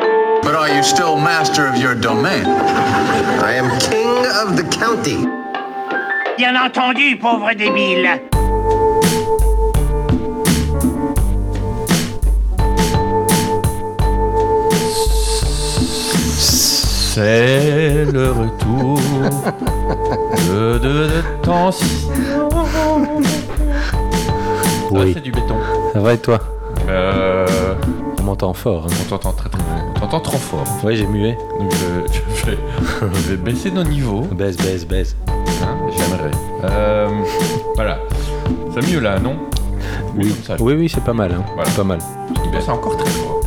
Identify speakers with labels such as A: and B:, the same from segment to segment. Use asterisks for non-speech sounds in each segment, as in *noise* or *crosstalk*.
A: are you still master of your domain?
B: I am king of the county.
C: Bien entendu, pauvre débile.
D: C'est le retour de, de, de tension.
E: Oui.
D: Ah, c'est du béton.
E: Ça va et toi
D: Euh,
E: On m'entend fort. hein.
D: on t'entend très très bien. On t'entend trop fort.
E: Ouais, j'ai mué.
D: Donc je, je vais, *laughs* je vais baisser nos niveaux.
E: Baise, baise, baise.
D: Hein, J'aimerais. Euh, voilà. C'est mieux là, non
E: Oui,
D: Comme ça,
E: oui, oui, c'est pas mal. hein.
D: Voilà.
E: C'est pas mal.
D: Il baisse encore très fort.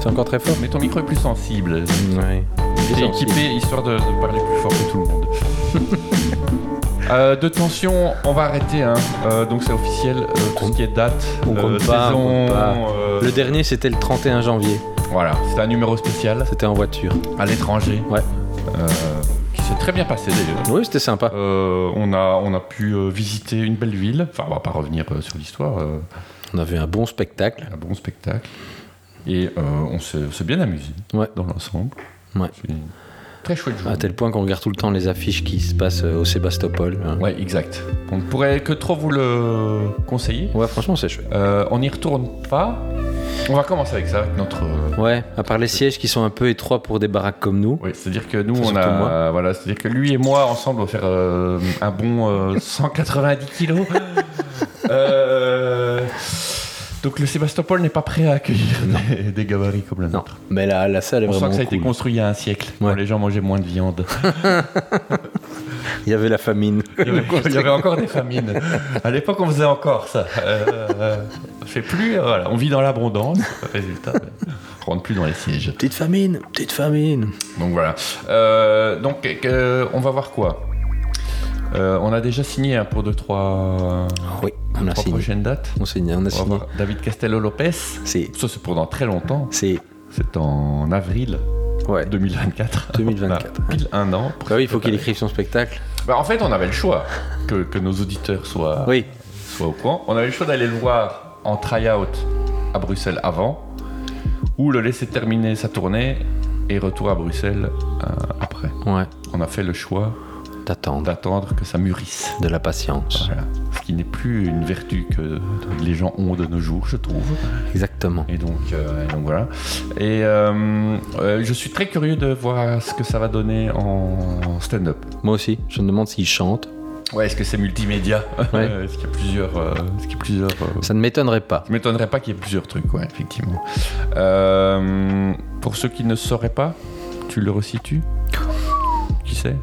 E: C'est encore très fort.
D: Mais ton micro est plus sensible.
E: Ouais.
D: J'ai équipé histoire de, de parler plus fort que tout
E: *laughs*
D: le monde. Euh, de tension, on va arrêter. Hein. Euh, donc c'est officiel, euh, tout ce qui est date,
E: on
D: euh,
E: compte pas,
D: saison.
E: on compte pas.
D: euh,
E: Le dernier, c'était le 31 janvier.
D: Voilà, c'est un numéro spécial
E: C'était en voiture.
D: à l'étranger.
E: Ouais.
D: Euh, qui s'est très bien passé d'ailleurs.
E: Oui, c'était sympa.
D: Euh, on, a, on a pu euh, visiter une belle ville. Enfin, on va pas revenir euh, sur l'histoire. euh,
E: On a vu un bon spectacle.
D: un bon spectacle. Et euh, on s'est on s'est bien amusé
E: Ouais.
D: dans l'ensemble.
E: Ouais.
D: C'est une Très chouette journée.
E: À tel point qu'on regarde tout le temps les affiches qui se passent euh, au Sébastopol. hein.
D: Ouais, exact. On ne pourrait que trop vous le conseiller.
E: Ouais, franchement, c'est chouette.
D: Euh, on n'y retourne pas. On va commencer avec ça, avec notre. euh,
E: Ouais, à part les sièges qui sont un peu étroits pour des baraques comme nous.
D: Oui, c'est-à-dire que nous,
E: C'est
D: on
E: surtout
D: a.
E: moi.
D: euh, Voilà, c'est-à-dire que lui et moi, ensemble, on va faire euh, un bon euh, 190 kilos. *laughs* Euh, Donc le Sébastopol n'est pas prêt à accueillir des, des gabarits comme le
E: Non,
D: nôtre.
E: mais la, la salle est
D: On sent
E: vraiment
D: que ça a été
E: cool.
D: construit il y a un siècle, quand
E: Ouais.
D: les gens mangeaient moins de *laughs* viande.
E: Il y avait la famine.
D: Il y avait, il y avait encore des famines. À l'époque, on faisait encore ça. Euh, euh, je sais plus. euh, Voilà, on vit dans l'abondance. Résultat, euh, on rentre plus dans les sièges.
E: *laughs* Petite famine, petite famine.
D: Donc voilà. Euh, donc, euh, on va voir quoi Euh, On a déjà signé hein, pour deux, trois,
E: Oui, on a
D: trois
E: signé.
D: prochaines dates.
E: On signe, on a
D: On va
E: signé.
D: voir David Castello Lopez.
E: C'est.
D: Ça, c'est pendant très longtemps.
E: C'est.
D: C'est en avril
E: Ouais. *laughs*
D: 2024.
E: 2024.
D: On a pile un an.
E: Bah oui, il faut qu'il écrive son spectacle.
D: Bah, en fait, on avait le choix que, que nos auditeurs soient.
E: Oui.
D: soit au courant. On avait le choix d'aller le voir en try-out à Bruxelles avant, ou le laisser terminer sa tournée et retour à Bruxelles euh, après.
E: Ouais.
D: On a fait le choix
E: T'attendre.
D: d'attendre que ça mûrisse.
E: De la patience.
D: Voilà. Ce qui n'est plus une vertu que les gens ont de nos jours, je trouve.
E: Ah. Exactement.
D: Et donc, euh, et donc voilà. Et euh, euh, je suis très curieux de voir ce que ça va donner en stand-up.
E: Moi aussi, je me demande s'il chante.
D: Ouais, est-ce que c'est multimédia
E: Ouais.
D: *laughs* Est-ce qu'il y a plusieurs, euh, est-ce qu'il y a plusieurs euh,
E: Ça ne m'étonnerait pas.
D: Je m'étonnerais pas qu'il y ait plusieurs trucs, ouais, effectivement. Euh, pour ceux qui ne sauraient pas, tu le resitues Qui c'est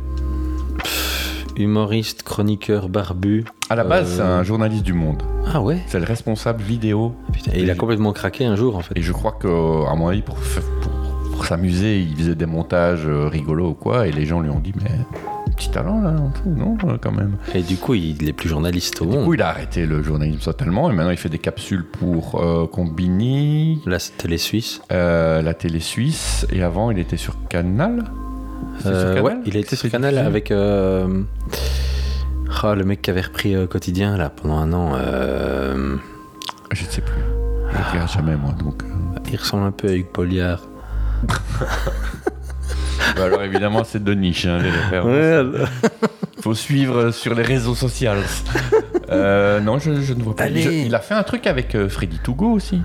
E: Humoriste, chroniqueur, barbu.
D: À la base,
E: Euh.
D: c'est un journaliste du Monde.
E: Ah ouais
D: C'est le responsable vidéo.
E: Putain, et il a complètement craqué un jour en fait.
D: Et je crois que, à mon avis, pour, f- pour- pour s'amuser, il faisait des montages euh, rigolos ou quoi, et les gens lui ont dit, mais petit talent là, en tout, non, euh, quand même.
E: Et du coup, il est plus journaliste au
D: Du
E: monde.
D: coup, il a arrêté le journalisme totalement, et maintenant il fait des capsules pour euh, Combini,
E: Là, c'était les Suisses.
D: euh, la télé suisse, et avant il était sur Canal. C'est sur
E: Euh,
D: Canal
E: ouais, il a été
D: C'est
E: sur Canal
D: diffusé
E: avec. euh, ah, le mec qui avait repris euh, Quotidien là pendant un an. euh,
D: Je ne sais plus. Je ne regarde jamais, moi. Donc. euh.
E: Il ressemble un peu à Hugues Poliard.
D: Bah, alors, évidemment, c'est de
E: *laughs*
D: niche, hein, les références. faut suivre sur les
E: *laughs*
D: réseaux sociaux. Euh, non, je, je ne vois pas.
E: Allez.
D: Je- il a fait un truc avec euh, Freddy Togo aussi.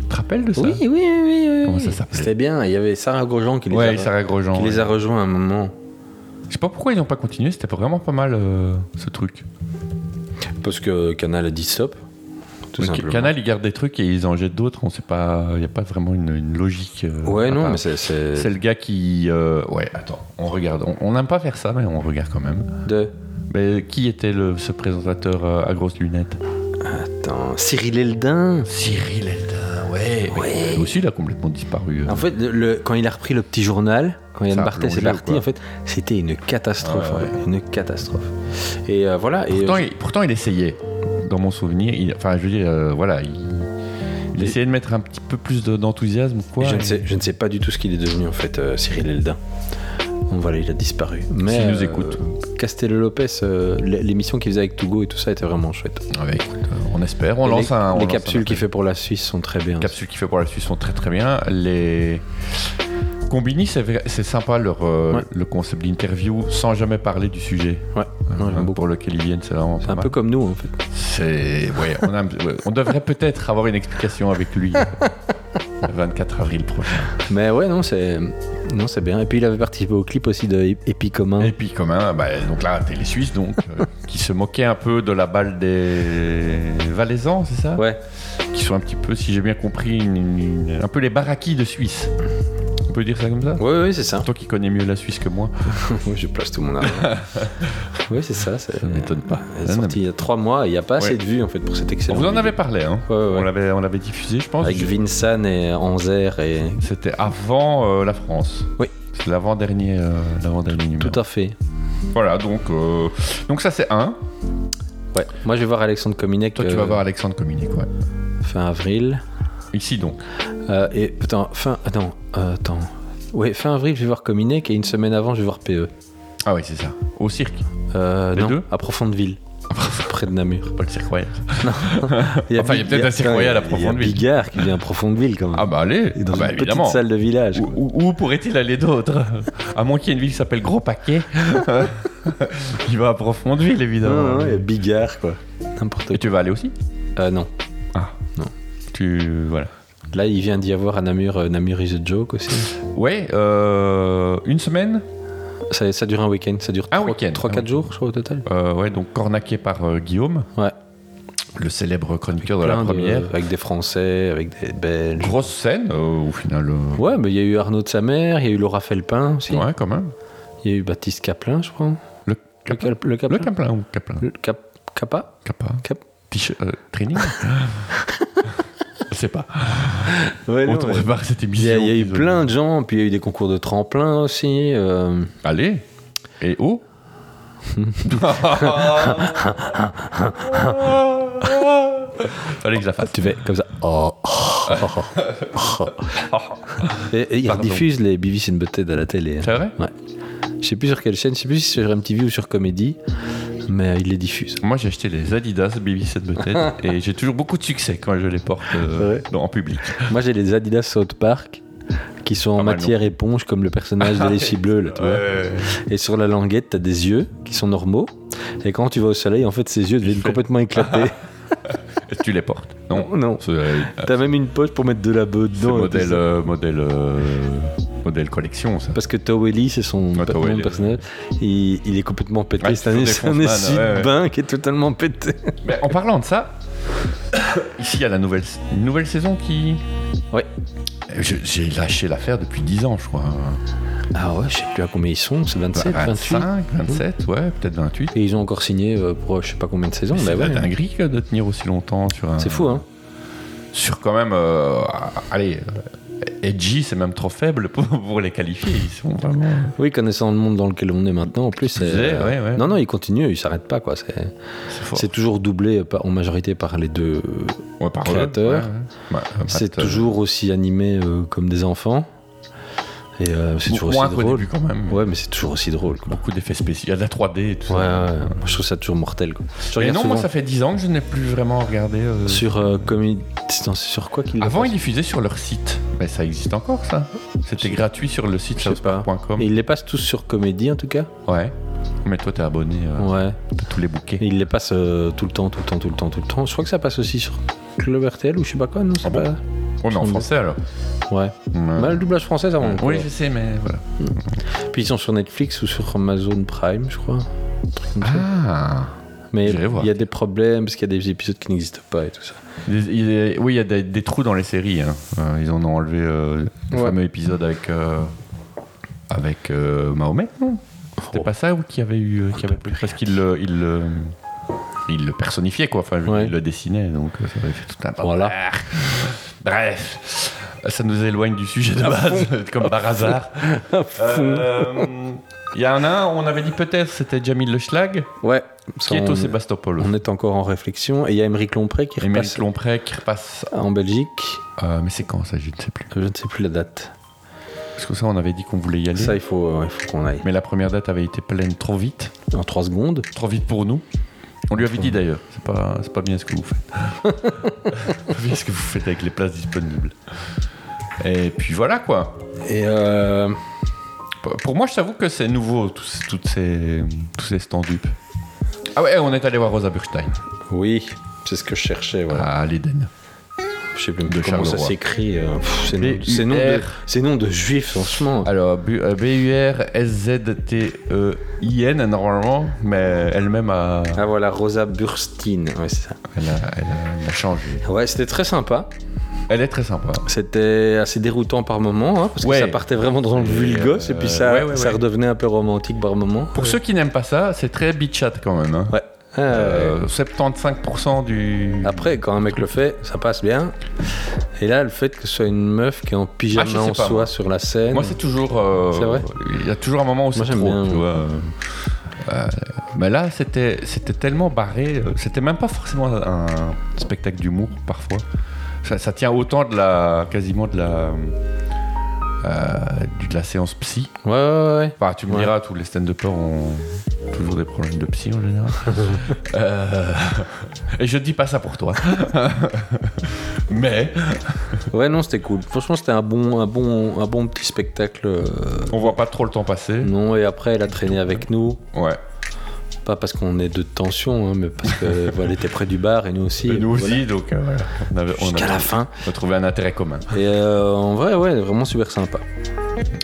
D: Tu te rappelles de ça
E: oui, oui, oui, oui.
D: Comment
E: oui.
D: ça s'appelait
E: C'était bien. Il y avait Sarah Grosjean qui les
D: Ouais,
E: a,
D: Sarah Grosjean.
E: qui les a rejoints à un moment.
D: Je sais pas pourquoi ils n'ont pas continué, c'était vraiment pas mal euh, ce truc.
E: Parce que Canal a dit stop. Tout
D: Donc,
E: simplement.
D: Canal, ils gardent des trucs et ils en jettent d'autres, on sait pas, il n'y a pas vraiment une, une logique. euh,
E: Ouais,
D: à
E: non,
D: part.
E: mais c'est-
D: C'est
E: c'est.
D: le gars qui. euh, ouais, attends, on regarde. On- On n'aime pas faire ça, mais on regarde quand même.
E: De...
D: Mais qui était le, ce présentateur euh, à grosses lunettes
E: Attends, Cyril Eldin.
D: Cyril Eldin, ouais.
E: Ouais.
D: Lui aussi, il a complètement disparu. euh,
E: En fait, le- le- quand il a repris le petit journal, quand Yann
D: a
E: Barthès est
D: plongé ou
E: parti,
D: quoi
E: en fait, c'était une catastrophe.
D: Ouais, ouais.
E: hein, Une catastrophe. Et euh, voilà. Et,
D: pourtant,
E: euh,
D: il, pourtant, il essayait. Dans mon souvenir, il- enfin, je veux dire, euh, voilà, il, il
E: Et-
D: essayait de mettre un petit peu plus de- d'enthousiasme ou quoi.
E: je, ne sais, je ne sais pas du tout ce qu'il est devenu, en fait, euh, Cyril Eldin. Donc voilà, il a disparu. Mais
D: S'il nous
E: euh,
D: écoute.
E: Castello Lopez, euh, l- l'émission qu'il faisait avec Togo et tout ça était vraiment chouette.
D: Ah bah, écoute, euh, on espère, on
E: Et
D: lance
E: les,
D: un. on
E: les
D: lance un
E: capsules
D: appel.
E: qu'il fait pour la Suisse sont très bien.
D: Les capsules qu'il fait pour la Suisse sont très très bien. Les, Combini, c'est vrai- c'est sympa leur, euh,
E: Ouais.
D: le concept d'interview sans jamais parler du sujet
E: Ouais, non,
D: euh,
E: j'aime beaucoup.
D: pour lequel ils viennent. C'est vraiment
E: C'est
D: pas
E: un
D: mal.
E: peu comme nous, en fait.
D: C'est. Ouais, on, a- ouais, on devrait peut-être avoir une explication
E: *laughs*
D: avec lui euh, le 24 avril prochain.
E: Mais ouais, non, c'est. Non, c'est bien. Et puis il avait participé au clip aussi de Epicommun.
D: Et puis, commun, bah, donc là, t'es les Suisses, donc,
E: *laughs*
D: euh, qui se moquaient un peu de la balle des Valaisans, c'est ça
E: Ouais.
D: Qui sont un petit peu, si j'ai bien compris, une- une- un peu les baraquis de Suisse. On peut dire ça comme ça
E: Ouais, ouais, c'est ça.
D: Toi qui connais mieux la Suisse que moi.
E: Oui, je place tout mon argent.
D: *laughs*
E: oui, c'est ça. Ça
D: m'étonne pas.
E: Elle est sortie il y a trois mois et il n'y a pas assez
D: Ouais.
E: de vues en fait pour cet
D: Ah, On
E: excellent.
D: vous en
E: vidéo.
D: avait parlé, hein
E: Ouais, ouais,
D: On
E: ouais.
D: l'avait- On l'avait diffusé, je pense.
E: Avec Vinsan et Anzer et.
D: C'était avant euh, la France.
E: Oui.
D: C'est l'avant-dernier euh, l'avant-dernier numéro.
E: Tout à fait.
D: Voilà, donc, euh, donc ça c'est un.
E: Ouais. Moi, je vais voir Alexandre Cominec.
D: Toi, tu vas voir Alexandre Communique, ouais.
E: Fin avril.
D: Ici, donc.
E: Euh, et putain, fin. Attends, euh, attends. Ouais, fin avril, je vais voir Cominec et une semaine avant, je vais voir PE.
D: Ah oui, c'est ça. Au cirque.
E: Euh,
D: Les
E: non,
D: deux
E: à
D: *laughs*
E: Profondeville. Près de Namur.
D: Pas le cirque royal. Enfin, il y a
E: Big-
D: peut-être un cirque royal à
E: il y a
D: Profondeville.
E: Bigard qui vient à Profondeville quand même.
D: Ah bah allez,
E: Et dans
D: Ah bah,
E: une
D: évidemment.
E: petite salle de village.
D: Où,
E: quoi.
D: où- où pourrait-il aller d'autre À moins qu'il y ait une ville qui s'appelle
E: *laughs*
D: Gros Paquet. Il va à Profondeville,
E: Non,
D: évidemment.
E: non, il y a Bigard quoi. N'importe
D: Et tu vas aller aussi
E: quoi. Euh, non.
D: Tu. Voilà.
E: Là, il vient d'y avoir à Namur, euh, Namur is a joke aussi.
D: Ouais, euh, une semaine
E: Ça, ça dure un Ah, week-end, ça dure
D: Un week-end.
E: 3-4 jours, je crois, au total.
D: Euh, Ouais, donc cornaqué par euh, Guillaume,
E: Ouais.
D: le célèbre chroniqueur de la
E: Plein de-
D: première.
E: euh, avec des Français, avec des Belges.
D: Grosse scène, euh, au final. euh,
E: Ouais, mais il y a eu Arnaud de sa mère, il y a eu Laura Felpin aussi.
D: Ouais, quand même.
E: Il y a eu Baptiste Caplin, je crois.
D: Le
E: Le,
D: Cap-
E: Cap- le Caplin.
D: le Caplin ou Caplin
E: Le Cap- Capa
D: Kappa
E: Cap-
D: T-shirt, euh, training
E: *laughs*
D: Je sais pas.
E: Ouais,
D: On
E: Ah non,
D: te
E: ouais.
D: prépare cette
E: Il y
D: émission.
E: a, il y a eu plein de gens, puis il y a eu des concours de tremplin aussi. euh,
D: Allez Et oh Fallait que je la fasse.
E: Ah, tu fais comme ça. *laughs* Oh, oh, oh, oh. Et, et ils
D: Pardon.
E: rediffusent les BB's in Butthead à la télé. hein.
D: C'est vrai
E: Ouais. Je sais plus sur quelle chaîne, je sais plus si c'est sur MTV ou sur Comédie, mais euh, ils les diffusent.
D: Moi j'ai acheté les Adidas BB7 Butthead et j'ai toujours beaucoup de succès quand je les porte euh, dans- en public.
E: Moi, j'ai les Adidas South Park qui sont en
D: mal,
E: matière éponge comme le personnage
D: *laughs*
E: de l'échi bleu là, tu vois. Et sur la languette, t'as des yeux qui sont normaux. Et quand tu vas au soleil, en fait, ces yeux deviennent
D: fait-
E: complètement éclatés.
D: Est-ce que tu les portes *laughs* Non.
E: *laughs* non.
D: C'est, euh,
E: T'as même une poche pour mettre de la beuh
D: c'est
E: dedans. et tout
D: modèle,
E: ça.
D: euh, modèle, euh, modèle collection ça.
E: Parce que Towelli, c'est son
D: Ouais,
E: pe-
D: Towelli,
E: nom de
D: ouais.
E: personnage. Il, il est complètement pété
D: Ouais,
E: cette année.
D: c'est
E: C'est
D: toujours
E: un
D: des
E: essuie
D: frontman,
E: de
D: ouais,
E: bain qui est totalement pété.
D: Mais en parlant de ça, *coughs* ici il y a la nouvelle, une nouvelle saison qui. Eh,
E: Ouais.
D: Je- J'ai lâché l'affaire depuis 10 ans, je crois. hein.
E: Ah ouais, je sais plus à combien ils sont. C'est 27, 28.
D: 25, 27, ouais, peut-être 28.
E: Et ils ont encore signé euh, pour euh, je sais pas combien de saisons.
D: C'est
E: bah
D: la
E: ouais.
D: dinguerie que de tenir aussi longtemps sur un.
E: C'est fou, hein
D: Sur quand même. euh, allez, euh, Edgy, c'est même trop faible pour, pour les qualifier. Ils sont vraiment.
E: Oui, connaissant le monde dans lequel on est maintenant, en plus.
D: plus
E: c'est-
D: est, ouais, ouais.
E: Non, non, ils continuent, ils s'arrêtent pas, quoi. C'est,
D: C'est fort.
E: c'est toujours doublé euh, par- en majorité par les deux.
D: Ouais, par eux,
E: créateur.
D: ouais, ouais. Ouais,
E: c'est
D: Pat, euh,
E: toujours aussi animé euh, comme des enfants. Et euh, c'est toujours
D: moins
E: aussi
D: qu'au
E: drôle.
D: début quand même.
E: Ouais, mais c'est toujours aussi drôle, quoi.
D: Beaucoup d'effets spéciaux. Il y a de la 3D et tout
E: Ouais, ouais,
D: ça.
E: ouais. Moi, je trouve ça toujours mortel, quoi. Je
D: Mais
E: regarde
D: non, moi
E: souvent
D: ça fait 10 ans que je n'ai plus vraiment regardé. euh,
E: Sur, euh, Comedy- Attends, c'est sur quoi qu'il
D: Avant, ils diffusaient sur leur site. Mais ça existe encore, ça C'était gratuit sur le site
E: Je sais pas.
D: southpark.com.
E: Et ils les passent tous sur Comédie, en tout cas
D: Ouais. Mais toi, t'es abonné euh,
E: Ouais.
D: à tous les bouquets.
E: Et ils les passent euh, tout le temps, tout le temps, tout le temps, tout le temps. Je crois que ça passe aussi sur Club RTL ou je sais pas quoi, non c'est
D: Ah bon
E: pas-
D: Ouais, mais en
E: Sans
D: français alors.
E: Ouais.
D: Ouais.
E: Bah, le doublage français, ça va encore.
D: Oui, je sais, mais voilà.
E: Puis ils sont sur Netflix ou sur Amazon Prime, je crois. Un truc comme ça.
D: Ah
E: Mais
D: j'irai voir.
E: il y a des problèmes parce qu'il y a des épisodes qui n'existent pas et tout ça.
D: Des- il y a- Oui, il y a des, des trous dans les séries. hein. Euh, ils en ont enlevé euh, le
E: Ouais.
D: fameux épisode avec. euh, avec euh, Mahomet, non C'était
E: Oh.
D: pas ça ou qui avait eu. euh, qui avait plus- parce qu'il le. Il, le- il le personnifiait quoi, enfin je veux
E: Ouais.
D: dire, il le dessinait donc euh, ça avait fait tout un
E: Voilà.
D: *laughs* Bref, ça nous éloigne du sujet de base, *laughs* comme par hasard. Euh, Il y en a un, on avait dit peut-être, c'était Jamil Le Schlag,
E: Ouais.
D: qui est
E: on,
D: au Sébastopol.
E: on est encore en réflexion. Et il y a Émeric Lompré qui
D: Et
E: repasse
D: Mel Lomprey qui repasse.
E: en Belgique.
D: Euh, mais c'est quand ça Je ne sais plus.
E: Je ne sais plus la date.
D: Parce que ça, on avait dit qu'on voulait y aller.
E: Ça, il faut, euh, il faut qu'on aille.
D: Mais la première date avait été pleine trop vite.
E: En 3 secondes.
D: Trop vite pour nous. On lui avait dit d'ailleurs, c'est pas, *laughs* c'est pas bien ce que vous faites. C'est pas bien ce que vous faites avec les places disponibles. Et puis voilà quoi.
E: Et euh,
D: P- Pour moi, je t'avoue que c'est nouveau, tous, toutes ces, tous ces stand-up. Ah ouais, on est allé voir Rosa Burstein
E: oui, c'est ce que je cherchais. Voilà.
D: à l'Éden.
E: je sais même
D: de
E: plus comment ça
D: Charleroi.
E: s'écrit. euh, pff, C'est nom,
D: B-U-R.
E: c'est nom de, c'est nom de juif, franchement.
D: Alors, B- euh, B-U-R-S-Z-T-E-I-N, E normalement, mais elle-même a,
E: Ah voilà, Rosa Burstein. Ouais, c'est ça.
D: elle a- elle a- elle a changé.
E: Ouais, c'était très sympa.
D: Elle est très sympa.
E: C'était assez déroutant par moments, hein, parce
D: Ouais.
E: que ça partait vraiment dans le
D: Et,
E: vulgos, et
D: euh,
E: puis ça,
D: ouais, ouais,
E: ça
D: ouais.
E: redevenait un peu romantique par moments.
D: Pour ceux qui n'aiment pas ça, c'est très bitchat quand même. hein.
E: Ouais. Ah, ouais.
D: Euh, 75% du.
E: Après, quand un mec le fait, ça passe bien. Et là, le fait que ce soit une meuf qui est en pyjama
D: Ah, je sais
E: en
D: pas,
E: soie
D: moi.
E: sur la scène.
D: Moi, c'est toujours. euh,
E: C'est vrai
D: Il y a toujours un moment où c'est
E: Moi, j'aime
D: trop.
E: bien,
D: tu
E: moi.
D: vois, euh, euh, mais là, c'était c'était tellement barré. euh, C'était même pas forcément un spectacle d'humour parfois. Ça, ça tient autant de la quasiment de la euh, du- de la séance psy.
E: Ouais, ouais, ouais.
D: Enfin, tu me
E: Ouais.
D: diras, tous les stand-uppers ont toujours des problèmes de psy en *laughs* général. Euh, Et je dis pas ça pour toi. *laughs* Mais
E: Ouais, non, c'était cool. Franchement, c'était un bon, un, bon, un bon petit spectacle. euh,
D: on voit pas trop le temps passer.
E: Non, et après, elle a traîné avec nous.
D: Ouais.
E: Pas parce qu'on est de tension, hein, mais parce
D: *laughs*
E: qu'elle était près du bar et nous aussi.
D: Et nous
E: Voilà.
D: aussi, donc euh, voilà. On avait, on
E: Jusqu'à
D: avait-
E: la fin.
D: on a trouvé un intérêt commun.
E: Et euh, en vrai, ouais, vraiment super sympa.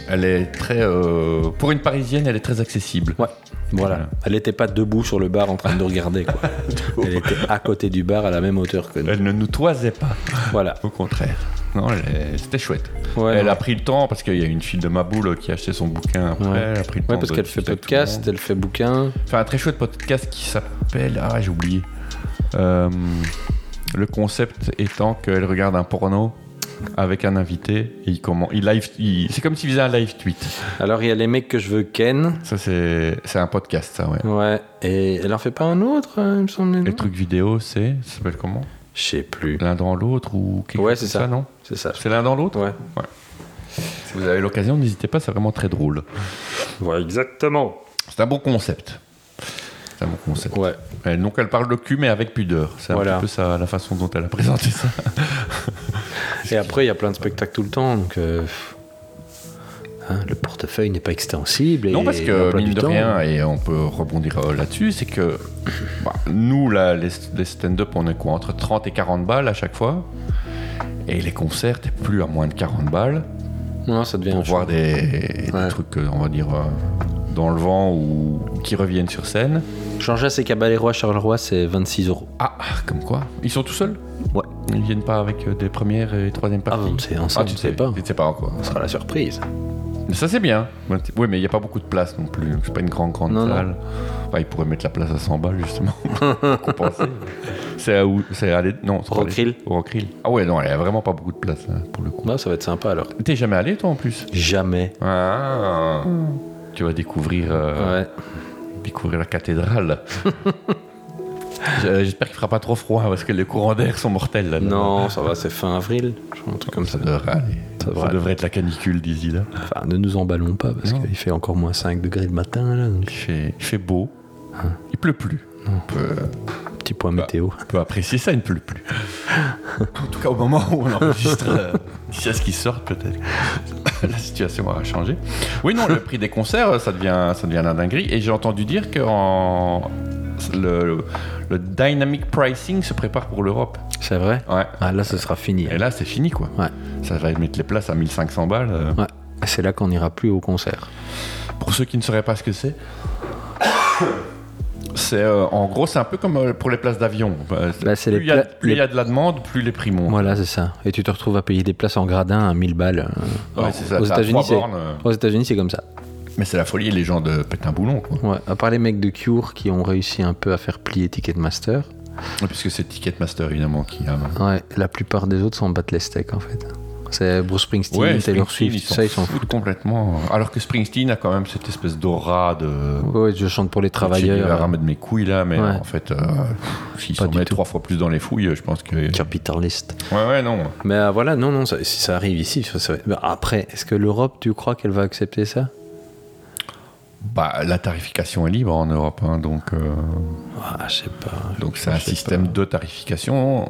D: Elle est très. euh, pour une parisienne, elle est très accessible.
E: Ouais, voilà.
D: Voilà.
E: Elle n'était pas debout sur le bar en train de nous regarder,
D: *laughs*
E: quoi. elle était à côté du bar à la même hauteur que nous.
D: Elle ne nous toisait pas.
E: Voilà.
D: Au contraire. Non, elle est- c'était chouette.
E: Ouais,
D: elle
E: non.
D: a pris le temps parce qu'il y a une fille de ma boule qui a acheté son bouquin après.
E: Ouais.
D: Elle a pris le temps
E: Ouais, parce
D: de
E: qu'elle fait
D: discuter avec tout le
E: podcast,
D: monde.
E: elle fait bouquin.
D: Enfin, un très chouette podcast qui s'appelle. Ah, j'ai oublié. Euh, le concept étant qu'elle regarde un porno avec un invité et il comment il live il- c'est comme s'il faisait un live tweet
E: Alors, il y a les mecs que je veux ken.
D: ça c'est c'est un podcast ça ouais
E: Ouais. Et elle en fait pas un autre, euh, il me semble. non
D: les trucs vidéo c'est ça s'appelle comment
E: Je sais plus.
D: L'un dans l'autre ou quelque
E: Ouais,
D: chose
E: c'est
D: comme
E: ça.
D: ça, non
E: C'est ça.
D: C'est l'un dans l'autre
E: Ouais.
D: Si vous avez l'occasion, n'hésitez pas, c'est vraiment très drôle.
E: Ouais, exactement.
D: C'est un bon concept. C'est un bon concept.
E: Ouais.
D: Et donc elle parle de cul, mais avec pudeur. C'est un
E: Voilà.
D: petit peu ça, la façon dont elle a présenté ça.
E: Et après, il y a plein de spectacles tout le temps, donc. euh, hein, le portefeuille n'est pas extensible. Et
D: non, parce que,
E: l'emploi
D: mine
E: du
D: de
E: temps- euh,
D: rien, et on peut rebondir euh, là-dessus, c'est que *coughs* bah, nous, là, les, les stand-up, on est quoi Entre 30 et 40 balles à chaque fois. Et les concerts, t'es plus à moins de 40 balles.
E: Non, ça devient.
D: pour
E: un
D: voir des, des
E: Ouais.
D: trucs, euh, on va dire, euh, dans le vent ou qui reviennent sur scène.
E: show. Jean-Jacques et Caballero à Charleroi, c'est 26 euros.
D: Ah, comme quoi Ils sont tout seuls
E: Ouais.
D: Ils viennent pas avec euh, des premières et troisièmes
E: Ah,
D: parties
E: bon, c'est ensemble,
D: tu
E: sais pas.
D: Tu ne sais pas encore.
E: Ce sera la surprise.
D: Mais ça, c'est bien. Ouais, t- Oui, mais il n'y a pas beaucoup de place non plus. C'est pas une grande, grande
E: Non, non.
D: salle. Enfin, ils pourraient mettre la place à 100 balles,
E: *laughs*
D: justement, pour compenser. C'est à où C'est à l'é- Non, c'est pas
E: Au
D: l'é-
E: Rockrill.
D: Au Rockrill. Ah ouais, non, il n'y a vraiment pas beaucoup de place, là, pour le coup.
E: Non, Bah, ça va être sympa alors.
D: T'es jamais allé, toi, en plus
E: Jamais.
D: Ah Tu vas découvrir... euh,
E: Hmm. Ouais.
D: découvrir la cathédrale. *laughs* Je- J'espère qu'il fera pas trop froid parce que les courants d'air sont mortels là.
E: Non, ça va, c'est fin avril. Je crois, un truc comme ça.
D: Ça devrait aller.
E: Ça
D: Ça,
E: devrait
D: devrait être la canicule, d'ici là.
E: Enfin, ne nous emballons pas parce
D: Non.
E: qu'il fait encore moins 5 degrés le matin. Là, donc,
D: Il fait, il fait beau.
E: Hein.
D: Il pleut plus. On peut,
E: petit point météo.
D: on peut apprécier ça, il ne pleut plus. *laughs* en tout cas, au moment où on enregistre, euh, d'ici à ce qui sort, peut-être. *laughs* la situation aura changé. Oui, non, le prix des concerts, ça devient, ça devient la dinguerie. Et j'ai entendu dire que en- le- le- le dynamic pricing se prépare pour l'Europe.
E: C'est vrai
D: Ouais.
E: Ah, là, ce sera fini.
D: Et là, c'est fini, quoi.
E: Ouais.
D: Ça va mettre les places à 1500 balles. euh.
E: Ouais. C'est là qu'on n'ira plus au concert.
D: Pour ceux qui ne sauraient pas ce que c'est, c'est euh, en gros, c'est un peu comme euh, pour les places d'avion. Euh,
E: Là, c'est
D: plus
E: les
D: il y a-
E: pla-
D: plus il y, a de la demande, plus les prix montent.
E: Voilà, c'est ça. Et tu te retrouves à payer des places en gradin à 1000 balles. euh,
D: Ouais,
E: alors,
D: c'est ça,
E: Aux
D: t'as
E: États-Unis,
D: trois
E: c'est
D: bornes, euh.
E: aux États-Unis, c'est comme ça.
D: Mais c'est la folie, les gens de pètent un boulon, quoi.
E: Ouais. À part les mecs de Cure qui ont réussi un peu à faire plier Ticketmaster,
D: Puisque c'est Ticketmaster, évidemment, qui a.
E: ouais, la plupart des autres s'en battent les steaks en fait. C'est Bruce Springsteen,
D: Ouais,
E: Taylor
D: Springsteen,
E: Swift,
D: ils
E: tout ça, ils
D: s'en
E: sont.
D: foutent complètement. Alors que Springsteen a quand même cette espèce d'aura de.
E: Ouais, je chante pour les
D: J'ai la
E: travailleurs.
D: rame de mes couilles là, mais
E: Ouais.
D: en fait, euh, pff, s'ils
E: Pas
D: s'en
E: du
D: mettent
E: tout.
D: trois fois plus dans les fouilles, je pense que. Ouais,
E: Capitaliste.
D: ouais, non.
E: Mais euh, voilà, non, non, ça- si ça arrive ici, ça- ça va- Ben, après, est-ce que l'Europe, tu crois qu'elle va accepter ça
D: Bah, la tarification est libre en Europe, hein, donc euh,
E: Ah, je sais pas.
D: donc c'est
E: Je
D: un
E: sais
D: système
E: pas.
D: de tarification.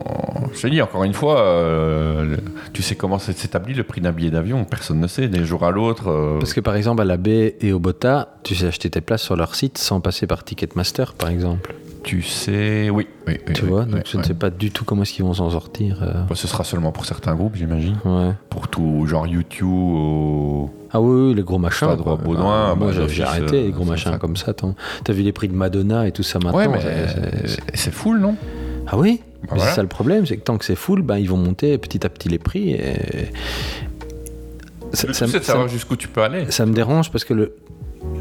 D: Je te dis encore une fois, euh, le- tu sais comment ça s'établit le prix d'un billet d'avion Personne ne sait. D'un jour à l'autre, euh,
E: Parce que par exemple, à la baie et au Bota, tu sais acheter tes places sur leur site sans passer par Ticketmaster, par exemple.
D: tu sais, oui, oui, oui,
E: tu
D: oui,
E: vois
D: oui,
E: Donc je ne
D: oui.
E: sais pas du tout comment est-ce qu'ils vont s'en sortir. euh.
D: Bah, ce sera seulement pour certains groupes, j'imagine.
E: Ouais.
D: Pour tout, genre YouTube, au-
E: Ah oui, oui, les gros machins.
D: Stade
E: quoi.
D: Roi-Baudouin,
E: Ah, moi,
D: bah,
E: j'ai-
D: d'office,
E: j'ai arrêté les gros
D: euh,
E: machins
D: ça.
E: comme ça. attends. T'as vu les prix de Madonna et tout ça maintenant euh,
D: Ouais, mais
E: c'est- c'est-
D: c'est- c'est full, non Bah,
E: Ah oui Mais
D: voilà.
E: C'est ça le problème, c'est que tant que c'est full, ben, ils vont monter petit à petit les prix. Et... Ça,
D: Le
E: ça
D: tout,
E: me-
D: c'est de
E: ça me-
D: savoir jusqu'où tu peux aller.
E: ça me dérange parce que le,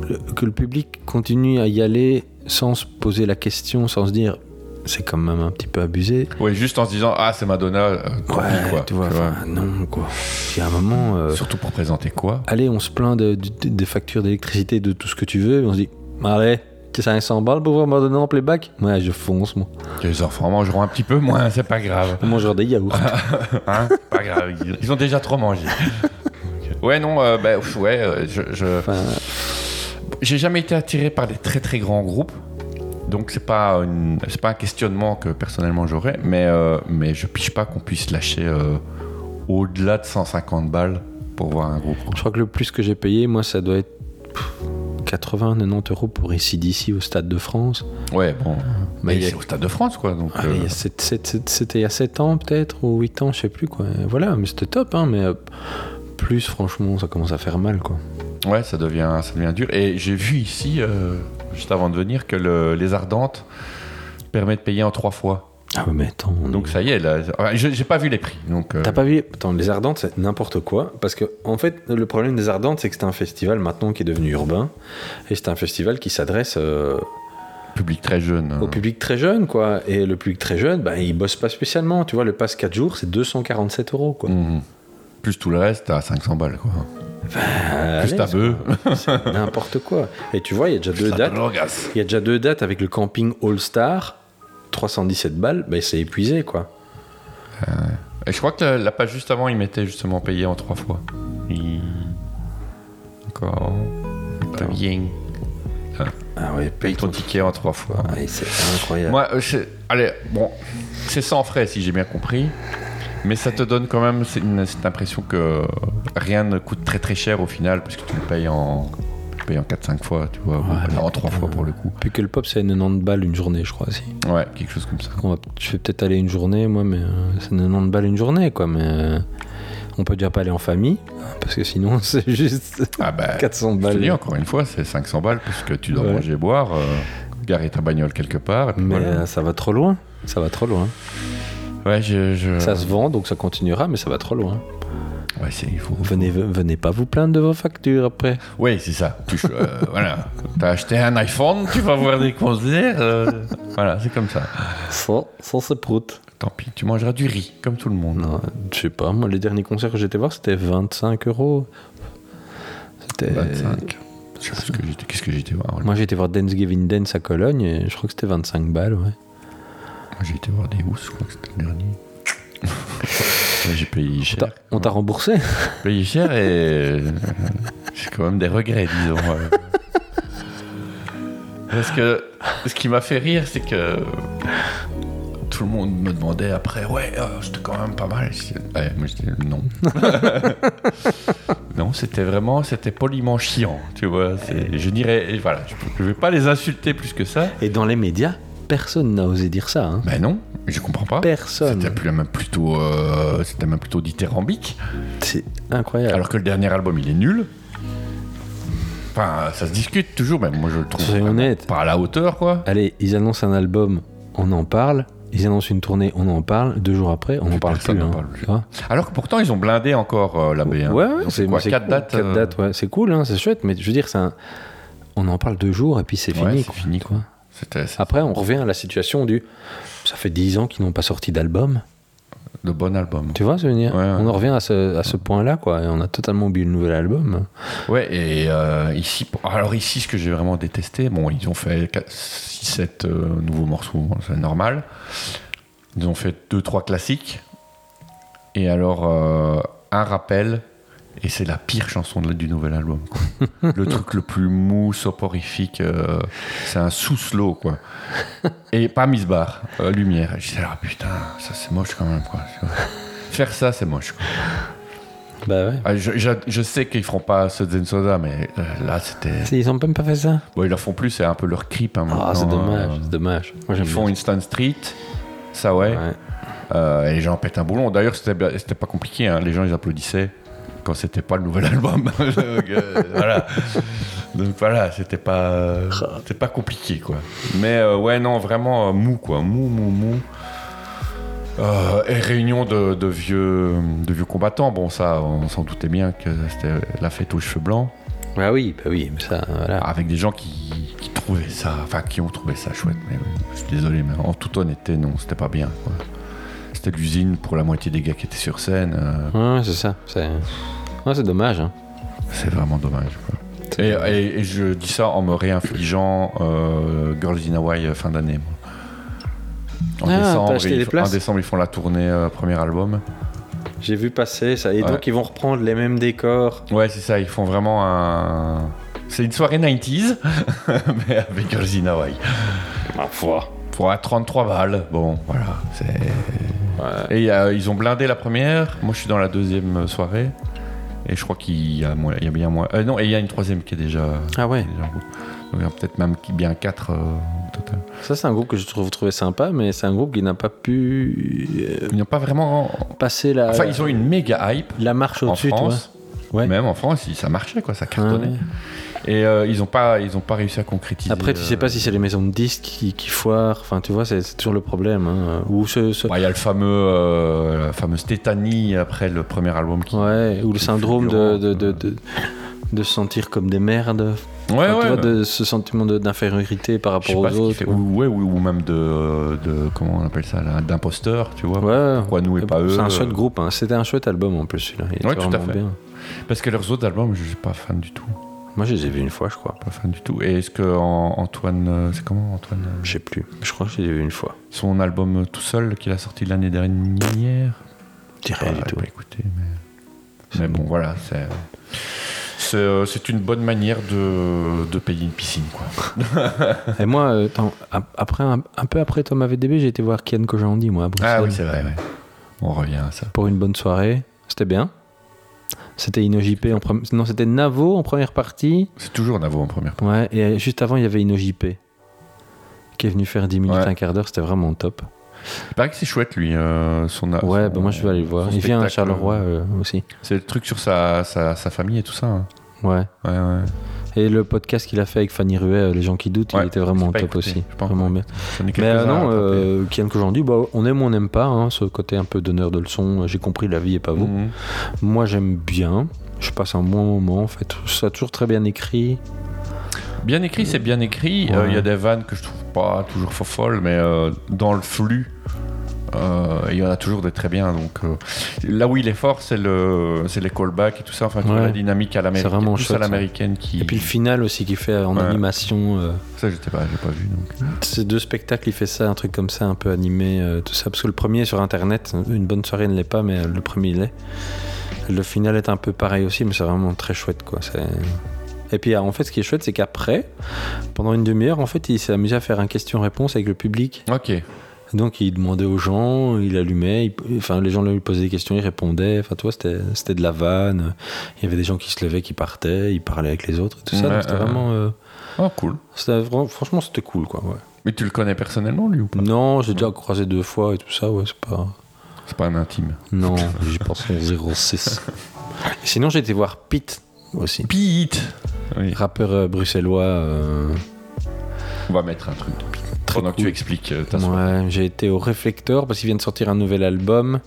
E: le- que le public continue à y aller sans se poser la question, sans se dire c'est quand même un petit peu abusé.
D: Oui, juste en se disant ah c'est Madonna, euh, tant pis, quoi,
E: tu vois,
D: tu vois.
E: enfin, non, quoi. Il y a un moment, euh,
D: Surtout pour présenter quoi
E: allez, on se plaint de- de- des factures d'électricité, de tout ce que tu veux, et on se dit allez, c'est 500 balles pour voir Madonna en playback Ouais, je fonce, moi.
D: Les enfants mangeront un petit peu moins, c'est pas grave.
E: On mangera des yaourts.
D: Hein C'est pas grave, ils- ils ont déjà
E: *laughs*
D: trop mangé. Ouais, non, euh, bah, pff, ouais, euh, je. je- J'ai jamais été attiré par des très très grands groupes. Donc c'est pas une- c'est pas un questionnement que personnellement j'aurais, mais euh, mais je pige pas qu'on puisse lâcher euh, au-delà de 150 balles pour voir un groupe.
E: Je crois que le plus que j'ai payé, moi, ça doit être 80-90 euros pour ici d'ici au Stade de France.
D: Ouais, bon.
E: Ah, Mais Ah,
D: Mais
E: il y a-
D: c'est au Stade de France quoi, donc.
E: Allez,
D: euh,
E: il y a sept- sept- sept- C'était il y a 7 ans peut-être, ou 8 ans, je sais plus quoi. Et Voilà, mais c'était top, hein, mais euh, plus franchement, ça commence à faire mal quoi.
D: euh, Ouais, ça devient, ça devient dur. Et j'ai vu ici, euh, juste avant de venir, que le- les Ardentes permet de payer en trois fois.
E: Ah ouais, mais attends.
D: Donc ça y est, là, ouais, je- j'ai pas vu les prix. Donc, euh,
E: T'as pas vu Attends, les Ardentes, c'est n'importe quoi. Parce que, en fait, le problème des Ardentes, c'est que c'est un festival maintenant qui est devenu urbain. Et c'est un festival qui s'adresse euh,
D: public très jeune.
E: au public très jeune, quoi. Et le public très jeune, bah, il bosse pas spécialement. Tu vois, le pass 4 jours, c'est 247 euros, quoi.
D: Mhm. Plus tout le reste, à 500 balles. Quoi.
E: Ah,
D: Plus ta
E: allez,
D: bœuf.
E: c'est *laughs* N'importe quoi. Et tu vois, il y a déjà deux
D: la
E: dates.
D: drogasse.
E: Il y a déjà deux dates avec le camping All Star, 317 balles, ben c'est épuisé quoi.
D: Et je crois que la, la page juste avant, ils mettaient justement payé en trois fois. Il- Encore. T'as bien.
E: Ah ouais, paye
D: Paye ton ticket en trois fois.
E: Ouais, c'est incroyable.
D: Moi, euh, c'est- allez, bon, c'est sans frais si j'ai bien compris, mais ça te donne quand même c'est une- cette impression que rien ne coûte très très cher au final, parce que tu le payes en, tu le payes en 4-5 fois, tu vois,
E: Ouais,
D: ou en 3 fois pour le coup.
E: Puis que le pop c'est 90 balles une journée, je crois aussi.
D: Ouais, quelque chose comme ça.
E: On va- je vais peut-être aller une journée, moi, mais euh, c'est 90 balles une journée quoi. Mais euh, on peut déjà pas aller en famille parce que sinon *laughs* c'est juste
D: Ah bah,
E: 400
D: je te dis
E: balles.
D: encore une fois, c'est 500 balles, parce que tu dois
E: Ouais.
D: manger, boire, euh, garer ta bagnole quelque part, et puis
E: Mais
D: voilà.
E: euh, ça va trop loin. Ça va trop loin.
D: Ouais, je, je-
E: Ça se vend donc ça continuera, mais ça va trop loin.
D: ouais, c'est, il faut...
E: Venez, venez pas vous plaindre de vos factures après.
D: Oui, c'est ça. Tu, cho- euh, *laughs* voilà. T'as acheté un iPhone, tu vas voir des concerts, euh, voilà, c'est comme ça.
E: Ça, ça c'est prout.
D: Tant pis, tu mangeras du riz, comme tout le monde.
E: Non, je sais pas, moi, les derniers concerts que j'étais voir, c'était 25 euros. C'était.
D: 25. Je sais plus ce que j'étais- Qu'est-ce que j'étais voir Moi,
E: Moi, j'étais voir Dance Giving Dance à Cologne et je crois que c'était 25 balles, ouais.
D: j'ai été voir des housses, je crois que c'était le
E: *laughs*
D: dernier. Ouais, j'ai payé
E: On t'a-
D: cher.
E: On t'a remboursé
D: Payé cher et. euh, J'ai quand même des regrets, disons. euh. Parce que ce qui m'a fait rire, c'est que tout le monde me demandait après, ouais, euh, c'était quand même pas mal. Je dis, Ouais, moi je dis non. non, c'était vraiment, c'était poliment chiant, tu vois. c'est- Je dirais, et voilà, je, je vais pas les insulter plus que ça.
E: Et dans les médias, personne n'a osé dire ça. hein.
D: Ben non, je comprends pas. C'était
E: Personne.
D: plus- même plutôt, euh, c'était même plutôt dithyrambique.
E: C'est incroyable.
D: Alors que le dernier album, il est nul. Enfin, ça se discute toujours, mais moi je le trouve
E: Soyons
D: vraiment
E: honnêtes.
D: pas à la hauteur, quoi.
E: Allez, ils annoncent un album, on en parle. Ils annoncent une tournée, on en parle. Deux jours après, on
D: Plus
E: en parle
D: personne
E: plus.
D: n'en
E: hein.
D: parle plus.
E: Tu vois
D: Alors que pourtant, ils ont blindé encore euh, la B. hein.
E: Ouais,
D: Ils ont
E: ouais,
D: fait quoi,
E: c'est
D: quatre
E: cool,
D: dates.
E: quatre
D: euh,
E: dates, ouais. C'est cool, hein, c'est chouette, mais je veux dire, c'est un- on en parle deux jours et puis c'est
D: ouais,
E: fini.
D: c'est
E: quoi.
D: fini, quoi. C'était c'est
E: Après, on revient à la situation du. Ça fait 10 ans qu'ils n'ont pas sorti d'album.
D: de bon album.
E: Tu vois, ce que je veux dire
D: Ouais, ouais.
E: On en revient à ce, à ce point-là, quoi. Et on a totalement oublié le nouvel album.
D: Ouais, et euh, ici, alors ici, ce que j'ai vraiment détesté, bon, ils ont fait 6-7 euh, nouveaux morceaux, c'est normal. Ils ont fait 2-3 classiques. Et alors, euh, un rappel Et c'est la pire chanson de, du nouvel album. quoi. le truc le plus mou, soporifique, euh, c'est un sous-slow, quoi. Et pas mise barre, euh, lumière. Et Je disais, ah putain, ça c'est moche quand même, quoi. Faire ça, c'est moche. quoi.
E: Bah ouais.
D: Ah, je, je- je sais qu'ils feront pas ce Zen Soda, mais euh, là, c'était.
E: Ils ont même pas fait ça.
D: Bon, ils le font plus, c'est un peu leur creep. hein,
E: Ah, c'est
D: maintenant,
E: dommage,
D: euh,
E: c'est dommage. Moi j'aime
D: ils font
E: bien.
D: Instant Street, ça ouais.
E: Ouais.
D: Euh, et les gens pètent un boulon. D'ailleurs, c'était c'était pas compliqué. hein. Les gens, ils applaudissaient quand c'était pas le nouvel *laughs* album. Donc, euh, voilà. Donc voilà, c'était pas, c'était pas compliqué quoi. Mais euh, ouais, non, vraiment euh, mou quoi, mou, mou, mou. Euh, et réunion de, de vieux, de vieux combattants. Bon, ça, on s'en doutait bien que c'était la fête aux cheveux blancs
E: Ah oui, bah oui, mais ça, voilà.
D: avec des gens qui, qui trouvaient ça, enfin qui ont trouvé ça chouette. Mais bon, je suis désolé, mais en toute honnêteté, non, c'était pas bien. quoi. C'était l'usine pour la moitié des gars qui étaient sur scène. euh,
E: Ouais, c'est ça. C'est ouais, c'est dommage. Hein.
D: c'est vraiment dommage. quoi. Et, et- et je dis ça en me réinfligeant euh, Girls in Hawaii euh, fin d'année. moi. En,
E: Ah, t'as
D: décembre,
E: acheté
D: ils,
E: des places
D: en décembre, ils font la tournée euh, premier album.
E: J'ai vu passer ça. Et
D: Ouais.
E: donc ils vont reprendre les mêmes décors.
D: Ouais, c'est ça, ils font vraiment un. C'est une soirée 90s, *laughs* mais avec Girls in Hawaii.
E: Ma foi.
D: Pour à 33 balles, bon, voilà, c'est. Et euh, ils ont blindé la première. Moi, je suis dans la deuxième euh, soirée. Et je crois qu'il y a, moins- il y a bien moins. euh, non, et il y a une troisième qui est déjà.
E: Ah ouais.
D: qui est déjà en route. Donc, il y en a peut-être même qui- bien quatre euh, au total.
E: Ça c'est un groupe que je trouve trouvé sympa, mais c'est un groupe qui n'a pas pu euh,
D: Ils n'ont pas vraiment.
E: passer la,
D: Enfin, ils ont une méga hype
E: la marche
D: en
E: au-dessus. tu vois.
D: France.
E: Ouais.
D: Même en France, ils- ça marchait, quoi, ça
E: Ouais.
D: cartonnait. Et euh, ils n'ont pas, ils ont pas réussi à concrétiser.
E: Après, tu sais
D: euh,
E: pas si c'est les maisons de disques qui, qui foirent. Enfin, tu vois, c'est c'est toujours le problème. hein. Ou ce, ce-
D: bah, Il y a le fameux, euh, la fameuse tétanie après le premier album qui.
E: ouais, ou le
D: c'est
E: syndrome de
D: fulgurant,
E: de, de,
D: euh.
E: de- de se sentir comme des merdes.
D: Ouais,
E: Enfin, tu vois,
D: bah,
E: de ce sentiment de- d'infériorité par
D: Je sais
E: rapport aux
D: pas ce qu'il
E: autres.
D: fait. Ou, ouais, ou, ou même de, de- Comment on appelle ça là, D'imposteur, tu vois.
E: Ouais.
D: Pourquoi nous et pas eux
E: C'est un chouette
D: euh,
E: groupe. hein. C'était un chouette album en plus celui-là. Il était
D: Ouais, tout à
E: vraiment
D: fait.
E: bien.
D: Parce que leurs autres albums, je suis pas fan du tout.
E: Moi, je les ai vus une fois, je crois.
D: Pas fan du tout. Et est-ce que en- Antoine. euh, C'est comment Antoine euh,
E: Je sais plus. Je crois que je les ai vus une fois.
D: Son album euh, tout seul qu'il a sorti l'année dernière
E: Je dirais
D: Bah,
E: du
D: j'ai
E: tout.
D: pas écouté, mais. Mais bon, voilà, c'est. C'est euh, c'est une bonne manière de, de payer une piscine, quoi.
E: Et moi, euh, attends, ap- après, un, un peu après Thomas VDB, j'ai été voir Kian Kojandi, moi, à Bruxelles.
D: Ah vrai, ouais. On revient à ça.
E: pour une bonne soirée. C'était bien. C'était InnoJP en première... Non, c'était Navo en première partie.
D: C'est toujours Navo en première
E: Ouais,
D: partie.
E: et juste avant, il y avait InnoJP qui est venu faire 10 minutes,
D: Ouais.
E: un quart d'heure. C'était vraiment top.
D: Il paraît que c'est chouette, lui. euh, son,
E: Ouais,
D: son-
E: bah moi, je vais aller le voir.
D: son
E: Il vient à
D: spectacle.
E: Charleroi euh, aussi.
D: C'est le truc sur sa, sa, sa famille et tout ça. hein.
E: Ouais.
D: Ouais, ouais.
E: Et le podcast qu'il a fait avec Fanny Ruet, euh, Les gens qui doutent,
D: Ouais,
E: il était vraiment
D: j'ai pas
E: top
D: écouté,
E: aussi.
D: je pense.
E: Vraiment bien.
D: J'en ai
E: Mais
D: quelques-uns
E: euh,
D: à
E: non,
D: rattraper.
E: euh, Kian Kojandi, bah, on aime ou on n'aime pas, hein, ce côté un peu donneur de leçons, euh, j'ai compris, la vie est pas vous.
D: Mhm.
E: Moi j'aime bien, je passe un bon moment en fait, ça a toujours très bien écrit.
D: Bien écrit, c'est bien écrit. Euh, Il y a
E: Ouais.
D: des vannes que je trouve pas toujours folles, mais euh, dans le flux, euh, il y en a toujours des très bien. Donc euh, là où il est fort, c'est le, c'est les callbacks et tout ça. Enfin, tu vois,
E: Ouais.
D: la dynamique à
E: C'est vraiment
D: l'américaine, plus à
E: chouette, ça.
D: l'américaine qui.
E: Et puis le final aussi qu'il fait en
D: Ouais.
E: animation, euh,
D: Ça, je sais pas, j'ai pas vu. donc.
E: ces deux spectacles, il fait ça, un truc comme ça, un peu animé, euh, tout ça, parce que le premier est sur internet, hein. une bonne soirée ne l'est pas, mais euh, le premier il l'est. Le final est un peu pareil aussi, mais c'est vraiment très chouette quoi. c'est- Et puis en fait, ce qui est chouette, c'est qu'après, pendant une demi-heure, en fait, il s'est amusé à faire un question-réponse avec le public.
D: Ok.
E: Donc il demandait aux gens, il allumait, il- enfin les gens lui posaient des questions, il répondait. Enfin toi c'était c'était de la vanne. Il y avait des gens qui se levaient, qui partaient, ils parlaient avec les autres, et tout ça.
D: Ouais,
E: donc c'était
D: ouais.
E: vraiment, euh,
D: Oh, cool.
E: c'était vraiment- franchement c'était cool quoi. ouais.
D: Mais tu le connais personnellement, lui ou pas
E: Non, j'ai déjà croisé deux fois et tout ça, ouais c'est pas.
D: C'est pas un intime.
E: Non, j'y pense en 06. Sinon j'ai été voir Pete aussi,
D: Pete Oui.
E: rappeur euh, bruxellois. euh,
D: On va mettre un truc de Pete.
E: Très
D: Pendant que tu
E: cool. Bah,
D: expliques euh, ta soirée.
E: Ouais, j'ai été au Réflecteur parce qu'il vient de sortir un nouvel album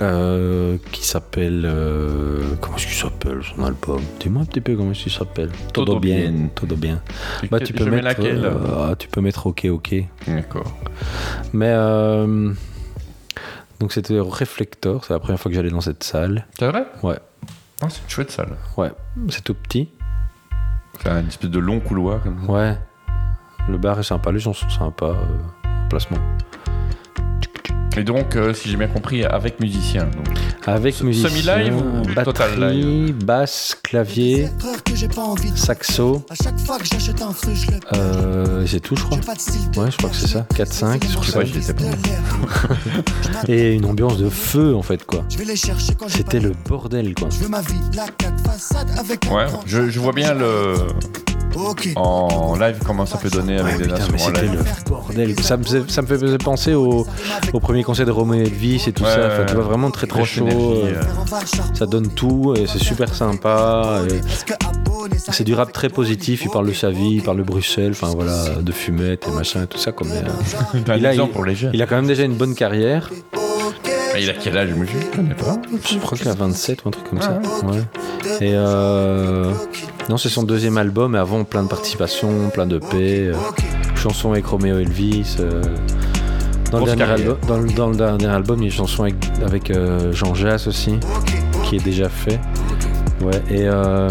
E: euh, qui s'appelle. euh, comment est-ce qu'il s'appelle son album Dis-moi un petit peu comment est-ce qu'il s'appelle.
D: Todo bien.
E: Todo bien.
D: Tu-
E: Bah, tu peux
D: je mets
E: mettre.
D: laquelle
E: euh, ah, tu peux mettre OK, OK.
D: D'accord.
E: Mais. euh, donc c'était au Réflecteur, c'est la première fois que j'allais dans cette salle.
D: C'est vrai
E: Ouais,
D: Ah, C'est une chouette salle.
E: ouais, c'est tout petit.
D: C'est un espèce de long couloir comme ça.
E: Ouais. Le bar est sympa, les gens sont sympas. euh, emplacement.
D: Et donc, euh, si j'ai bien compris, avec musicien. donc.
E: Avec
D: Se-
E: musicien,
D: semi-live ou
E: batterie,
D: total live
E: basse, clavier,
F: Cette heure que j'ai pas envie de
E: saxo.
F: À chaque fois que j'achète un fruit, je le perds.
E: Euh, c'est tout, je crois.
F: J'ai pas de style de
E: Ouais, je crois que c'est ça. 4-5 sur
D: Je sais pas,
E: scène.
D: je sais pas.
E: *laughs*
F: Je m'attends,
E: Et une ambiance de feu, en fait, quoi.
F: je vais les chercher quand j'ai
E: C'était
F: pas
E: le bordel, quoi.
F: Je veux ma vie, la quatre façades avec un
D: Ouais,
F: grand
D: je, je vois bien le
F: Ok.
D: en live comment ça peut donner avec
F: Ouais,
D: des
E: putain, mais
D: instruments en
E: c'était
D: live.
E: Oh, le bordel. Ça me, faisait- ça me fait penser au, au premier concert de Roméo Elvis et tout
D: Ouais,
E: ça. Enfin,
D: ouais,
E: tu vois, vraiment très très
D: grosse
E: chaud.
D: énergie,
E: euh,
D: euh.
E: Ça donne tout et c'est super sympa. et C'est du rap très positif. Il parle de sa vie, il parle de Bruxelles, enfin voilà, de fumette et machin et tout ça. Quoi. Mais, euh,
D: T'as
E: il,
D: un
E: a,
D: exemple
E: il-
D: pour les jeunes.
E: il a quand même déjà une bonne carrière.
D: Et Ah, Il a quel âge, monsieur Je connais pas.
E: Je crois qu'il a 27 ou un truc comme ça. Ouais. Et euh, non, c'est son deuxième album. Et avant, plein de participations, plein de paix. euh, chansons avec Romeo Elvis. euh, dans, le
D: Grosse
E: dernier
D: carrière.
E: album, dans, le- dans le dernier album, il y a une chanson avec, avec, euh, Jean Jass aussi, qui est déjà fait. Ouais, et euh,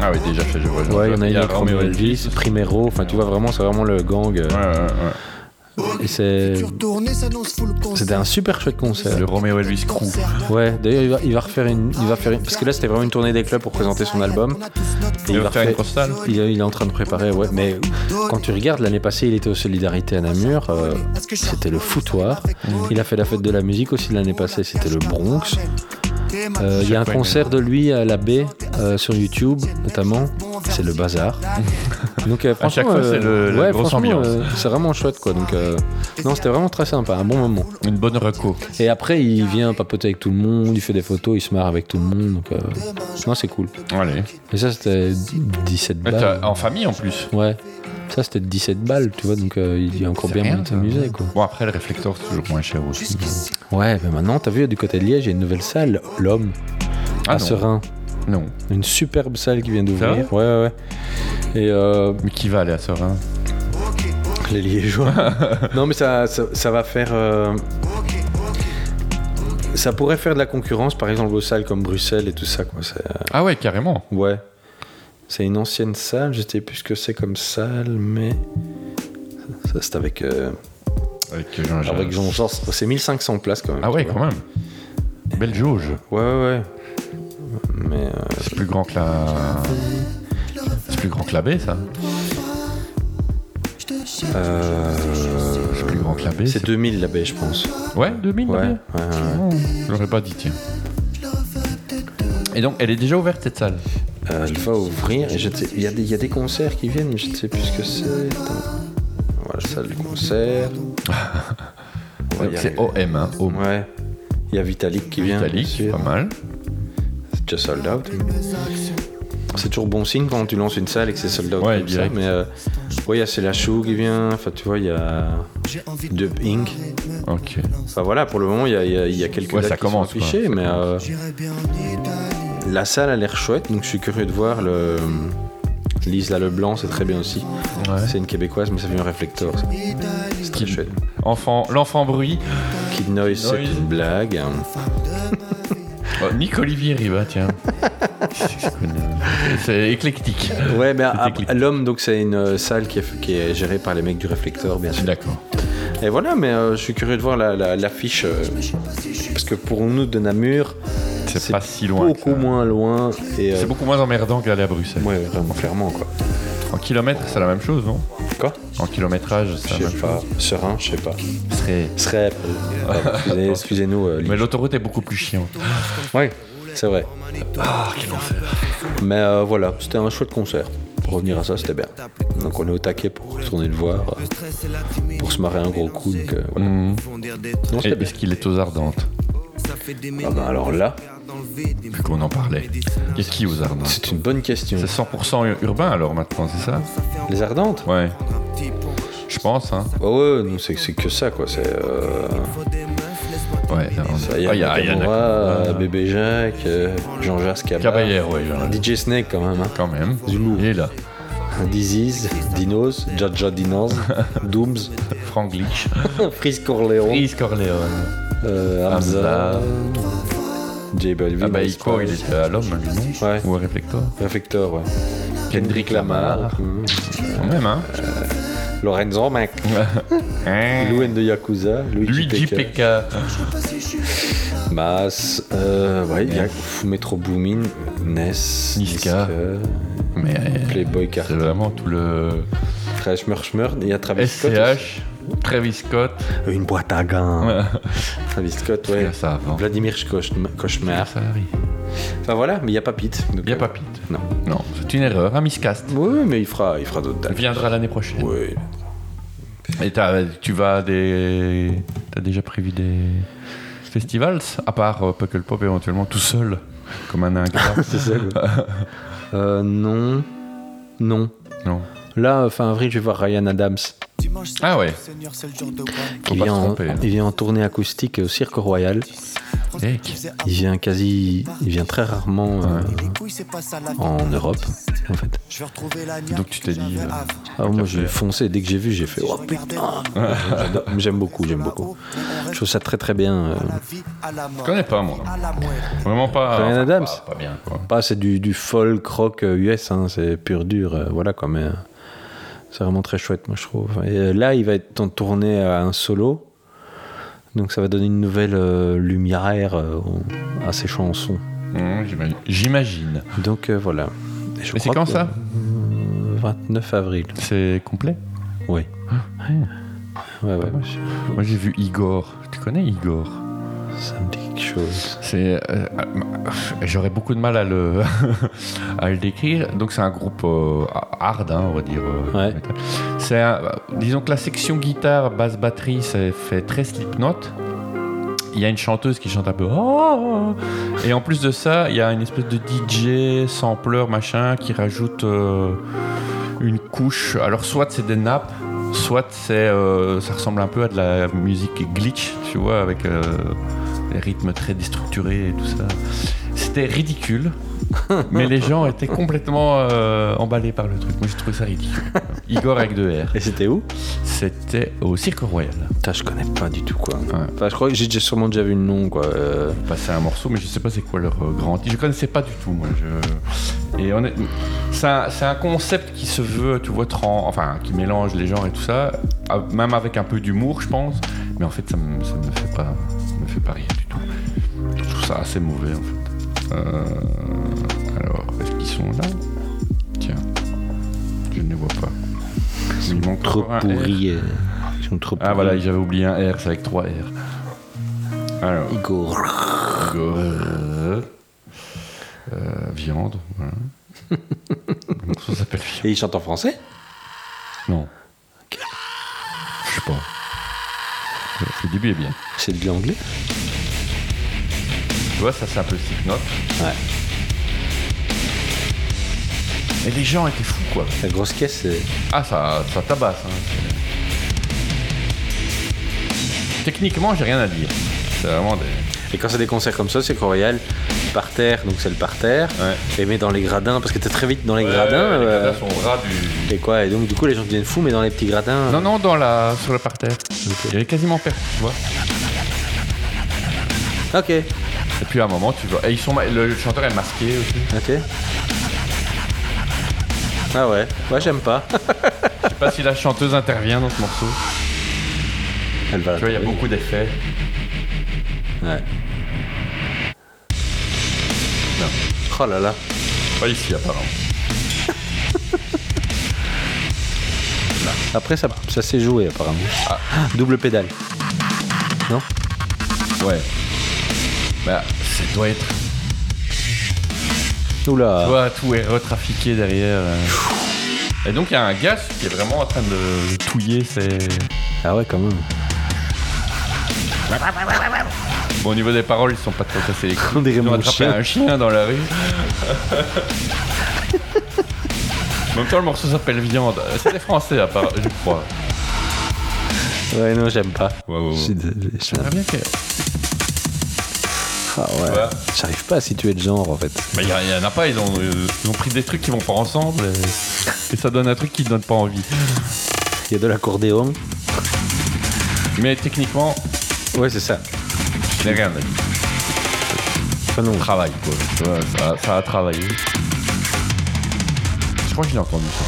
D: Ah oui, déjà fait, je vois. je vois.
E: ouais, il y en a une avec Romeo Elvis,
D: aussi.
E: Primero, enfin tu vois vraiment, c'est vraiment le gang. euh,
D: Ouais, ouais, ouais.
E: et c'est, c'était
F: C'était
E: un super chouette concert.
D: Le Romeo Elvis Crew.
E: Ouais, d'ailleurs, il va, il va refaire une. Il va faire une- parce que là, c'était vraiment une tournée des clubs pour présenter son album. Et
D: Il va faire
E: refait-
D: une grosse salle.
E: il, il est en train de préparer, ouais, mais quand tu regardes, l'année passée, il était aux Solidarités à Namur, euh, c'était le foutoir. Il a fait la fête de la musique aussi l'année passée, c'était le Bronx. Euh, Il y a un
D: Chaque fois,
E: concert de lui à la baie, euh, sur YouTube notamment, c'est le bazar.
D: *laughs*
E: Donc, euh,
D: À chaque
E: franchement,
D: fois, c'est le- la
E: ouais,
D: grosse
E: franchement,
D: ambiance.
E: euh, c'est vraiment chouette, quoi. Donc, euh, non, c'était vraiment très sympa, un bon moment.
D: Une bonne reco.
E: Et après, il vient papoter avec tout le monde, il fait des photos, il se marre avec tout le monde. Donc, euh, non, c'est cool.
D: Allez.
E: Et ça, c'était 17
D: Mais t'as-
E: balles.
D: En famille en plus.
E: Ouais. Ça, c'était 17 balles, tu vois, donc euh, il y a encore bien moyen de s'amuser, quoi.
D: Bon, après, le réflecteur, c'est toujours moins cher aussi.
E: Ouais, mais maintenant, t'as vu, du côté de Liège, il y a une nouvelle salle, l'Homme,
D: Ah
E: à
D: non.
E: Serein.
D: non.
E: Une superbe salle qui vient
D: Ça
E: d'ouvrir. Ouais, ouais, ouais. Et euh,
D: Mais qui va aller à Serein
E: les
D: *laughs*
E: Liégeois. non, mais ça, ça, ça va faire. euh, Ça pourrait faire de la concurrence, par exemple, aux salles comme Bruxelles et tout ça, quoi. C'est, euh,
D: Ah ouais, carrément.
E: Ouais. C'est une ancienne salle, je sais plus ce que c'est comme salle, mais. Ça, c'est avec, euh,
D: Avec Jean Jaurès.
E: avec Jean Jaurès. C'est 1500 places quand même.
D: Ah
E: tu
D: ouais,
E: vois.
D: quand même. Belle jauge.
E: Ouais, ouais, ouais. Mais euh,
D: C'est plus grand que la. C'est plus grand que la baie, ça.
E: euh,
D: C'est plus grand que la baie.
E: c'est 2000 la baie, je pense.
D: Ouais, 2000 la
E: Ouais,
D: baie.
E: ouais, ouais.
D: Oh, J'aurais pas dit, tiens. Et donc, elle est déjà ouverte cette salle
E: Euh, elle va ouvrir et je ne sais- il y, a des- il y a des concerts qui viennent, mais je ne sais plus ce que c'est. Attends. Voilà, salle de concert. On va y
D: C'est
E: arriver.
D: OM, hein. OM.
E: Ouais. Il y a Vitalik qui vient.
D: Italie,
E: bien sûr.
D: pas mal.
E: C'est déjà sold out. C'est toujours bon signe quand tu lances une salle et que c'est sold out
D: Ouais,
E: comme ça,
D: direct.
E: Mais euh, ouais, il y a Selachou qui vient. Enfin, tu vois, il y a Dub Inc.
D: Ok.
E: Enfin voilà, pour le moment, il y a, il y a- il y a quelques
D: Ouais,
E: dates
D: ça
E: qui sont
D: commence, quoi.
E: affichées,
D: Ça
E: mais
D: commence.
E: euh, la salle a l'air chouette, donc je suis curieux de voir le. Lise Leblanc, c'est très bien aussi.
D: Ouais.
E: C'est une québécoise, mais ça fait un réflecteur. ça. C'est très
D: Kid-
E: chouette.
D: Enfant, l'enfant bruit.
E: Kid Noise, c'est
D: Noise.
E: une blague. hein.
D: Euh, Oh, Nick Olivier Riva, tiens. C'est éclectique.
E: Ouais, mais à-
D: éclectique.
E: à- l'homme, donc c'est une euh, salle qui est, qui est gérée par les mecs du réflecteur, bien sûr.
D: D'accord.
E: Et voilà, mais euh, je suis curieux de voir la- la- l'affiche. euh, parce que pour nous de Namur,
D: C'est pas si loin. que
E: beaucoup
D: ça.
E: moins loin. Et, euh,
D: C'est beaucoup moins emmerdant que d'aller à Bruxelles.
E: Ouais, vraiment, clairement, quoi.
D: En kilomètres, c'est la même chose, non
E: Quoi
D: En kilométrage, c'est la
E: Je
D: même
E: sais
D: chose.
E: Ah, pas. Serein, je sais pas.
D: Serait-
E: Serait. Pardon, *laughs* excusez- Excusez-nous. euh,
D: Mais l'autoroute est beaucoup plus chiante.
E: Ouais, c'est vrai. Mais euh, voilà, c'était un chouette concert. Pour revenir à ça, c'était bien. Donc on est au taquet pour retourner le voir, euh, pour se marrer un gros coup. donc, euh, voilà. Non,
D: Et
E: c'était bien.
D: Est-ce qu'il est aux ardentes
E: Ah bah alors là,
D: Vu qu'on en parlait. Qu'est-ce qu'il est aux ardentes
E: c'est une bonne question.
D: C'est 100% ur- urbain alors maintenant, c'est ça
E: Les Ardentes
D: Ouais. Je pense, hein.
E: Ah Ouais, non, c'est c'est que ça quoi. C'est. euh,
D: Ouais.
E: ça, Il y a,
D: Ah, il
E: Nakamura,
D: Nakamura.
E: euh, Bébé Jacques, euh, Jean-Jacques Cabard,
D: Caballère, ouais, genre.
E: DJ Snake quand même. Hein.
D: Quand même.
E: Zulu.
D: Il est là.
E: Disease, Dinos, Jaja
D: *laughs*
E: Dinos, Dooms,
D: Frank Leach.
E: Frisk Corleone,
D: Is Corleone.
E: euh, Hamza,
D: Hamza.
E: J Balvin.
D: Ah bah,
E: Ice
D: il quoi Il
E: Spice.
D: était à l'homme, lui, non
E: Ouais.
D: Ou au réflecteur
E: Réflecteur, ouais.
D: Kendrick Lamar.
E: Mmh.
D: Quand même, hein
E: Lorenzo Mac, Luen de Yakuza, Luigi,
D: Luigi
E: Pekka.
D: PK.
E: Mas, euh, ouais, il y a Fumetro Boomin, euh, Ness,
D: Niska. Mais euh,
E: Playboy
D: c'est
E: Carter,
D: vraiment tout le
E: Trash Murchmurd, il y a Travis Scott. aussi. Euh,
D: SCH, Travis Scott.
E: Une boîte à gants.
D: Ouais.
E: Travis Scott,
D: Il y
E: ouais.
D: a ça avant.
E: Vladimir Kochma- Cauchemar.
D: Ça arrive.
E: Enfin voilà, mais il n'y a pas Pete. donc,
D: Il n'y a
E: euh,
D: pas Pete.
E: Non.
D: Non, c'est une erreur, hein, un miscast.
E: Oui, mais il fera, il fera d'autres
D: Il
E: dates.
D: viendra l'année prochaine.
E: Oui.
D: Et t'as- tu vas à des. T'as déjà prévu des festivals À part euh, Puckle Pop éventuellement tout seul, comme un
E: *laughs*
D: ingrat.
E: C'est ça. quoi. euh, non. Non.
D: non.
E: Là, euh, fin avril, je vais voir Ryan Adams.
F: Dimanche,
D: Ah ouais.
F: Seigneur, c'est le jour de
D: Faut pas
E: vient,
D: se
E: en,
D: tromper. hein.
E: il vient en tournée acoustique au Cirque Royal. Il vient quasi. Il vient très rarement euh, en Europe, en fait.
F: Je vais retrouver la
D: Donc tu t'es dit, euh, Hein
E: Ah, moi, j'ai foncé. Dès que j'ai vu, j'ai fait Oh
D: *laughs*
E: putain J'adore. J'aime beaucoup, j'aime beaucoup. Je trouve ça très très bien. euh.
D: Je connais pas, moi. Vraiment pas.
E: Brian Adams.
D: Pas, pas bien, quoi.
E: Pas, c'est du, du folk rock euh, US, hein, c'est pur dur. euh, voilà quoi, mais euh, c'est vraiment très chouette, moi je trouve. Et euh, là, il va être en tournée à un solo. Donc ça va donner une nouvelle euh, lumière euh, au- à ses chansons.
D: Mmh, j'imagine- J'imagine.
E: Donc euh, voilà. Et je
D: Mais c'est
E: crois
D: quand
E: que-
D: ça
E: Euh, 29 avril.
D: C'est complet
E: Oui.
D: Ah,
E: Ouais, ouais.
D: Moi j'ai vu Igor. Tu connais Igor
E: Ça me dit quelque chose.
D: C'est, euh, j'aurais beaucoup de mal à le, *laughs* à le décrire. Donc c'est un groupe euh, hard, hein, on va dire. euh,
E: Ouais.
D: metal. C'est, un- disons que la section guitare, basse, batterie, c'est fait très Slipknot. Il y a une chanteuse qui chante un peu. Oh Et en plus de ça, il y a une espèce de DJ sampler machin qui rajoute euh, une couche. Alors soit c'est des nappes. Soit c'est, euh, ça ressemble un peu à de la musique glitch, tu vois, avec euh, des rythmes très déstructurés et tout ça. C'était ridicule, mais les gens étaient complètement euh, emballés par le truc. Moi, j'ai trouvé ça ridicule. Igor avec deux R.
E: Et c'était où
D: C'était au Cirque Royal.
E: Putain, je connais pas du tout quoi. Enfin, je crois que j'ai déjà- sûrement déjà vu le nom quoi. euh.
D: Bah, c'est un morceau, mais je sais pas c'est quoi leur euh, grand titre. Je connaissais pas du tout, moi. Je... Et on est... c'est, un, c'est un concept qui se veut, tu vois, tran- enfin, qui mélange les genres et tout ça, ah, même avec un peu d'humour, je pense. Mais en fait, ça me, ça me fait pas, ça me fait pas rire du tout. Je trouve ça assez mauvais, en fait. Euh, Alors, est-ce qu'ils sont là Tiens, je ne les vois pas. Ils manque
E: trop
D: encore un R.
E: pourri. euh. Ils sont trop
D: Ah voilà,
E: pourris.
D: j'avais oublié un R, c'est avec trois R. Alors.
E: Igor.
D: Euh, euh, viande,
E: *laughs*
D: voilà. Le morceau s'appelle viande.
E: Et il chante en français
D: Non. Je sais pas. Le début est bien.
E: C'est de l'anglais
D: Tu vois, ça c'est un peu Slipknot.
E: Ouais.
D: Et les gens étaient fous quoi.
E: La grosse caisse, c'est.
D: Ah ça, ça tabasse. hein. Techniquement, j'ai rien à dire. C'est vraiment des.
E: Et quand c'est des concerts comme ça, c'est Royal, par terre, donc c'est le parterre,
D: Ouais.
E: et mais dans les gradins, parce que t'es très vite dans les
D: Ouais,
E: gradins.
D: les
E: euh,
D: gradins sont ras du.
E: Et quoi, et donc du coup les gens deviennent fous, mais dans les petits gradins. euh,
D: Non, non, dans la... sur le parterre. Il y avait quasiment personne, tu vois.
E: Ok,
D: Et puis à un moment, tu vois. Et ils sont ma- le chanteur est masqué aussi.
E: ok. Ah ouais, ouais, j'aime pas. *laughs*
D: Je sais pas si la chanteuse intervient dans ce morceau.
E: Elle va
D: Tu vois, il y a beaucoup d'effets.
E: Ouais. Oh là là.
D: Pas ici, apparemment.
E: Après, ça, ça s'est joué apparemment.
D: Ah.
E: *laughs* Double pédale. Non
D: Ouais. Bah, ça doit être. Tu
E: Oula.
D: vois, tout est retrafiqué derrière. euh. Et donc, il y a un gars qui est vraiment en train de touiller ses.
E: Ah ouais, quand même.
D: Bon, au niveau des paroles, ils sont pas très assez écrits.
E: On dirait
D: Ils ont
E: mon
D: attrapé
E: chien.
D: un chien dans la rue. en même temps, le morceau s'appelle Viande. C'était français, à part, je crois.
E: Ouais, non, j'aime pas.
D: Ouais, ouais, ouais.
E: Je suis désolé, je suis-
D: Ah, bien que.
E: Ah ouais.
D: Ouais.
E: J'arrive pas à situer le genre en fait.
D: Mais il y, en a pas, ils ont, euh, ils ont pris des trucs qui vont pas ensemble et, et ça donne un truc qui ne donne pas envie.
E: Il y a de l'accordéon.
D: Mais techniquement,
E: Ouais, c'est ça.
D: mais rien.
E: Enfin, non.
D: Travail quoi. Tu vois, ça, ça a travaillé. Je crois que je l'ai entendu ça.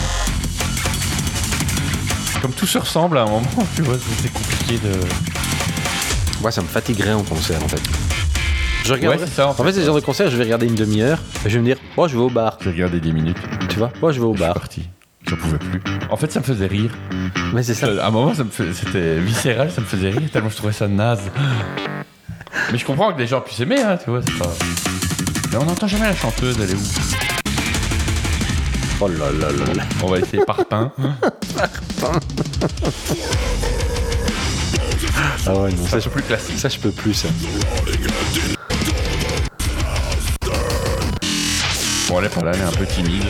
D: Comme tout se ressemble à un moment, *laughs* tu vois, c'est c'est compliqué de.
E: Moi, ça me fatiguerait en concert, en fait. Je
D: Ouais,
E: regarde.
D: c'est ça. En
E: en fait, c'est le genre de concert, je vais regarder une demi-heure et je vais me dire, oh, je vais au bar.
D: J'ai regardé 10 minutes.
E: Tu vois, oh, je vais au
D: Je suis
E: bar.
D: parti. J'en pouvais plus. En fait, ça me faisait rire. Euh,
E: Mais c'est ça.
D: À un moment, ça me fais- c'était viscéral, ça me faisait rire tellement je trouvais ça naze. Mais je comprends que les gens puissent aimer, hein, tu vois, c'est pas. Mais on n'entend jamais la chanteuse, elle est où Oh là là là là. On va essayer Parpin.
E: Ah ouais, non, ça,
D: Ça,
E: je,
D: c'est plus classique.
E: ça, je peux plus, ça.
D: Bon, elle est pas là, elle est un peu timide.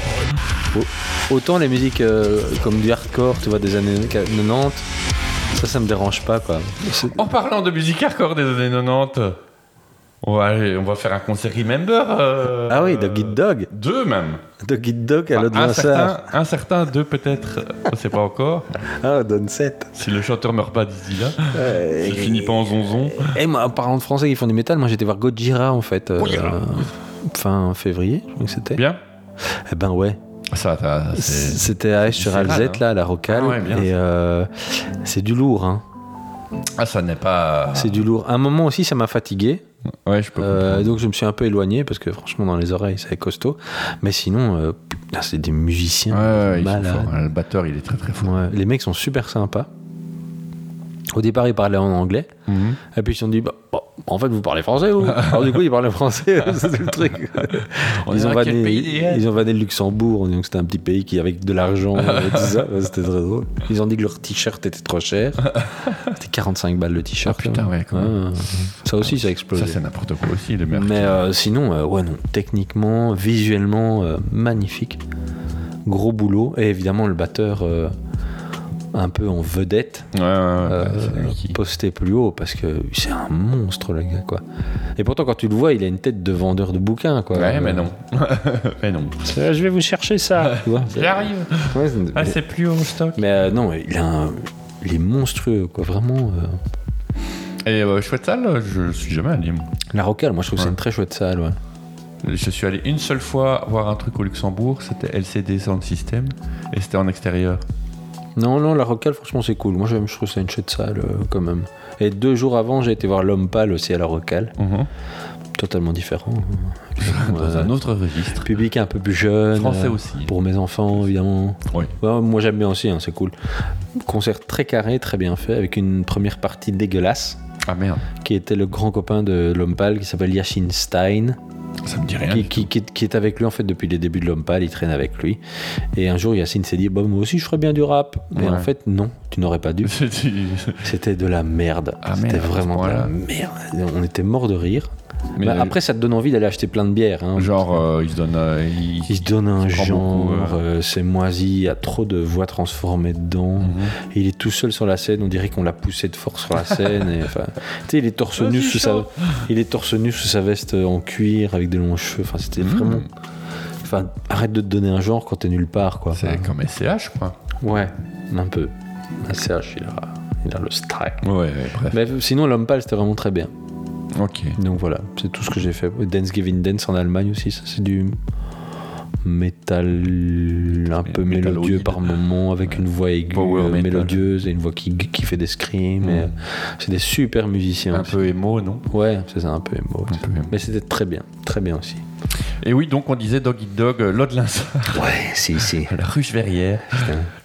E: Autant les musiques euh, comme du hardcore, tu vois, des années 90, ça, ça me dérange pas, quoi. C'est-
D: En parlant de musique hardcore des années 90, on va, aller- on va faire un concert Remember. euh,
E: Ah oui, The Guide Dog.
D: Deux même.
E: The Guide Dog à l'autre
D: Ah, un,
E: Vincent.
D: certain, un certain, deux peut-être, on sait pas encore.
E: Ah, Don 7.
D: Si le chanteur meurt pas d'ici là,
E: Euh,
D: il finit pas en zonzon.
E: Et Eh, moi, en parlant de français qui font du métal, moi j'étais voir Gojira en fait. euh,
D: Gojira.
E: fin février, je crois que c'était.
D: Bien
E: Eh ben ouais.
D: Ça, t'as- c'est-
E: C'était à Esch sur
D: viscéral,
E: Alzette,
D: hein.
E: là, à la rocale.
D: Ah ouais, bien,
E: et euh, c'est du lourd, hein.
D: Ah, ça n'est pas.
E: C'est du lourd. À un moment aussi, ça m'a fatigué.
D: Ouais, je peux.
E: Euh,
D: comprendre.
E: donc je me suis un peu éloigné parce que franchement, dans les oreilles, c'est costaud. Mais sinon, euh, putain, c'est des musiciens.
D: Ouais, ouais, ils sont
E: malades.
D: forts. hein. Le batteur, il est très très fort.
E: Ouais, Les mecs sont super sympas. Au départ, ils parlaient en anglais.
D: Mhm.
E: Et puis ils se sont dit, bah, bon, en fait, vous parlez français,
D: *laughs*
E: vous. Alors du coup, ils parlaient français, *laughs* c'est tout le truc.
D: On
E: ils,
D: dirait
E: ont
D: quel
E: vanné,
D: pays il est.
E: ils ont vanné le Luxembourg, en disant que c'était un petit pays qui avec de
D: *laughs*
E: l'argent et tout ça. Ouais, C'était très drôle. Ils ont dit que leur t-shirt était trop
D: *laughs*
E: cher. C'était 45 balles le t-shirt.
D: Ah, putain,
E: là.
D: ouais, quand même.
E: Ouais, ça aussi, ça a explosé.
D: Ça, c'est n'importe quoi aussi, le meilleur.
E: Mais euh, sinon, euh, ouais, non, techniquement, visuellement, euh, magnifique. Gros boulot. Et évidemment, le batteur euh, un peu en vedette,
D: Ouais, ouais, ouais,
E: euh,
D: Ah, c'est lui qui-
E: posté plus haut, parce que c'est un monstre, le gars, quoi. Et pourtant, quand tu le vois, il a une tête de vendeur de bouquins, quoi.
D: Ouais, mais
E: Euh,
D: non. *laughs* mais non.
E: Euh, je vais vous chercher ça. *laughs* tu vois.
D: J'arrive.
E: Ouais, c'est-
D: Ah, c'est plus haut au stock.
E: mais euh, non, il, a un- il est monstrueux, quoi, vraiment. euh.
D: Et euh, chouette salle, je suis jamais allé. moi.
E: La rocale, moi, je trouve que c'est
D: Ouais.
E: une très chouette salle, ouais.
D: Je suis allé une seule fois voir un truc au Luxembourg, c'était LCD Sound System, et c'était en extérieur.
E: Non, non, la rocale, franchement, c'est cool. Moi, j'aime, je trouve ça une chouette salle, euh, quand même. Et deux jours avant, j'ai été voir L'Homme Pâle aussi à la rocale.
D: Mhm.
E: Totalement différent. hein.
D: *laughs* Dans
E: Ouais.
D: un autre registre.
E: Public un peu plus jeune.
D: Français
E: euh,
D: aussi.
E: Pour mes enfants, évidemment.
D: Oui.
E: Ouais, moi, j'aime bien aussi, hein, c'est cool. Concert très carré, très bien fait, avec une première partie dégueulasse,
D: Ah merde,
E: qui était le grand copain de L'Homme Pâle, qui s'appelle Yashin Stein.
D: ça me dit rien.
E: qui, qui- qui est- qui est avec lui en fait depuis les débuts de l'homme pâle, il traîne avec lui. Et un jour, Yacine s'est dit bah, Moi aussi, je ferais bien du rap. Mais
D: Ouais.
E: en fait, non, tu n'aurais pas dû.
D: *laughs* C'est du-
E: C'était de la merde.
D: Ah,
E: C'était
D: merde, à ce
E: vraiment de la
D: point-là.
E: merde. On était mort de rire.
D: Mais,
E: Bah,
D: euh,
E: après, ça te donne envie d'aller acheter plein de bières. hein.
D: Genre, euh, il se donne. euh, il-
E: Il se donne un
D: prend
E: genre,
D: beaucoup, euh.
E: euh, c'est moisi, il y a trop de voix transformées dedans.
D: Mhm.
E: Et il est tout seul sur la scène, on dirait qu'on l'a poussé de force sur la scène. et, enfin, tu sais, il est torse
D: Ah,
E: nu
D: c'est
E: sous sa,
D: chaud.
E: il est torse nu sous sa veste en cuir avec des longs cheveux. Enfin, c'était
D: Mhm.
E: vraiment. Enfin, arrête de te donner un genre quand t'es nulle part, quoi.
D: C'est
E: Enfin,
D: comme SCH, quoi.
E: Ouais, un peu. Un CH, il a, il a le strike.
D: Ouais, ouais, bref.
E: Mais sinon, l'homme pâle, c'était vraiment très bien.
D: Ok.
E: Donc voilà, c'est tout ce que j'ai fait. Dance Giving Dance en Allemagne aussi, ça c'est du métal un peu
D: Métalloïde.
E: mélodieux par moment, avec une voix aiguë,
D: Power
E: euh,
D: metal.
E: mélodieuse et une voix qui, qui fait des screams.
D: Mm.
E: et, euh, C'est des super musiciens.
D: Un
E: aussi.
D: peu émo, non
E: Ouais, c'est ça, un peu émo.
D: Un peu émo.
E: Mais c'était très bien, très bien aussi.
D: Et oui, donc on disait Dog Eat Dog, euh, l'Odelin,
E: Ouais, si, si,
D: à *laughs* la ruche verrière,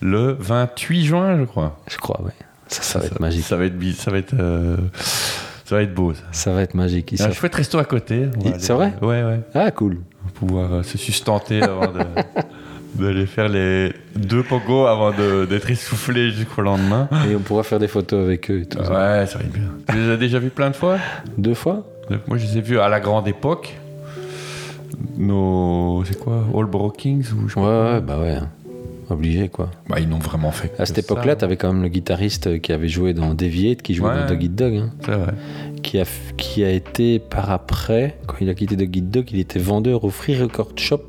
D: le 28 juin, je crois.
E: je crois, ouais. Ça, ça va être magique.
D: Ça va être, bi- ça va être, euh, ça va être beau, ça.
E: Ça va être magique. Ils
D: Il y a un
E: savent-
D: chouette resto à côté. on va
E: Il-
D: aller-
E: c'est vrai
D: Ouais, ouais.
E: Ah, cool.
D: Pour pouvoir euh, se sustenter avant
E: *laughs*
D: de. D'aller faire les deux pogos avant de- d'être essoufflé jusqu'au lendemain.
E: Et on pourra faire des photos avec eux et tout. ça.
D: Ouais, ça va être bien. Tu les as déjà vus plein de fois
E: Deux fois
D: Moi, je les ai vus à la grande époque. Nos. C'est quoi All Brookings ou je sais
E: Ouais,
D: pas.
E: ouais, bah ouais. Obligé, quoi.
D: Bah, ils n'ont vraiment fait.
E: À
D: que
E: cette
D: ça.
E: époque-là, t'avais quand même le guitariste euh, qui avait joué dans Deviate, qui jouait
D: Ouais.
E: dans Dog Eat Dog, hein,
D: C'est vrai.
E: qui, a, f- qui a été par après, quand il a quitté Dog Eat Dog, il était vendeur au Free Record Shop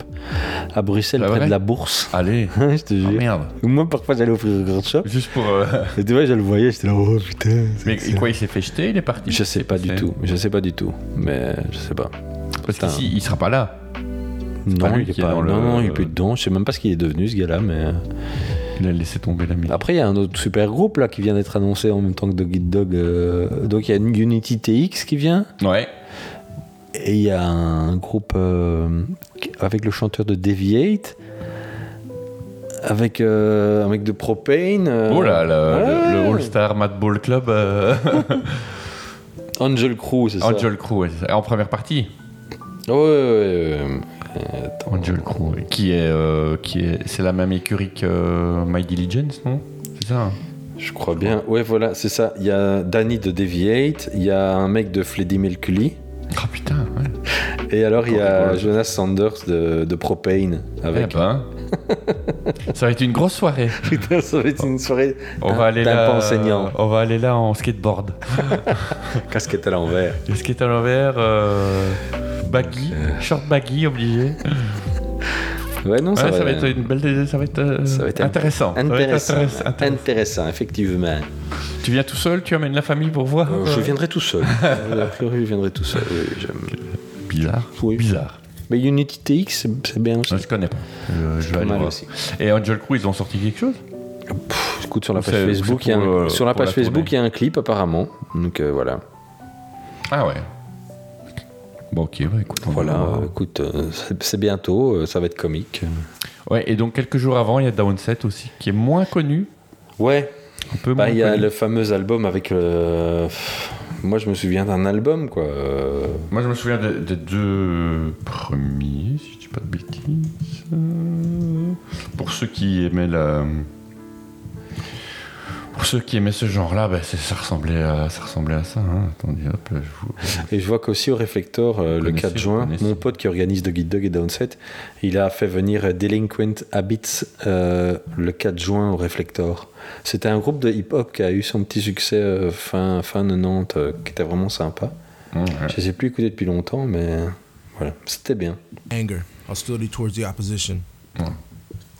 E: à Bruxelles,
D: C'est
E: près
D: vrai
E: de la Bourse. *laughs*
D: Allez.
E: Je te
D: Ah,
E: jure.
D: merde.
E: Moi, parfois, j'allais au Free Record Shop,
D: Juste
E: *laughs*
D: pour. euh,
E: et tu vois, je le voyais, j'étais là, oh putain. c'est
D: Mais
E: excellent.
D: quoi, il s'est fait jeter Il est parti
E: Je sais pas du tout, je sais pas du tout, mais je sais pas.
D: Parce
E: Putain.
D: qu'ici, il sera pas là.
E: Non,
D: pas lui
E: il est
D: qui est
E: pas,
D: dans
E: non,
D: le-
E: euh, non, il est plus dedans, je sais même pas ce qu'il est devenu ce gars-là, mais
D: Il a laissé tomber la musique.
E: Après, il y a un autre super groupe là qui vient d'être annoncé en même temps que Doggy Dog. euh, donc il y a une Unity TX qui vient.
D: Ouais.
E: Et il y a un groupe euh, qui- avec le chanteur de Deviate. Avec euh, un mec de Propane. euh,
D: oh là, là,
E: ouais.
D: le, le All-Star Madball Club. euh,
E: Angel Crew, *laughs* c'est ça
D: Angel Crew, ouais, c'est ça. en première partie.
E: Ouais, ouais, ouais, ouais. Euh, attends.
D: Angel Crew, ouais, qui est, euh, qui est, c'est la même écurie que euh, My Diligence, non C'est ça. hein
E: Je crois bien. Ouais, voilà, c'est ça. Il y a Danny de Deviate. Il y a un mec de Fleddy Melcully.
D: Ah putain. Ouais.
E: Et alors, il y a
D: Correct.
E: Jonas Sanders de, de Propane. Avec. *laughs*
D: Eh ben. ça va être une grosse soirée.
E: Putain, ça va être une soirée
D: On
E: d'un-
D: va aller
E: d'un
D: là. euh,
E: pas enseignant.
D: On va aller là en skateboard.
E: Casquette à l'envers.
D: Le skate à l'envers, euh, baggy,
E: Euh.
D: short baggy obligé.
E: Ouais, non,
D: Ouais,
E: ça,
D: ça,
E: va,
D: va être une belle, ça va être, euh,
E: ça va être
D: intéressant. Ça va être
E: Intéressant,
D: intéressant.
E: intéressant, effectivement.
D: Tu viens tout seul, tu amènes la famille pour voir.
E: Euh, je viendrai tout
D: *laughs*
E: seul. Euh, A priori, je viendrai tout seul. oui, j'aime.
D: Bizarre.
E: Oui.
D: Bizarre.
E: Mais Unity TX, c'est- c'est bien aussi.
D: Non, je connais pas. Je, je vais
E: Pas
D: aller
E: mal
D: voir.
E: aussi.
D: Et Angel Crew, ils ont sorti quelque chose
E: Écoute, sur la
D: C'est-
E: page
D: c'est
E: Facebook, il y a
D: pour,
E: un,
D: euh,
E: sur la
D: pour
E: page
D: la
E: Facebook,
D: tournée.
E: il y a un clip apparemment. Donc euh, voilà.
D: Ah ouais. Bon, ok, bah, écoute. on
E: Voilà.
D: va voir.
E: euh, écoute, euh, c'est c'est bientôt. euh, ça va être comique.
D: Ouais, et donc quelques jours avant, il y a Downset aussi, qui est moins connu.
E: Ouais.
D: Un peu
E: Bah,
D: moins
E: il y a
D: connu.
E: le fameux album avec. euh, pff, Moi, je me souviens d'un album, quoi. euh,
D: Moi, je me souviens des des deux premiers, si je dis pas de bêtises. Euh, Pour ceux qui aimaient la. Pour ceux qui aimaient ce genre-là, bah, c'est- ça, ressemblait à, ça ressemblait à ça. hein. Attendez, hop, là, je vous.
E: Et je vois qu'aussi au Réflector, euh, le
D: connaissez,
E: 4
D: vous
E: juin,
D: connaissez.
E: mon pote qui organise The Guide Dog et Downset, il a fait venir euh, Delinquent Habits euh, le 4 juin au Réflector. C'était un groupe de hip-hop qui a eu son petit succès euh, fin, fin 90, euh, qui était vraiment sympa.
D: Mmh, ouais.
E: Je les ai plus écoutés depuis longtemps, mais voilà, c'était bien.
G: Anger, hostility towards the opposition.
D: Mm.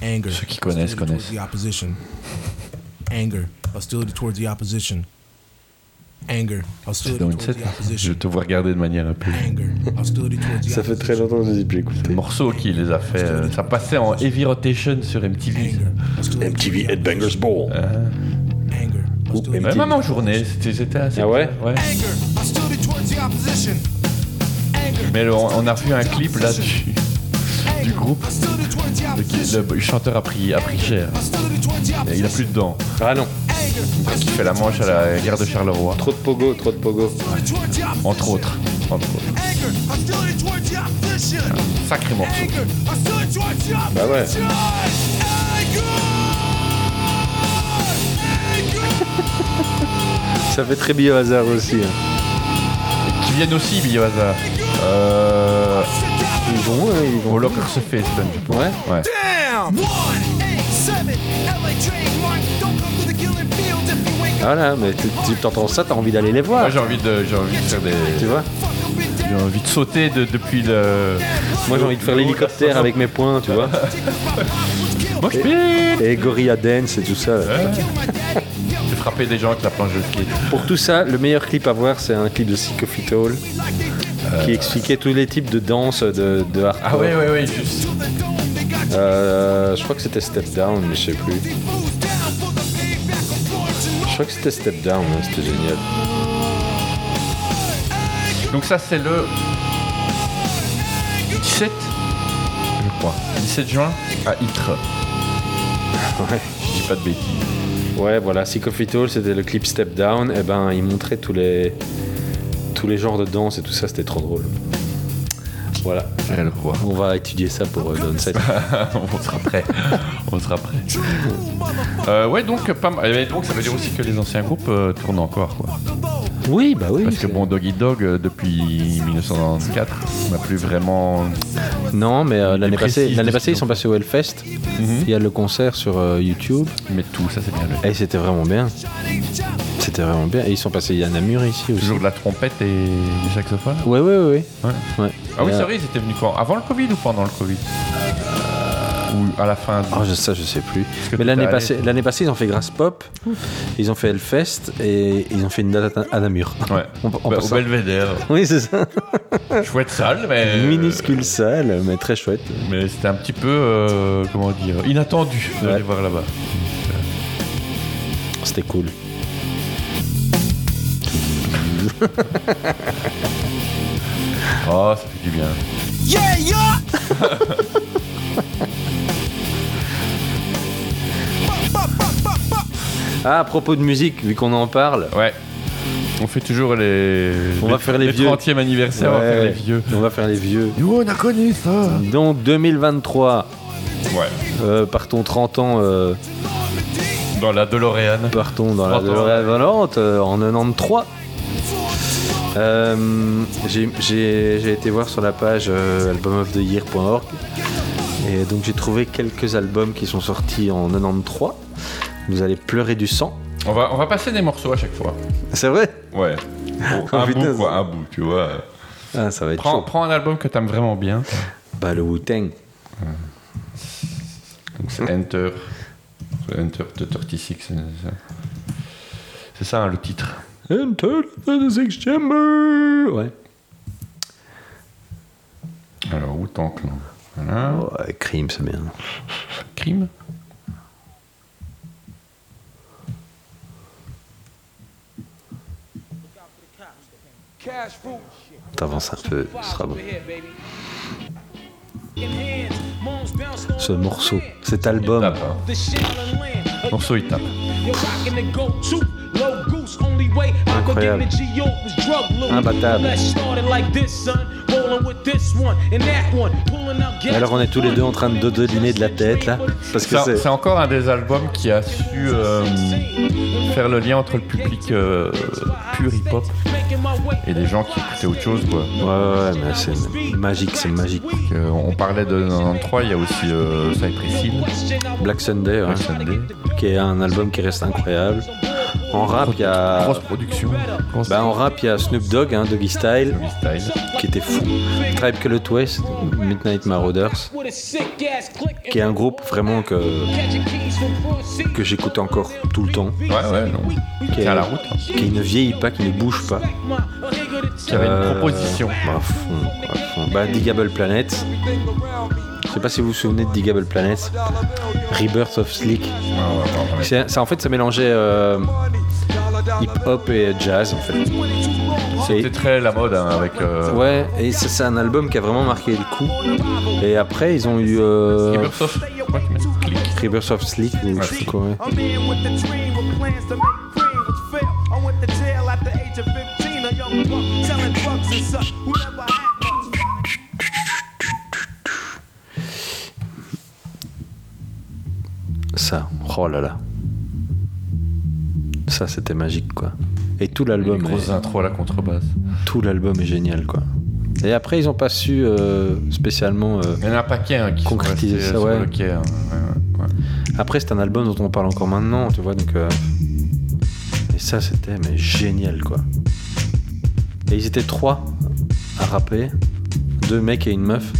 G: Anger,
D: Ceux qui connaissent,
G: hostility towards
D: connaissent.
G: the opposition. Anger, hostility towards the opposition. Anger,
D: C'est
G: hostility towards
D: Downset.
G: the
D: Je
G: opposition.
D: te vois regarder de manière un peu.
G: Anger, hostility towards the
E: Ça fait très
G: opposition.
E: longtemps que je les ai plus
D: Le
E: écoutés.
D: morceau qui les a fait. euh, ça passait en heavy rotation sur MTV. ça.
G: Anger, hostility
E: MTV
G: towards the
E: Headbangers Ball.
D: Euh.
G: opposition. Anger, hostility
D: Ouais,
G: towards
D: même
G: the
D: en journée, c'était c'était assez.
E: Ah ouais
D: bizarre, ouais.
G: Anger, hostility towards the opposition. Anger,
D: Mais le- on a vu un clip là du, du groupe.
G: hostility towards the
D: Le,
G: opposition.
D: le chanteur a pris, a pris cher.
G: Hostility towards the
D: Il a
G: opposition.
D: plus de dents.
E: Ah non,
D: qui fait la manche à la gare de Charleroi,
E: trop de pogo, trop de pogo.
D: entre autres. Entre autres. Sacré morceau.
E: Bah ouais. Ça fait très bio hasard aussi. hein.
D: Qui viennent aussi, Biohazard. Euh.
E: Ils vont, hein, ils vont.
D: Au Locker se fait, Stone, je pense.
E: Ouais.
D: Ouais.
E: Voilà, mais tu tu- t'entends ça, t'as envie d'aller les
D: Moi
E: voir,
D: j'ai envie de j'ai envie de faire des.
E: tu vois.
D: J'ai envie de sauter de- depuis le.
E: Moi j'ai envie de faire l'hélicoptère avec mes poings, tu vois.
D: Moi je peux
E: Et Gorilla Dance et tout ça.
D: J'ai frappé des gens avec la planche de ski.
E: Pour tout ça, le meilleur clip à voir, c'est un clip de Sick of It All qui expliquait tous les types de danse de, de hardcore.
D: Ah ouais ouais ouais juste.
E: Euh, je crois que c'était Step Down, mais je sais plus. Je crois que c'était Step Down, hein, c'était génial.
D: Donc ça c'est le 17 je crois. 17 juin à Ytre.
E: *laughs* Ouais.
D: Je dis pas de bêtises. *laughs*
E: Ouais, voilà, Sick of It All, c'était le clip Step Down. Et ben, il montrait tous les tous les genres de danse et tout ça, c'était trop drôle. Voilà,
D: Elle roi.
E: on va étudier ça pour euh, Downset.
D: on sera prêt. on sera prêt. Euh, ouais, donc pas mal. Et donc ça veut dire aussi que les anciens groupes euh, tournent encore, quoi.
E: Oui, bah oui.
D: Parce que bon, Doggy Dog euh, depuis 1994 n'a plus vraiment.
E: Non, mais euh, l'année
D: précise
E: passée, l'année
D: de ce
E: passée, ils
D: qu'ils
E: sont
D: ont
E: passés au Hellfest. Il y a le concert sur euh, YouTube.
D: Mais tout ça, c'est bien. le-
E: Et c'était vraiment bien. C'était vraiment bien. Et ils sont passés il y a à Namur ici aussi.
D: Toujours de la trompette et du saxophone.
E: Ouais, ouais, ouais. ouais. Ouais.
D: Ah oui,
E: Et,
D: c'est
E: euh,
D: vrai, ils étaient venus quand Avant le Covid ou pendant le Covid Ou à la fin du-
E: Ah, je- ça, je sais plus.
D: que
E: Mais
D: t'es
E: l'année
D: allé-
E: passée, l'année passée, ils ont fait Grass Pop, ils ont fait Hellfest et ils ont fait une date à, à Namur.
D: Ouais.
E: *laughs* On- on
D: Bah,
E: passe
D: au
E: ça. *laughs*
D: Belvédère.
E: Oui, c'est ça.
D: Chouette salle, mais. euh,
E: Minuscule salle, mais très chouette.
D: Mais c'était un petit peu, euh, comment dire, inattendu d'aller
E: Ouais.
D: voir là-bas.
E: c'était cool.
D: Oh, ça fait du bien.
F: Yeah, yeah!
E: Ah, à propos de musique, vu qu'on en parle,
D: Ouais. On fait toujours les.
E: On va faire les vieux.
D: 30e anniversaire, on va faire
E: Ouais.
D: les vieux.
E: on va faire les vieux.
D: Nous, on a connu ça.
E: Donc 2023,
D: Ouais.
E: euh, partons 30 ans, euh,
D: Dans la DeLorean.
E: partons dans la
D: 30 ans.
E: DeLorean Valorante euh, en 93. Euh, j'ai- J'ai j'ai été voir sur la page euh, albumoftheyear.org et donc j'ai trouvé quelques albums qui sont sortis en 93. Vous allez pleurer du sang.
D: On va, on va passer des morceaux à chaque fois.
E: C'est vrai
D: Ouais. Bon,
E: *laughs* Oh,
D: un
E: putain,
D: bout, quoi,
E: ça-
D: un bout, tu vois.
E: ah, Ça va être
D: Prends,
E: chaud.
D: prends un album que t'aimes vraiment bien.
E: Bah, le Wu-Tang.
D: Donc c'est Enter. C'est Enter de 36. c'est ça. C'est ça, hein, le titre.
E: Enter the Six Chamber Ouais.
D: Alors, où t'en clan Voilà.
E: Ouais, Crime, c'est bien.
D: Crime
E: T'avances un peu, ce sera bon. Ce morceau, cet album.
D: Tape, hein. Morceau, il tape.
E: Incroyable. Imbattable. Et Alors on est tous les deux en train de dodoliner de la tête là, parce que
D: Ça-
E: c'est...
D: C'est encore un des albums qui a su euh, faire le lien entre le public euh, pur hip-hop et des gens qui écoutaient autre chose, quoi.
E: Ouais, ouais, mais c'est magique, c'est magique.
D: Donc, euh, on parlait de 93, il y a aussi euh, Cypress Hill.
E: Black Sunday, ouais. qui est un album qui reste incroyable. En rap, il y a...
D: Grosse production. Ben, Grosse
E: Bah, en rap, il y a Snoop Dogg, hein, Doggy Style,
D: style.
E: qui était fou. Tribe Called West, Midnight Marauders, qui est un groupe vraiment que, que j'écoute encore tout le temps.
D: Ouais, ouais, non.
E: Qui
D: C'est à la route. hein.
E: qui ne vieillit pas, qui ne bouge pas.
D: Qui avait
E: Euh,
D: une proposition.
E: bah, à fond, à fond. Bah, Digable Planet. Je sais pas si vous vous souvenez de Digable Planet. Rebirth of Slick. C'est, ça, en fait, ça mélangeait euh, hip-hop et jazz, en fait.
D: C'était
E: C'est-
D: très la mode hein, avec. Euh,
E: ouais, et ça, c'est un album qui a vraiment marqué le coup. Et après, ils ont eu euh,
D: Cybersoft. Je crois qu'ils mettent clic.
E: Rebirth of Slick, ou je sais quoi, ouais.
H: I'm in with the dream with plans to make cream with fail. I went to jail at the age of 15, a young buck selling drugs and such. Who never had much.
E: Ça, oh là là. Ça, c'était magique, quoi. Et tout l'album.
D: Une grosse
E: est-
D: intro à la contrebasse.
E: tout l'album est génial quoi. Et après ils ont pas su euh, spécialement. euh,
D: Il y en a un paquet hein, qui
E: Concrétiser
D: sont restés,
E: ça,
D: euh, sur
E: ouais.
D: le quai, hein. Ouais, ouais, ouais.
E: Après c'est un album dont on parle encore maintenant, tu vois donc. euh, Et ça c'était mais génial quoi. Et ils étaient trois à rapper, deux mecs et une meuf.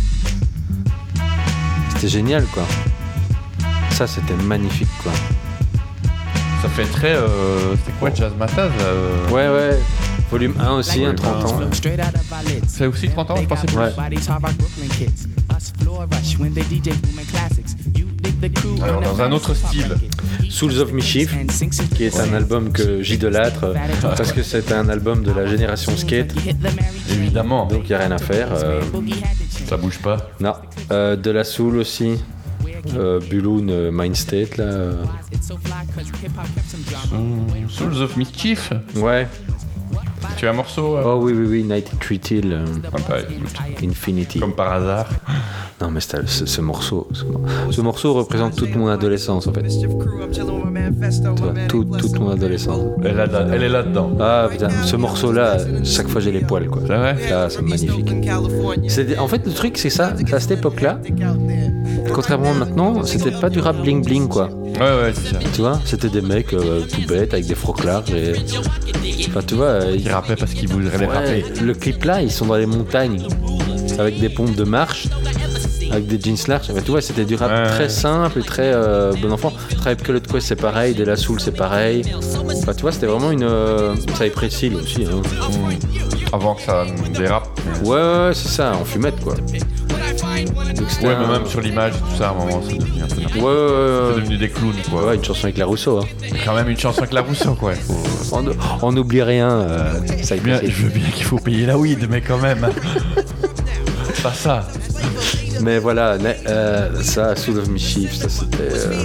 E: C'était génial quoi. Ça c'était magnifique quoi.
D: Ça fait très. Euh, C'était quoi, Jazz Mataz là, euh,
E: Ouais ouais. Volume 1 aussi, un
D: Volume
E: 30 ans.
D: un. C'est aussi 30 ans, je pensais plus.
E: Ouais.
D: Alors, dans un autre style.
E: Souls of Mischief, qui est un album que j'idolâtre euh, parce que c'est un album de la génération skate.
D: Évidemment.
E: Donc il n'y a rien à faire. euh,
D: Ça bouge pas.
E: non. Euh, de la soul aussi. Euh, Buloon, euh, Mind State là. euh.
D: Souls of Mischief.
E: Ouais.
D: Tu as un morceau euh,
E: Oh oui oui oui, Night Treatil, euh,
D: ah, bah, écoute,
E: Infinity.
D: Comme par hasard.
E: Non mais c'est- ce, ce morceau, ce, ce morceau représente toute mon adolescence en fait. Tu vois, tout- toute mon adolescence.
D: Elle, a- elle est là-dedans.
E: Ah putain, ce morceau là, chaque fois j'ai les poils quoi.
D: C'est vrai
E: Ah, c'est magnifique. C'est- En fait, le truc, c'est ça. À cette époque-là, contrairement à maintenant, c'était pas du rap bling bling quoi.
D: Ouais, ouais, c'est ça.
E: Tu vois, c'était des mecs euh, tout bêtes avec des froclards et. Enfin, tu vois, euh, ils-
D: Qui rappait parce qu'il voudrait les
E: Ouais,
D: rapper.
E: le clip là, ils sont dans les montagnes avec des pompes de marche, avec des jeans larges. Enfin, tu vois, c'était du rap
D: Ouais.
E: très simple et très euh, bon enfant. Tribe Called Quest, c'est pareil. De la Soul, c'est pareil. Enfin, tu vois, c'était vraiment une. Euh... Cypress Hill aussi. hein.
D: Avant que ça dérape.
E: Ouais, ouais, ouais, c'est ça, en fumette quoi. Donc c'était
D: Ouais,
E: un-
D: mais même sur l'image et tout ça, à un moment, ça devient un peu
E: Ouais, ouais,
D: n'importe
E: ouais,
D: quoi.
E: ouais,
D: C'est devenu des clowns,
E: Ouais,
D: quoi.
E: ouais, une chanson avec la Rousseau. hein.
D: Quand même une chanson avec la Rousseau, quoi. Faut-
E: On, on n'oublie rien. euh, ça y est,
D: Bien, je veux bien qu'il faut payer la weed, mais quand *laughs* même. Pas ça.
E: Mais voilà, mais, euh, ça, Soul of Mischief, ça c'était. euh,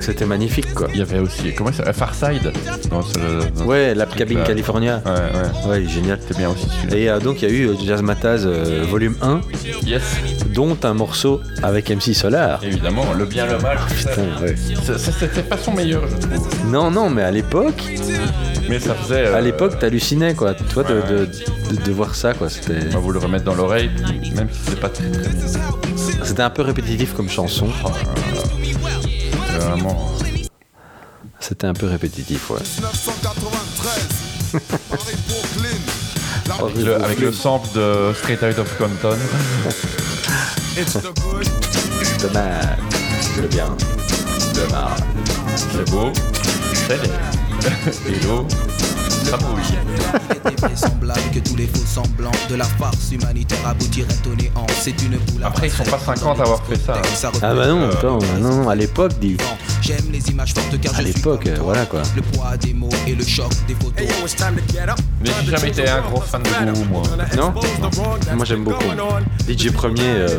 E: C'était magnifique quoi.
D: Il y avait aussi. Comment ça euh, Farside dans ce- dans-
E: Ouais, la cabine
D: Ouais.
E: California.
D: Ouais, ouais.
E: Ouais, il est génial.
D: C'était bien aussi celui-là.
E: Et euh, donc il y a eu euh, Jazz Mataz euh, volume 1,
D: Yes,
E: dont un morceau avec MC Solar.
D: évidemment, le bien, le mal. tout ça.
E: Putain, ouais.
D: Ça, ça, c'était pas son meilleur, je trouve.
E: Non, non, mais à l'époque,
D: Mais ça faisait. euh,
E: à l'époque, t'hallucinais quoi. Toi, de,
D: ouais.
E: de, de- de voir ça quoi, c'était,
D: On va vous le remettre dans l'oreille, même si c'est pas très très bon.
E: c'était un peu répétitif comme chanson. Euh,
D: C'est Vraiment.
E: C'était un peu répétitif, ouais.
I: 1993, Paris, Brooklyn. La
D: Avec le- avec le sample de Straight Out of Compton.
I: It's the good,
E: C'est dommage. C'est le bien. C'est dommage.
D: C'est beau. C'est laid. Et l'eau. Ça bouille.
J: était vraisemblable que tous les faux semblants de la farce humanitaire aboutiraient au néant. C'est une boule à
D: Après, ils sont pas 50 à avoir fait ça. hein.
J: Ça
E: Ah bah non, attends, non, non, à l'époque, dis.
J: J'aime les images fortes car
E: À
J: je suis
E: l'époque,
J: comme
E: euh,
J: toi.
E: voilà, quoi.
J: Le poids des mots et le choc des photos.
D: Mais j'ai jamais été un gros fan de Gourou, moi.
E: Non Moi j'aime beaucoup. DJ premier. euh,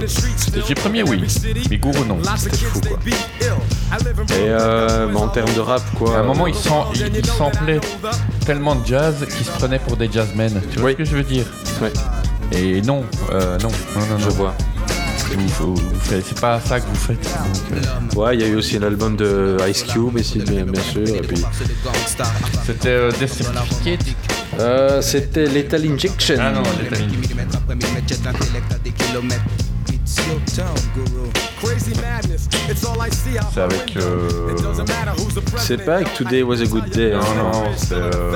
D: DJ premier, oui. Mais Gourou, non.
E: c'était fou quoi. Et euh, bah, en termes de rap quoi.
D: À un moment, il, s'en- il, il samplait tellement de jazz qu'il se prenait pour des jazzmen. Tu vois
E: Oui.
D: ce que je veux dire
E: Ouais,
D: Et non, euh, non, non, non, non.
E: je vois.
D: Vous- vous- vous faites- c'est pas ça que vous faites. Donc, euh,
E: Ouais, il y a eu aussi l'album de Ice Cube, et si- bien, bien sûr. Et puis.
J: Farce de gangsters à
D: C'était euh, des certificates.
E: Euh, c'était Lethal Injection.
D: Ah non, les
J: Qui
D: États-Unis.
J: millimètre après millimètre jette l'intellect à des kilomètres. It's your town, guru.
D: C'est avec. euh,
E: C'est pas avec Today Was a Good Day. hein.
D: Non, non, c'est. euh,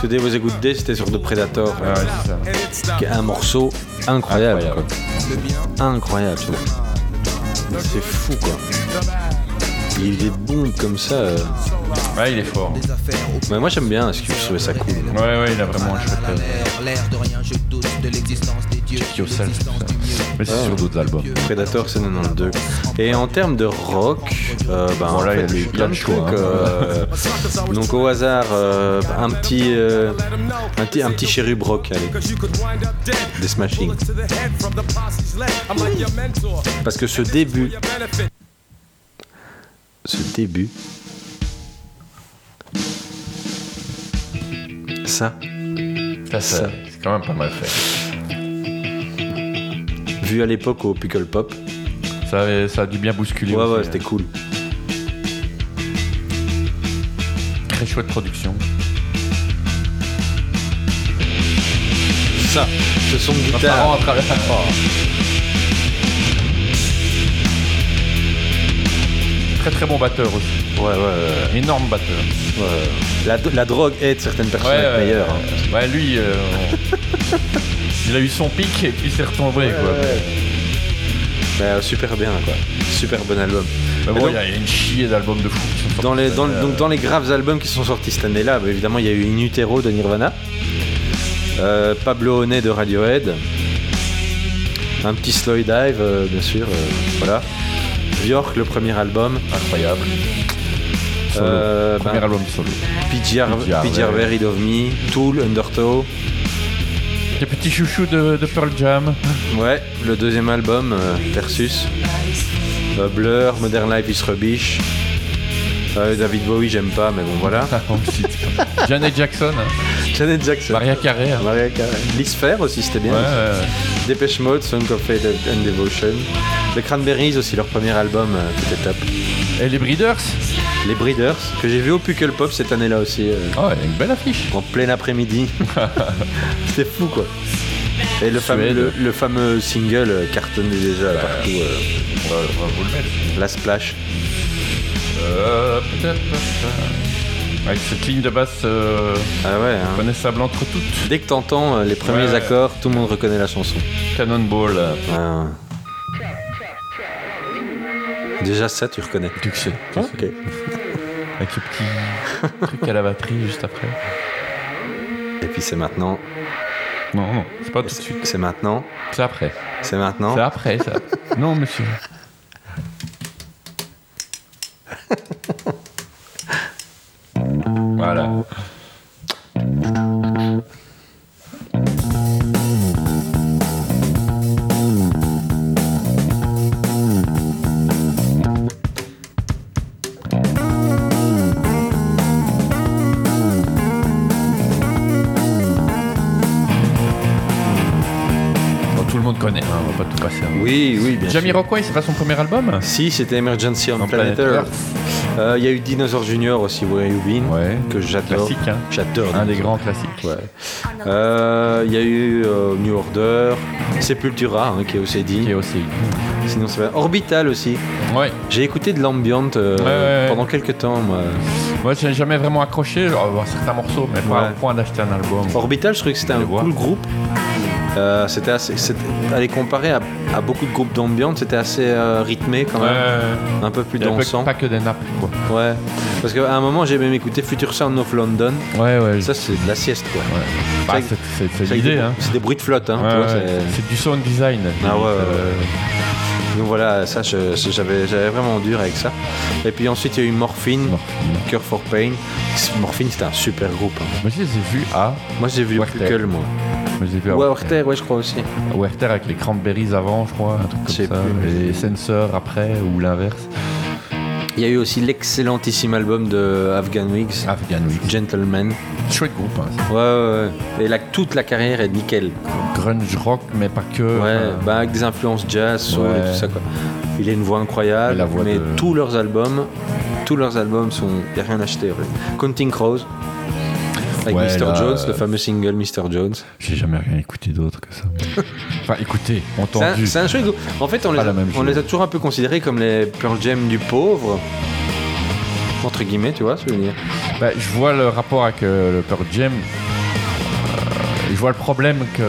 E: Today Was a Good Day, c'était sur The Predator.
D: Ah, ouais, c'est ça.
E: Qui est un morceau incroyable.
D: Incroyable.
E: quoi. Incroyable. ça. C'est fou quoi. Il est bon comme ça. euh.
D: Ouais, il est fort.
J: Des affaires au
E: Mais moi j'aime bien Ice Cube, je trouvais ça cool.
D: Ouais, ouais, il a vraiment un chouette.
J: à la
D: euh,
J: mer. L'air de rien, je doute de l'existence des dieux.
D: Check yourself.
J: L'existence du mieux.
D: Mais c'est sur d'autres albums.
E: Predator, c'est 92. Et en termes de rock, euh, ben,
D: Bon,
E: en
D: là,
E: fait,
D: il y a
E: il y a eu
D: le-
E: plein
D: il y a le
E: de
D: choix,
E: trucs.
D: hein.
E: euh, donc au hasard, euh, un petit, euh, un petit, un petit chéri rock, allez, des Smashing. Parce que ce début, ce début, ça,
D: Ça, c'est
E: Ça.
D: c'est quand même pas mal fait.
E: vu à l'époque au Pickle Pop,
D: Ça, avait- ça a dû bien bousculer.
E: ouais
D: aussi,
E: ouais,
D: hein.
E: c'était cool.
D: Très chouette production.
E: Ça, ce son de
D: Ça
E: guitare.
D: rentre à la Très très bon batteur aussi.
E: Ouais, ouais, ouais.
D: Énorme batteur.
E: Euh, la, la drogue aide certaines personnes à être meilleures. hein.
D: ouais, ouais, lui, euh, on- il a eu son pic et puis c'est retombé. quoi.
E: Mais, euh, super bien, quoi. Super bon album.
D: Mais
E: Et
D: Bah, bon,
E: donc,
D: il y, a il y a une chier d'albums de fou. qui sont sortis
E: dans les, dans, le-
D: cette année,
E: donc, dans les graves albums qui sont sortis cette année-là, bah, évidemment, il y a eu In Utero de Nirvana, euh, Pablo Honey de Radiohead, un petit Slow Dive, euh, bien sûr, euh, voilà. Bjork, le premier album,
D: euh, Incroyable. Solo.
E: Euh,
D: Premier
E: ben,
D: album solo.
E: PJ Harvey,
D: Harvey.
E: PJ Harvey, Read of Me, Tool, Undertow.
D: Les petits chouchous de, de Pearl Jam.
E: Ouais, le deuxième album, euh, Versus. Euh, Blur, Modern Life is Rubbish. Euh, David Bowie, j'aime pas, mais bon,
D: *laughs*
E: voilà.
D: Ah, oh, shit. *laughs* Janet Jackson. hein.
E: Janet Jackson.
D: Maria Carré. hein.
E: Ah, Maria Carey. L'Isphère aussi, c'était bien.
D: Ouais, ouais, ouais.
E: Dépêche Mode, Song of Fate and Devotion. The Cranberries aussi, leur premier album, euh, tout est top.
D: Et les Breeders.
E: Les Breeders, que j'ai vu au Puckle Pop cette année-là aussi, euh,
D: Oh, il y a une belle affiche.
E: en plein
D: *laughs*
E: après-midi. c'était fou, quoi. Et le fameux, le,
D: Suède.
E: le fameux single euh, cartonné déjà partout, euh,
D: On va, on va vous le mettre.
E: La Splash.
D: Euh, peut-être. euh, Avec cette ligne de basse euh,
E: Ah ouais, hein.
D: reconnaissable entre toutes.
E: Dès que t'entends euh, les premiers
D: Ouais.
E: accords, tout le monde reconnaît la chanson.
D: Cannonball. euh,
E: Ah. Déjà ça, tu reconnais.
D: tu sais. tu sais.
E: Ok.
D: Avec ce petit truc à la batterie juste après.
E: Et puis c'est maintenant.
D: Non, non, c'est pas tout de
E: C'est-
D: suite.
E: C'est maintenant.
D: C'est après.
E: C'est maintenant.
D: C'est après, ça. non, monsieur. voilà. Bon, tout le monde connaît, hein, on va pas tout passer. hein. Ah,
E: Oui, oui, bien sûr.
D: Jamiroquai, c'est pas son premier album
E: Si, c'était Emergency on
D: On
E: Planet,
D: Planet
E: Earth. Euh, Il y a eu Dinosaur Junior aussi, Where You Been,
D: Ouais.
E: que j'adore.
D: Classique, hein.
E: J'adore.
D: Un des grands classiques.
E: Ouais. Euh, Il y a eu euh, New Order, Sepultura, hein, qui est aussi dit.
D: Qui est aussi.
E: Sinon, c'est pas- Orbital aussi.
D: Ouais.
E: J'ai écouté de l'ambient euh,
D: Ouais, ouais, ouais.
E: pendant quelques temps. moi.
D: Moi, j'ai jamais vraiment accroché genre, à certains morceaux, mais pas
E: Ouais.
D: au point d'acheter un album.
E: Orbital, je trouvais que c'était
D: Je
E: un
D: les vois.
E: cool groupe. Euh, c'était assez, c'était- allez, comparé à, à beaucoup de groupes d'ambient, c'était assez euh, rythmé quand
D: Ouais.
E: même, un peu plus
D: Il y a pas-
E: dansant.
D: Pas que des nappes, quoi.
E: Ouais. Parce qu'à un moment, j'ai même écouté Future Sound of London.
D: Ouais, ouais.
E: Ça, c'est de la sieste, quoi.
D: Bah,
E: c'est-
D: c'est- c'est c'est
E: C'est
D: l'idée,
E: des,
D: hein.
E: c'est des bruits de flotte, hein. tu
D: Ouais,
E: vois,
D: ouais.
E: c'est-
D: C'est du sound design.
E: Ah ouais, ouais,
D: Euh,
E: Donc voilà, ça, je- je- j'avais j'avais vraiment dur avec ça. Et puis ensuite, il y a eu Morphine,
D: Morphine.
E: Cure for Pain. Morphine, c'était un super groupe. hein.
D: Moi, je les ai vus à.
E: Moi, j'ai vu
D: Werther.
E: Puckle, moi.
D: Moi, je les ai vus à
E: Ouais,
D: Werther.
E: Werther, ouais, je crois aussi.
D: Werther avec les cranberries avant, je crois, un truc
E: Je Ah, sais
D: comme ça.
E: plus.
D: Et Sensor après, ou l'inverse.
E: Il y a eu aussi l'excellentissime album de Afghan Wigs,
D: Afghan Week.
E: Gentleman.
D: Ah, Chouette groupe, hein.
E: Ouais, ouais, ouais. Et là, toute la carrière est nickel.
D: Grunge rock, mais pas que.
E: Ouais,
D: Enfin,
E: bah, avec des influences jazz, soul
D: Ouais.
E: et tout ça quoi. Il a une voix incroyable,
D: Et la voix
E: mais
D: de-
E: tous leurs albums, tous leurs albums sont, y a rien acheté. en fait. Counting Crows avec
D: Ouais,
E: Mr
D: là,
E: Jones,
D: euh,
E: le fameux single Mr Jones.
D: J'ai jamais rien écouté
E: *laughs*
D: d'autre que ça. enfin, écoutez,
E: C'est un-
D: entendu.
E: C'est un chouette groupe. En fait, on les,
D: Pas la
E: a,
D: même
E: on
D: chose.
E: les a toujours un peu considérés comme les Pearl Jam du pauvre. Entre guillemets, tu vois, ce que je veux dire.
D: Bah, je vois le rapport avec euh, le Pearl Jam. Euh, je vois le problème que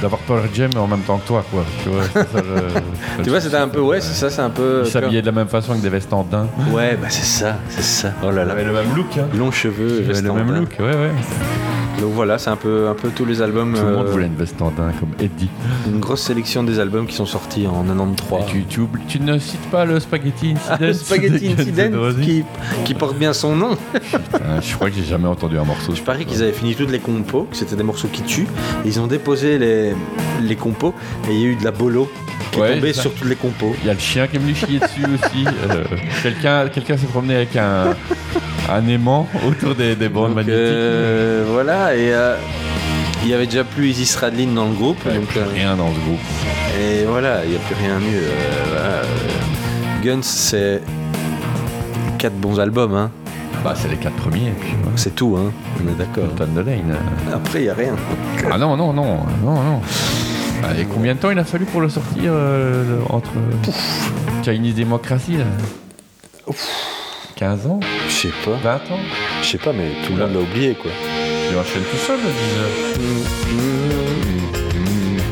D: d'avoir Pearl Jam en même temps que toi, quoi. Tu vois, c'est ça le-
E: *laughs* Tu vois, c'était un peu, ouais, c'est ça, euh, c'est un peu.
D: Ils s'habillaient de la même façon avec des vestes en daim.
E: Ouais, bah c'est ça, c'est ça. Oh là là.
D: le même look, hein.
E: Longs cheveux,
D: Ils avaient
E: veste
D: le
E: en
D: même
E: daim.
D: look, ouais, ouais.
E: Donc voilà, c'est un peu, un peu tous les albums.
D: Tout le monde
E: euh,
D: voulait une veste en daim, comme Eddie.
E: Une grosse sélection des albums qui sont sortis en 93.
D: Et tu, tu, oublies- tu ne cites pas le Spaghetti Incident
E: Ah, *laughs*
D: *laughs*
E: le Spaghetti
D: de- de
E: Incident
D: Drosy.
E: qui, qui porte bien son nom.
D: Ah, je crois que j'ai jamais entendu un morceau.
E: Je parie qu'ils avaient fini toutes les compos, que c'était des morceaux qui tuent. Ils ont déposé les, les compos et il y a eu de la bolo qui
D: Ouais,
E: est tombée
D: c'est ça.
E: sur toutes les compos.
D: Il y a le chien qui est venu chier dessus aussi. Euh, Quelqu'un quelqu'un s'est promené avec un, un aimant autour des, des bandes
E: Donc,
D: magnétiques.
E: euh, voilà, et euh, il y avait déjà plus Izzy Stradlin dans le groupe.
D: Ouais,
E: donc,
D: plus
E: euh,
D: rien dans ce groupe.
E: et voilà, il n'y a plus rien eu. euh, voilà, euh, Guns, c'est quatre bons albums, hein.
D: Bah, c'est les quatre premiers. puis voilà.
E: c'est tout, hein. on est d'accord.
D: Sultan de Lane.
E: Après, il n'y a rien.
D: Ah non, non, non, non, non. Ah, Et combien de temps il a fallu pour le sortir euh, le- entre Chinese Democracy là 15 ans
E: Je sais pas.
D: 20 ans
E: Je sais pas, mais tout le monde l'a oublié, quoi.
D: Il enchaîne tout seul le 10
E: Mm,
D: mm.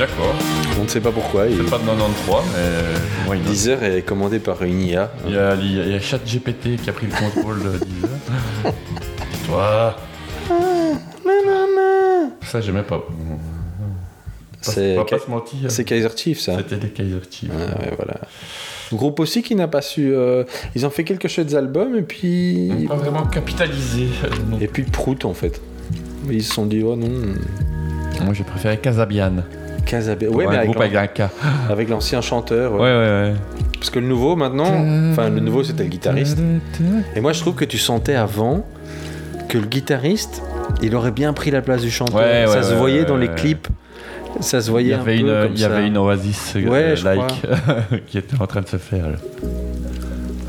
D: D'accord.
E: On ne sait pas pourquoi. Il...
D: C'est pas de 93, mais. euh, why not
E: 10 heures est commandé par une IA.
D: Il y a, il y a- il y a ChatGPT qui a pris le contrôle euh, de
E: *laughs*
D: Deezer. Toi Ça, j'aimais pas.
E: C'est
D: On va pas
E: Ka-
D: se mentir.
E: c'est Kaiser Chief, ça.
D: C'était des Kaiser Chiefs.
E: Ah ouais, voilà. Groupe aussi qui n'a pas su. euh, Ils ont fait quelques chouettes albums et puis.
D: Pas vraiment capitalisé. euh, non.
E: Et puis Prout, en fait. Ils se sont dit, oh non.
D: Moi, j'ai préféré Casabian.
E: Casabé.
D: Pour
E: Ouais,
D: un
E: mais avec
D: groupe
E: l'an-
D: avec un K.
E: avec l'ancien chanteur.
D: Ouais,
E: ouais.
D: ouais,
E: Parce que le nouveau, maintenant. Enfin, le nouveau, c'était le guitariste. Et moi, je trouve que tu sentais avant que le guitariste, il aurait bien pris la place du chanteur.
D: Ouais,
E: ça
D: ouais,
E: se
D: ouais,
E: voyait
D: ouais,
E: dans les
D: ouais.
E: clips. Ça se
D: Il
E: voyait
D: y
E: un peu
D: avait une,
E: comme
D: il y avait
E: ça.
D: une Oasis euh,
E: Ouais, je
D: like *laughs* qui était en train de se faire. là.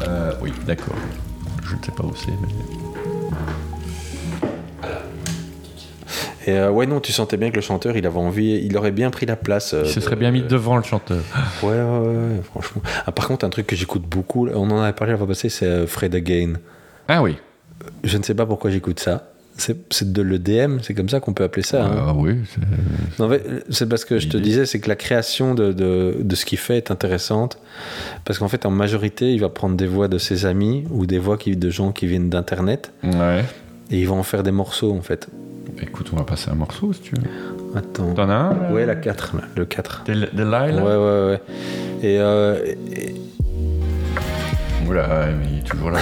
D: Euh, oui, d'accord. Je ne sais pas où c'est.
E: Euh,
D: mais-
E: Et euh, ouais, non, tu sentais bien que le chanteur, il avait envie, il aurait bien pris la place. euh,
D: Il se
E: de-
D: serait bien mis
E: de-
D: devant le chanteur.
E: Ouais, ouais, ouais, ouais, franchement. Ah, par contre, un truc que j'écoute beaucoup, on en avait parlé la fois passée, c'est euh, Fred Again.
D: Ah oui.
E: Je ne sais pas pourquoi j'écoute ça. C'est c'est de l'EDM, c'est comme ça qu'on peut appeler ça. hein.
D: Ah oui. c'est-
E: Non, mais euh, c'est parce que je te
D: L'idée.
E: disais, c'est que la création de, de, de ce qu'il fait est intéressante. Parce qu'en fait, en majorité, il va prendre des voix de ses amis ou des voix qui, de gens qui viennent d'Internet
D: Ouais.
E: et ils vont en faire des morceaux, en fait.
D: Bah, écoute, on va passer un morceau si tu veux.
E: Attends.
D: T'en as un là
E: Ouais, la 4, là, le 4.
D: Del- Delilah
E: Ouais, ouais, ouais. Et, euh, et-
D: Oula, mais il est
E: *laughs*
D: toujours là.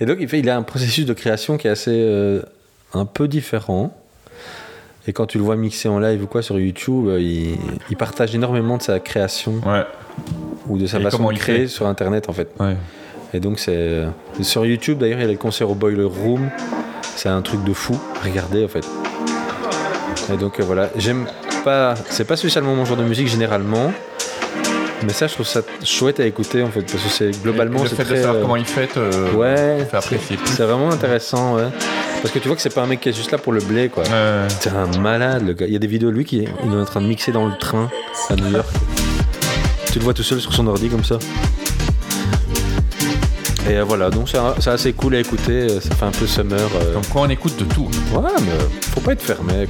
E: et donc, il, fait, il a un processus de création qui est assez euh, un peu différent. Et quand tu le vois mixer en live ou quoi sur YouTube, euh, il, il partage énormément de sa création
D: ouais,
E: ou de sa
D: Et
E: façon
D: comment
E: de
D: il
E: créer
D: fait
E: sur Internet, en fait.
D: ouais.
E: Et donc c'est sur YouTube d'ailleurs il y a le concert au Boiler Room. C'est un truc de fou. Regardez en fait. Et donc euh, voilà, j'aime pas. C'est pas spécialement mon genre de musique généralement. Mais ça, je trouve ça chouette à écouter en fait parce que c'est globalement
D: le
E: c'est
D: fait
E: très.
D: de savoir
E: euh,
D: comment il fait, te-
E: ouais.
D: te fait apprécier
E: C'est
D: plus.
E: c'est vraiment intéressant ouais. Parce que tu vois que c'est pas un mec qui est juste là pour le blé quoi.
D: Euh,
E: C'est un malade le gars. Il y a des vidéos de lui qui est- il est en train de mixer dans le train à New York. Tu le vois tout seul sur son ordi comme ça. Et euh, voilà, donc c'est un- c'est assez cool à écouter, euh, ça fait un peu summer. euh.
D: comme quoi on écoute de tout.
E: Ouais, mais faut pas être fermé.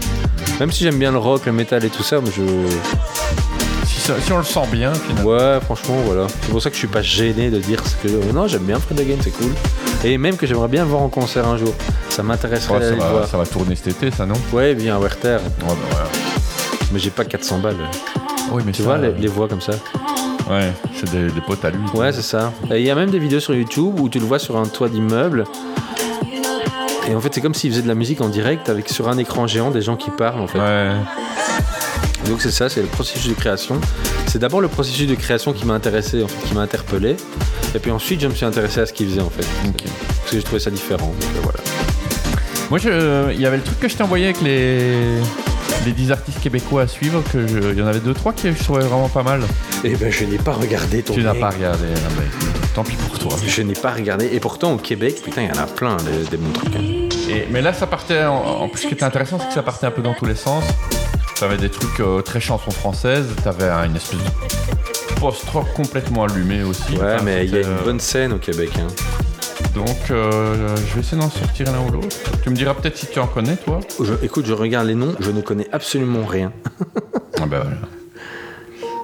E: Même si j'aime bien le rock, le métal et tout ça, mais je.
D: Si, ça- si on le sent bien, finalement.
E: Ouais, franchement, voilà. C'est pour ça que je suis pas gêné de dire ce que. euh, Non, j'aime bien Fred Again, c'est cool. Et même que j'aimerais bien le voir en concert un jour. Ça m'intéresserait
D: Ouais, ça,
E: d'aller le
D: va,
E: voir.
D: ça va tourner cet été, ça non
E: Ouais, bien à Werther,
D: Ouais, bah, voilà.
E: mais j'ai pas 400 balles.
D: Oui, mais
E: Tu
D: ça,
E: vois, les-
D: euh,
E: les voix comme ça.
D: Ouais, c'est des, des potes à lui.
E: Ouais, c'est ça. Et il y a même des vidéos sur YouTube où tu le vois sur un toit d'immeuble. Et en fait, c'est comme s'il faisait de la musique en direct avec sur un écran géant des gens qui parlent en fait.
D: Ouais.
E: Donc c'est ça, c'est le processus de création. C'est d'abord le processus de création qui m'a intéressé, en fait, qui m'a interpellé. Et puis ensuite, je me suis intéressé à ce qu'il faisait en fait.
D: Ok.
E: Parce que j'ai trouvé ça différent. Donc euh, voilà.
D: Moi, je- il y avait le truc que je t'ai envoyé avec les, les 10 artistes québécois à suivre. que je- Il y en avait 2-3 que je trouvais vraiment pas mal.
E: Et ben, je n'ai pas regardé ton.
D: Tu n'as
E: lien.
D: pas regardé. ah bah, Tant pis pour toi.
E: Je n'ai pas regardé. Et pourtant, au Québec, putain, il y en a plein des, des bons trucs. hein.
D: Et- mais là, ça partait. En, en plus, ce qui était intéressant, c'est que ça partait un peu dans tous les sens. T'avais des trucs euh, très chansons françaises. T'avais euh, une espèce de post-rock complètement allumé aussi.
E: Ouais,
D: Enfin,
E: mais il y a
D: c'était,
E: une
D: euh,
E: bonne scène au Québec. hein.
D: Donc, euh, je vais essayer d'en sortir l'un ou l'autre. Tu me diras peut-être si tu en connais, toi.
E: Je- écoute, je regarde les noms, je ne connais absolument rien.
D: Ah bah voilà.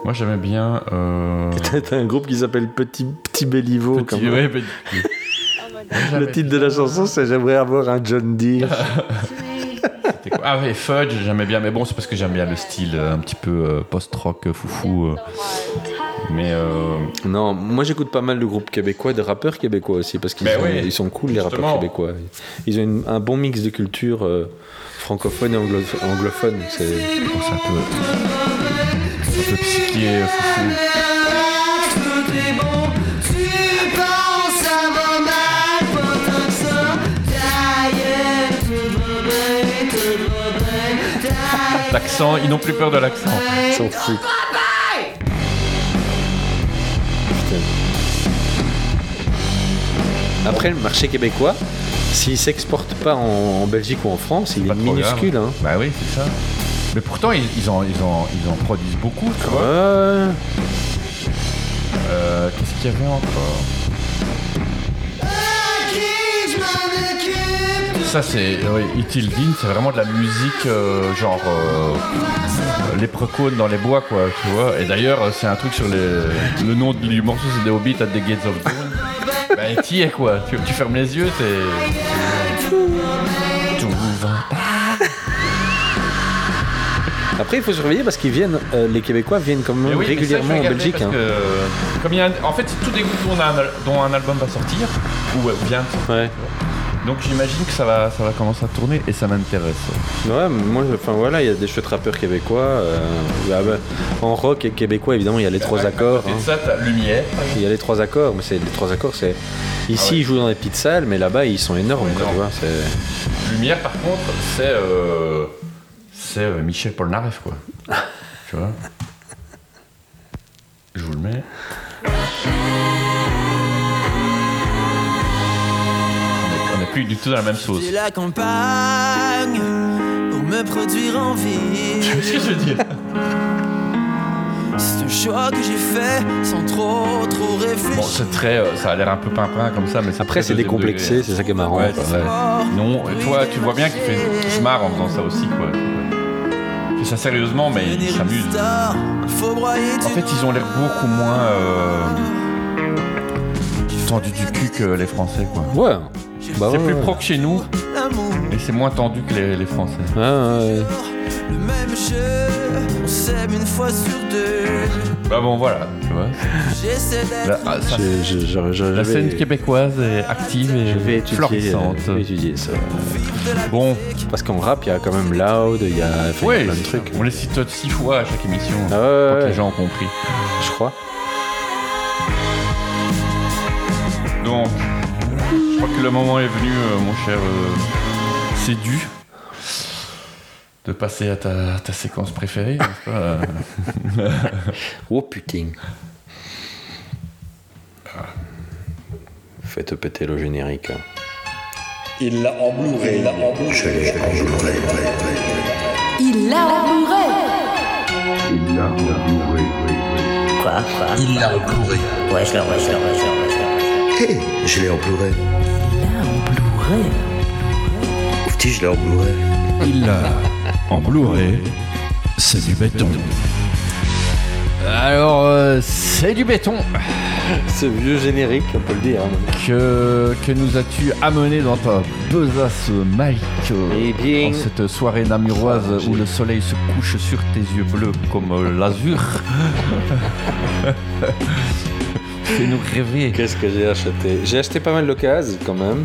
D: Moi, j'aimais bien. euh,
E: T'as t'as un groupe qui s'appelle Petit, Petit Béliveau.
D: Petit-
E: comme-
D: ouais, petit-
E: le titre de la chanson, c'est J'aimerais avoir un John Deere.
D: C'était quoi Ah ouais, Fudge, j'aimais bien, mais bon, c'est parce que j'aime bien le style euh, un petit peu euh, post-rock, euh, foufou. euh. Mais euh,
E: *laughs* non, moi j'écoute pas mal de groupes québécois, de rappeurs québécois aussi, parce qu'ils
D: Ben
E: sont,
D: oui.
E: ils sont cool, les rappeurs
D: Justement.
E: québécois. Ils ont une- un bon mix de culture euh, francophone et anglo- anglophone. C'est
D: bon, c'est un peu, un peu psyché, euh, foufou. L'accent, ils n'ont plus peur de l'accent.
E: ils s'en foutent. Putain. Après, le marché québécois, s'il s'exporte pas en, en Belgique ou en France, il est
D: Pas de programme.
E: minuscule. Hein.
D: Bah oui, c'est ça. Mais pourtant, ils, ils en, ils, en, ils en produisent beaucoup, tu vois.
E: Ouais.
D: Euh, Qu'est-ce qu'il y avait encore Ça c'est oui, Itil Dean, c'est vraiment de la musique euh, genre euh, leprechaun dans les bois quoi, tu vois. Et d'ailleurs euh, c'est un truc sur les le nom du morceau c'est des Hobbits at the Gates of Dawn. bah t'y es quoi, tu, tu fermes les yeux, t'es tout va.
E: Après, il faut surveiller parce qu'ils viennent, euh, les Québécois viennent quand
D: Mais
E: même
D: Eh oui, mais ça, je
E: régulièrement
D: vais
E: en
D: regarder
E: Belgique.
D: parce
E: hein.
D: que, comme il y a un- en fait, c'est tous des groupes dont, on a un al- dont un album va sortir ou euh, vient de sortir.
E: Ouais.
D: Donc j'imagine que ça va, ça va commencer à tourner et ça m'intéresse.
E: Ouais, moi, je- enfin voilà, il y a des chouettes rappeurs québécois. euh, bah, bah, en rock et québécois, évidemment, il y a les trois accords.
D: Et
E: hein.
D: ça, t'as lumière.
E: Il y a les trois accords, mais c'est les trois accords, c'est ici
D: Ah ouais.
E: ils jouent dans des petites salles, mais là-bas ils sont énormes.
D: Ouais,
E: quoi, tu
D: énorme.
E: vois, c'est-
D: Lumière, par contre, c'est euh, c'est euh, Michel Polnareff,
E: *laughs*
D: quoi. tu vois Je vous le mets. On est- On n'est plus du tout dans la même sauce.
F: la campagne pour me produire en
D: Tu
F: vie.
D: vois ce que je veux dire
F: C'est un choix que j'ai fait sans trop trop
D: Bon,
F: réfléchir.
D: c'est très. euh, ça a l'air un peu pimpin comme ça, mais c'est
E: Après,
D: très
E: c'est
D: deuxième
E: décomplexé,
D: degré.
E: c'est ça qui est marrant.
D: Ouais,
E: quoi.
D: c'est ça. Non, et toi, tu vois bien qu'il fait- qu'il se marre en faisant ça aussi, quoi. Il fait ça sérieusement, mais il s'amuse.
F: star, faut broyer
D: En
F: du
D: fait, ils ont l'air beaucoup moins euh, tendus du cul que les Français, quoi.
E: Ouais,
F: J'ai
E: Bah
D: c'est
E: ouais,
D: plus
E: ouais.
D: pro que chez nous et c'est moins tendu que les, les Français.
E: Ah, ouais.
F: Le même jeu, on s'aime une fois sur deux.
D: Bah bon, voilà, tu vois.
F: J'essaie
D: La,
F: d'être.
D: ah, ça-
E: Je- je- je- je- je
D: la
E: vais-
D: scène québécoise est active et
E: Je vais étudier,
D: florissante.
E: euh, je vais étudier ça.
D: Bon,
E: Parce qu'en rap, il y a quand même Loud, il y a enfin, il y a
D: ouais,
E: plein de
D: c'est-
E: trucs.
D: on les cite six fois à chaque émission.
E: Ah
D: hein,
E: ouais,
D: pour que
E: ouais,
D: les gens ont compris.
E: je crois.
D: Donc, je crois que le moment est venu, euh, mon cher euh, Sédu, de passer à ta, ta séquence préférée. n'est-ce pas, euh,
E: Oh putain. Ah. Faites péter le générique. hein.
K: Il l'a rembourré.
B: Je l'ai en Blu-ray. Si, je l'ai en Blu-ray.
D: Alors, euh, c'est du béton
E: Ce vieux générique, on peut le dire. hein.
D: que, que nous as-tu amené dans ta besace magique euh,
E: Eh bien.
D: en cette soirée namuroise où le soleil se couche sur tes yeux bleus comme euh, l'azur. *laughs* Fais-nous rêver.
E: Qu'est-ce que j'ai acheté J'ai acheté pas mal d'occasions quand même.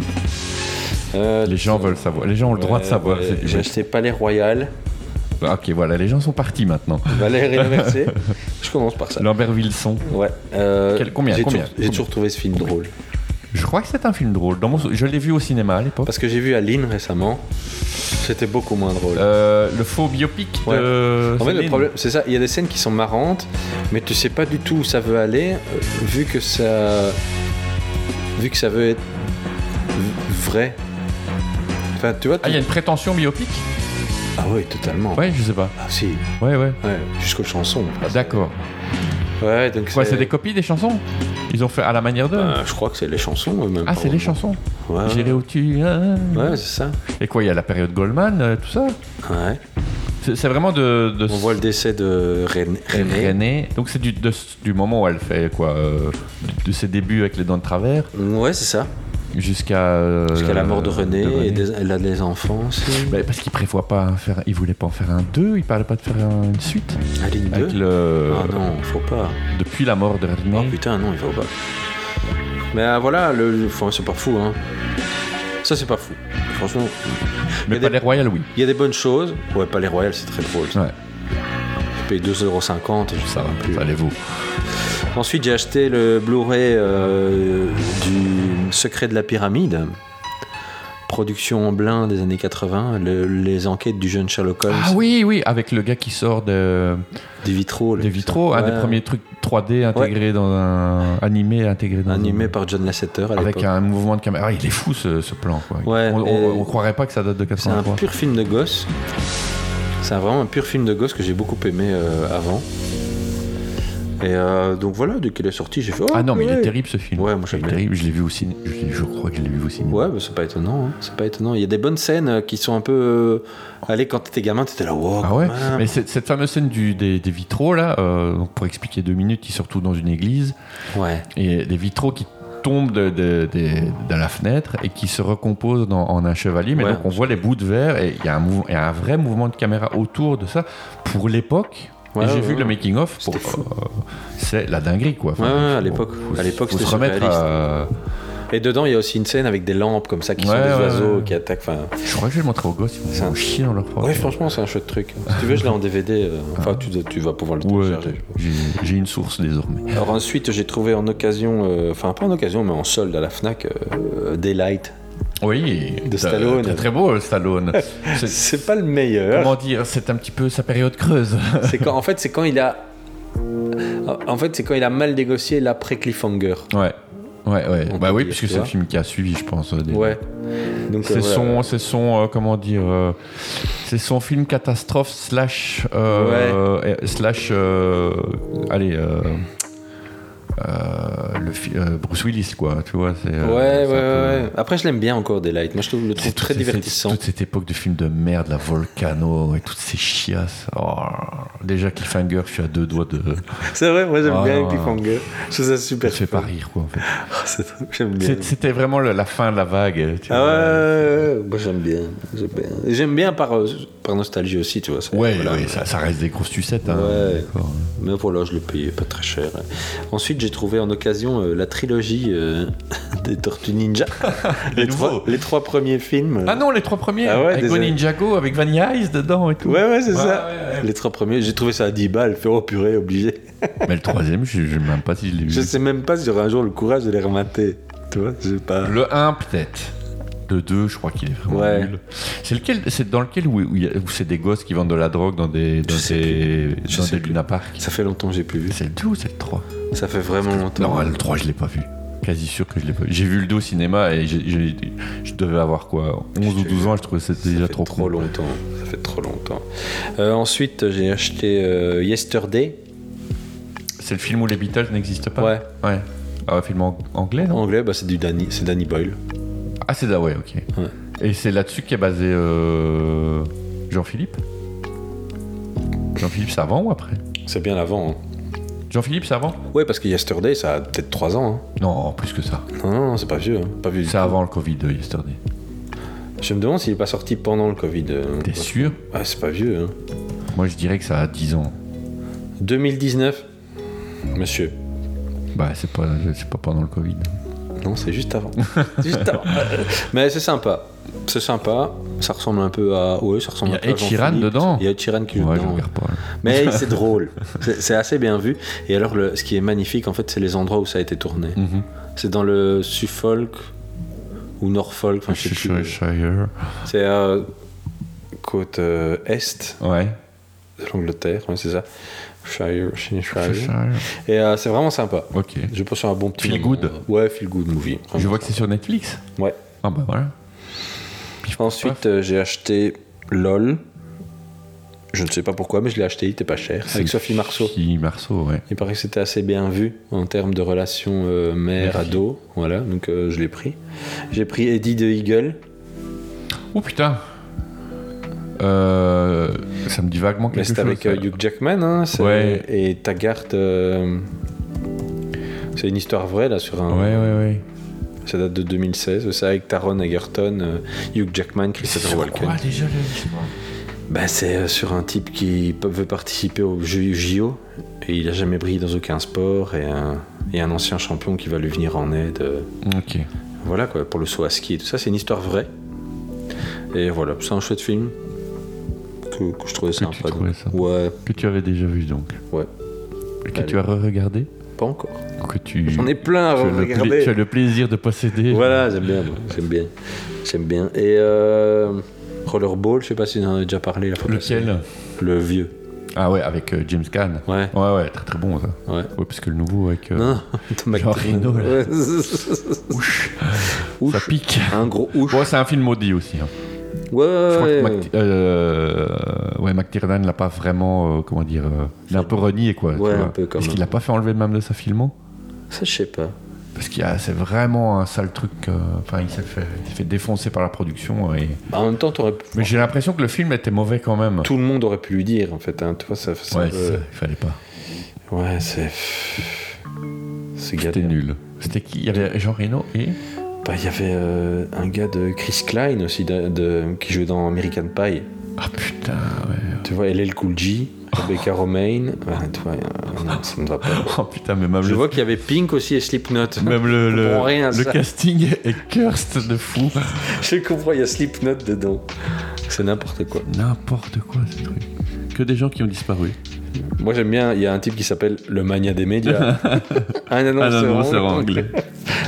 E: Euh,
D: Les gens veulent savoir, les gens ont le droit de
E: ouais,
D: savoir.
E: ouais,
D: c'est du
E: J'ai
D: béton.
E: acheté Palais Royal,
D: Ok, voilà, les gens sont partis maintenant.
E: Valère
D: *laughs*
E: Inversé. je commence par ça.
D: Lambert Wilson.
E: Ouais. euh,
D: Quel- combien,
E: J'ai
D: combien,
E: toujours-
D: combien
E: j'ai toujours trouvé ce film drôle.
D: Je crois que c'est un film drôle. Dans mon sou- Je l'ai vu au cinéma à l'époque.
E: Parce que j'ai vu Aline récemment. C'était beaucoup moins drôle.
D: Euh, le faux biopic
E: Ouais.
D: de.
E: En fait, le
D: Céline.
E: problème, c'est ça. Il y a des scènes qui sont marrantes, mais tu sais pas du tout où ça veut aller, euh, vu que ça, vu que ça veut être v- vrai. Enfin, tu vois. tu-
D: Ah, il y a une prétention biopic
E: Ah oui, totalement.
D: Ouais, je sais pas.
E: Ah si.
D: Ouais, ouais.
E: Ouais, jusqu'aux chansons. presque.
D: Ah, D'accord.
E: Ouais, donc.
D: Quoi, c'est des copies des chansons Ils ont fait à la manière d'eux
E: Ben, je crois que c'est les chansons eux, même.
D: Ah,
E: pas
D: c'est les
E: vraiment.
D: chansons.
E: Ouais.
D: J'irai où tu. ah.
E: Ouais, c'est ça.
D: Et quoi, il y a la période Goldman, euh, tout ça
E: Ouais.
D: C'est c'est vraiment de. de-
E: On voit le décès de René. René.
D: René. Donc c'est du, de- du moment où elle fait quoi euh, De ses débuts avec les dents de travers
E: Mm, Ouais, c'est ça.
D: jusqu'à. euh,
E: Jusqu'à la mort de René,
D: René.
E: et des- elle a des enfants aussi.
D: Bah, parce qu'il prévoit pas un faire, il voulait pas en faire un 2, il parlait pas de faire un- une suite
E: Aline 2.
D: avec le
E: Ah non, faut pas.
D: depuis la mort de
E: Oh
D: René.
E: putain, non, il faut pas. Mais euh, voilà, le, le- enfin, c'est pas fou, hein. Ça, c'est pas fou. Franchement, il
D: mais
E: y a
D: pas les
E: des-
D: Royal oui.
E: il y a des bonnes choses. Ouais, Palais Royal, c'est très drôle.
D: Ouais,
E: Je paye 2,50€, je sais
D: ça va,
E: plus.
D: ça allez vous.
E: Ensuite, j'ai acheté le Blu-ray euh, du Secret de la Pyramide. Production en blin des années 80, le- les enquêtes du jeune Sherlock Holmes,
D: Ah oui, oui, avec le gars qui sort de,
E: des vitraux. là,
D: des
E: tout ça.
D: vitraux, un des
E: Ouais.
D: premiers trucs 3D intégrés dans un animé intégré dans
E: Animé
D: un-
E: par John Lasseter à
D: avec
E: l'époque.
D: un mouvement de caméra. Ah, il est fou ce, ce plan quoi.
E: Ouais,
D: on, on-
E: et-
D: on croirait pas que ça date de
E: C'est un
D: 83.
E: pur film de gosse. C'est un- vraiment un pur film de gosse que j'ai beaucoup aimé euh, avant. Et euh, donc voilà, dès qu'il est sorti, j'ai fait. oh,
D: Ah non, mais il
E: ouais.
D: est terrible ce film.
E: Ouais, moi,
D: il
E: j'aime
D: est
E: bien.
D: terrible. Je l'ai vu au ciné. Je, l'ai- je crois que je l'ai vu au ciné.
E: Ouais, bah, c'est pas étonnant. hein. C'est pas étonnant. Il y a des bonnes scènes euh, qui sont un peu. euh, Allez, quand t'étais gamin, t'étais là, wow.
D: Ah
E: quand
D: ouais
E: même.
D: Mais cette, cette fameuse scène du, des, des vitraux, là, euh, donc pour expliquer deux minutes, ils se retrouvent dans une église
E: Ouais.
D: et des vitraux qui tombent de, de- de- de la fenêtre et qui se recomposent dans- en un chevalier. Mais
E: Ouais.
D: donc on voit les bouts de verre et il y, a un mouvement- il y a un vrai mouvement de caméra autour de ça pour l'époque.
E: Ouais,
D: et j'ai
E: ouais,
D: vu
E: ouais.
D: le making of, euh,
E: C'était fou.
D: c'est la dinguerie quoi.
E: Ouais, ouais, à
D: faut-
E: l'époque.
D: faut-
E: À l'époque,
D: faut se
E: c'était
D: remettre.
E: surréaliste.
D: à-
E: Et dedans, il y a aussi une scène avec des lampes comme ça qui
D: Ouais,
E: sont des
D: ouais,
E: oiseaux
D: ouais.
E: qui attaquent. Enfin,
D: Je crois que je vais le montrer aux gosses. Ils
E: C'est
D: vont
E: un-
D: chier dans leur propre.
E: ouais, franchement, c'est un chouette truc. Si tu veux, je l'ai en DVD. euh, Enfin, tu, tu vas pouvoir le
D: Ouais,
E: télécharger.
D: j'ai- j'ai une source désormais.
E: Alors ensuite, j'ai trouvé en occasion, euh, enfin pas en occasion, mais en solde à la Fnac, euh, Daylight.
D: Oui,
E: De
D: euh,
E: Stallone.
D: Très, très
E: *laughs*
D: beau, Stallone. C'est-
E: C'est pas le meilleur.
D: Comment dire C'est un petit peu sa période creuse.
E: C'est quand, en fait, c'est quand il a, en fait, c'est quand il a mal négocié l'après Cliffhanger.
D: ouais. Ouais, ouais.
E: On
D: bah
E: peut
D: oui,
E: dire,
D: puisque
E: tu
D: c'est le
E: vois.
D: film qui a suivi, je pense. euh, des-
E: Ouais. Donc euh,
D: C'est
E: voilà.
D: son, c'est son, euh, comment dire, euh, c'est son film catastrophe slash, euh, euh, slash, euh, allez, euh, euh, le fi- euh, Bruce Willis, quoi. Tu vois, c'est.
E: Ouais,
D: euh,
E: ouais,
D: c'est un peu-
E: ouais. Après, je l'aime bien encore, Daylight. Moi, je trouve, le trouve très
D: toute cette-
E: divertissant.
D: Toute cette époque de films de merde, la Volcano et toutes ces chiasses. Oh, déjà Cliffhanger, je suis à deux doigts de.
E: C'est vrai, moi, j'aime
D: Ah,
E: bien
D: ouais.
E: Cliffhanger. Je trouve ça super.
D: Ça fait pas rire, quoi, en fait.
E: *laughs* C'est- J'aime bien.
D: C'est- C'était vraiment le- la fin de la vague. tu
E: Ah
D: vois.
E: ouais, ouais, ouais, ouais. moi j'aime bien. J'aime bien, J'aime bien par, euh, par nostalgie aussi, tu vois.
D: Ouais, ouais, ça, ça reste des grosses sucettes. Hein.
E: Ouais. Mais voilà, je le payais pas très cher. Ensuite, j'ai trouvé en occasion euh, la trilogie euh, *laughs* des Tortues
D: *laughs*
E: Ninja. les, trois, les trois premiers films.
D: Ah non, les trois premiers.
E: Ah ouais,
D: avec
E: désolé.
D: Ninjago, avec Vanilla Ice dedans et tout.
E: Ouais, ouais, c'est ça.
D: ouais.
E: Les trois premiers, j'ai trouvé ça à 10 balles. Fait, oh purée, obligé.
D: Mais le troisième, je ne sais même pas si je l'ai vu.
E: Je sais même pas si j'aurai un jour le courage de les remater. Tu vois, j'ai pas.
D: Le 1 peut-être. Le 2, je crois qu'il est vraiment
E: Ouais.
D: nul. C'est lequel C'est dans lequel où, où il y a- où c'est des gosses qui vendent de la drogue dans des dans des, dans des Luna Park.
E: Ça fait longtemps que j'ai plus vu.
D: C'est le 2 ou c'est le 3
E: Ça fait vraiment longtemps.
D: Non, le 3, je l'ai pas vu. Quasi sûr que je l'ai pas vu. J'ai vu le 2 au cinéma et j'ai- j'ai- je devais avoir quoi 11 ou 12 ans, je trouvais que c'était déjà trop
E: trop longtemps. Ça fait trop longtemps. Euh, ensuite, j'ai acheté euh, Yesterday.
D: C'est le film où les Beatles n'existent pas
E: Ouais.
D: Ouais. Ah, un film ang- anglais, non
E: Anglais, bah, c'est du Danny, c'est Danny Boyle.
D: Ah, c'est da, ouais, ok. Et c'est là-dessus qu'est basé euh, Jean-Philippe Jean-Philippe, c'est avant ou après
E: C'est bien avant. hein.
D: Jean-Philippe, c'est avant
E: Ouais, parce que Yesterday, ça a peut-être 3 ans. hein.
D: Non, plus que ça.
E: Non, non, non, c'est pas vieux. hein. Pas vieux. du
D: C'est
E: tout.
D: avant le Covid de Yesterday.
E: Je me demande s'il est pas sorti pendant le Covid. euh.
D: T'es sûr
E: Ah, c'est pas vieux. hein.
D: Moi, je dirais que ça a 10 ans.
E: 2019. Monsieur.
D: Bah, c'est pas, c'est pas pendant le Covid.
E: Non, c'est juste
D: *laughs*
E: avant. C'est juste avant. Mais c'est sympa. C'est sympa. Ça ressemble un peu à. Ouais, ça ressemble
D: Il
E: un
D: y a
E: peu à
D: Ed Sheeran
E: Jean-Philippe.
D: dedans
E: Il y a Ed Sheeran qui joue
D: Ouais, je
E: dedans. ouais.
D: regarde pas. là. *laughs*
E: Mais c'est drôle. C'est c'est assez bien vu. Et alors, le- ce qui est magnifique, en fait, c'est les endroits où ça a été tourné.
D: Mhm.
E: C'est dans le Suffolk ou Norfolk, enfin, je sais plus.
D: Cheshire.
E: C'est euh, côte euh, est
D: Ouais.
E: de l'Angleterre, ouais, c'est ça. Shire, Shire.
D: Cheshire.
E: Et euh, c'est vraiment sympa.
D: Ok.
E: Je pense sur un bon petit.
D: Feel
E: moment.
D: good.
E: Ouais, feel good movie. Vraiment.
D: Je vois que c'est sur Netflix.
E: Ouais.
D: Ah bah voilà.
E: Ensuite, euh, j'ai acheté LOL. Je ne sais pas pourquoi, mais je l'ai acheté, il était pas cher. Avec Sophie Marceau.
D: Sophie Marceau, ouais.
E: Il paraît que c'était assez bien vu en termes de relation euh, mère-ado. Voilà, donc euh, je l'ai pris. J'ai pris Eddie de Eagle.
D: Oh putain Euh, Ça me dit vaguement
E: Mais
D: quelque
E: c'est
D: chose.
E: avec
D: ça.
E: euh, Hugh Jackman. Hein, c'est-
D: Ouais.
E: Et Taggart. euh, c'est une histoire vraie là sur un.
D: Ouais, ouais, ouais.
E: Ça date de 2016. C'est avec Taron Egerton, euh, Hugh Jackman, Christopher Walken.
D: déjà le
E: Bah, c'est euh, sur un type qui p- veut participer aux Jeux JO et il a jamais brillé dans aucun sport et un, et un ancien champion qui va lui venir en aide. euh,
D: Ok.
E: Voilà quoi, pour le saut à ski et tout ça, c'est une histoire vraie. Et voilà, c'est un chouette film que, que je trouvais
D: Que tu
E: sympa. donc.
D: trouvais ça
E: Ouais,
D: Que tu avais déjà vu donc.
E: ouais,
D: Et que
E: Allez.
D: tu as re-regardé
E: pas encore.
D: Ou Que tu.
E: J'en ai plein à
D: tu as, le pla-
E: regarder.
D: tu as le plaisir de posséder.
E: Voilà, j'aime bien, moi, j'aime bien, j'aime bien. Et euh, Rollerball, je sais pas si j'en ai déjà parlé la fois passée.
D: Lequel
E: Le vieux.
D: Ah ouais, avec euh, James Caan.
E: Ouais.
D: Ouais, ouais, très très bon ça.
E: Ouais.
D: Ouais, parce que le nouveau avec. euh,
E: Non, *laughs* Tom
D: Genre
E: McTiernan.
D: Rhino, là.
E: *laughs* Ouch.
D: Ça
E: Ouch.
D: pique.
E: Un gros ouch.
D: Ouais, c'est un film maudit aussi. hein.
E: Ouais,
D: Je crois
E: ouais, ouais.
D: que Mac- euh, ouais, McTiernan l'a pas vraiment. euh, comment dire euh, Il est un peu renié quoi. tu
E: Ouais, un
D: vois.
E: peu, quand
D: Est-ce
E: même.
D: qu'il l'a pas fait enlever le même de sa filmo
E: Ça, je sais pas.
D: Parce qu'il y a- c'est vraiment un sale truc. euh, Enfin, il s'est fait, il s'est fait défoncer par la production. Et...
E: Bah, En même temps, t'aurais
D: Mais j'ai l'impression que le film était mauvais quand même.
E: tout le monde aurait pu lui dire, en fait. hein. Tu vois, ça, ça
D: ouais,
E: peut-
D: c'est- il fallait pas.
E: Ouais, c'est. C'est
D: C'était
E: galère.
D: nul. C'était qui Il y avait Jean Reno et.
E: Bah, Il y avait euh, un gars de Chris Klein aussi de- de- qui jouait dans American Pie.
D: Ah putain, ouais.
E: Tu vois, LL Cool J, Rebecca Romaine. Ouais, tu vois, euh, non, ça ne va pas.
D: *laughs* Oh putain, mais même
E: Je
D: le,
E: vois qu'il y avait Pink aussi et Slipknot.
D: même le,
E: Je
D: le,
E: comprends rien à
D: le
E: ça.
D: casting est cursed de fou.
E: Je comprends, il y a Slipknot dedans. C'est n'importe quoi.
D: N'importe quoi ce truc. Que des gens qui ont disparu.
E: Moi j'aime bien, il y a un type qui s'appelle le mania des
D: *laughs*
E: médias. un
D: Ah
E: annonceur,
D: non, non, c'est
E: anglais.
D: en anglais.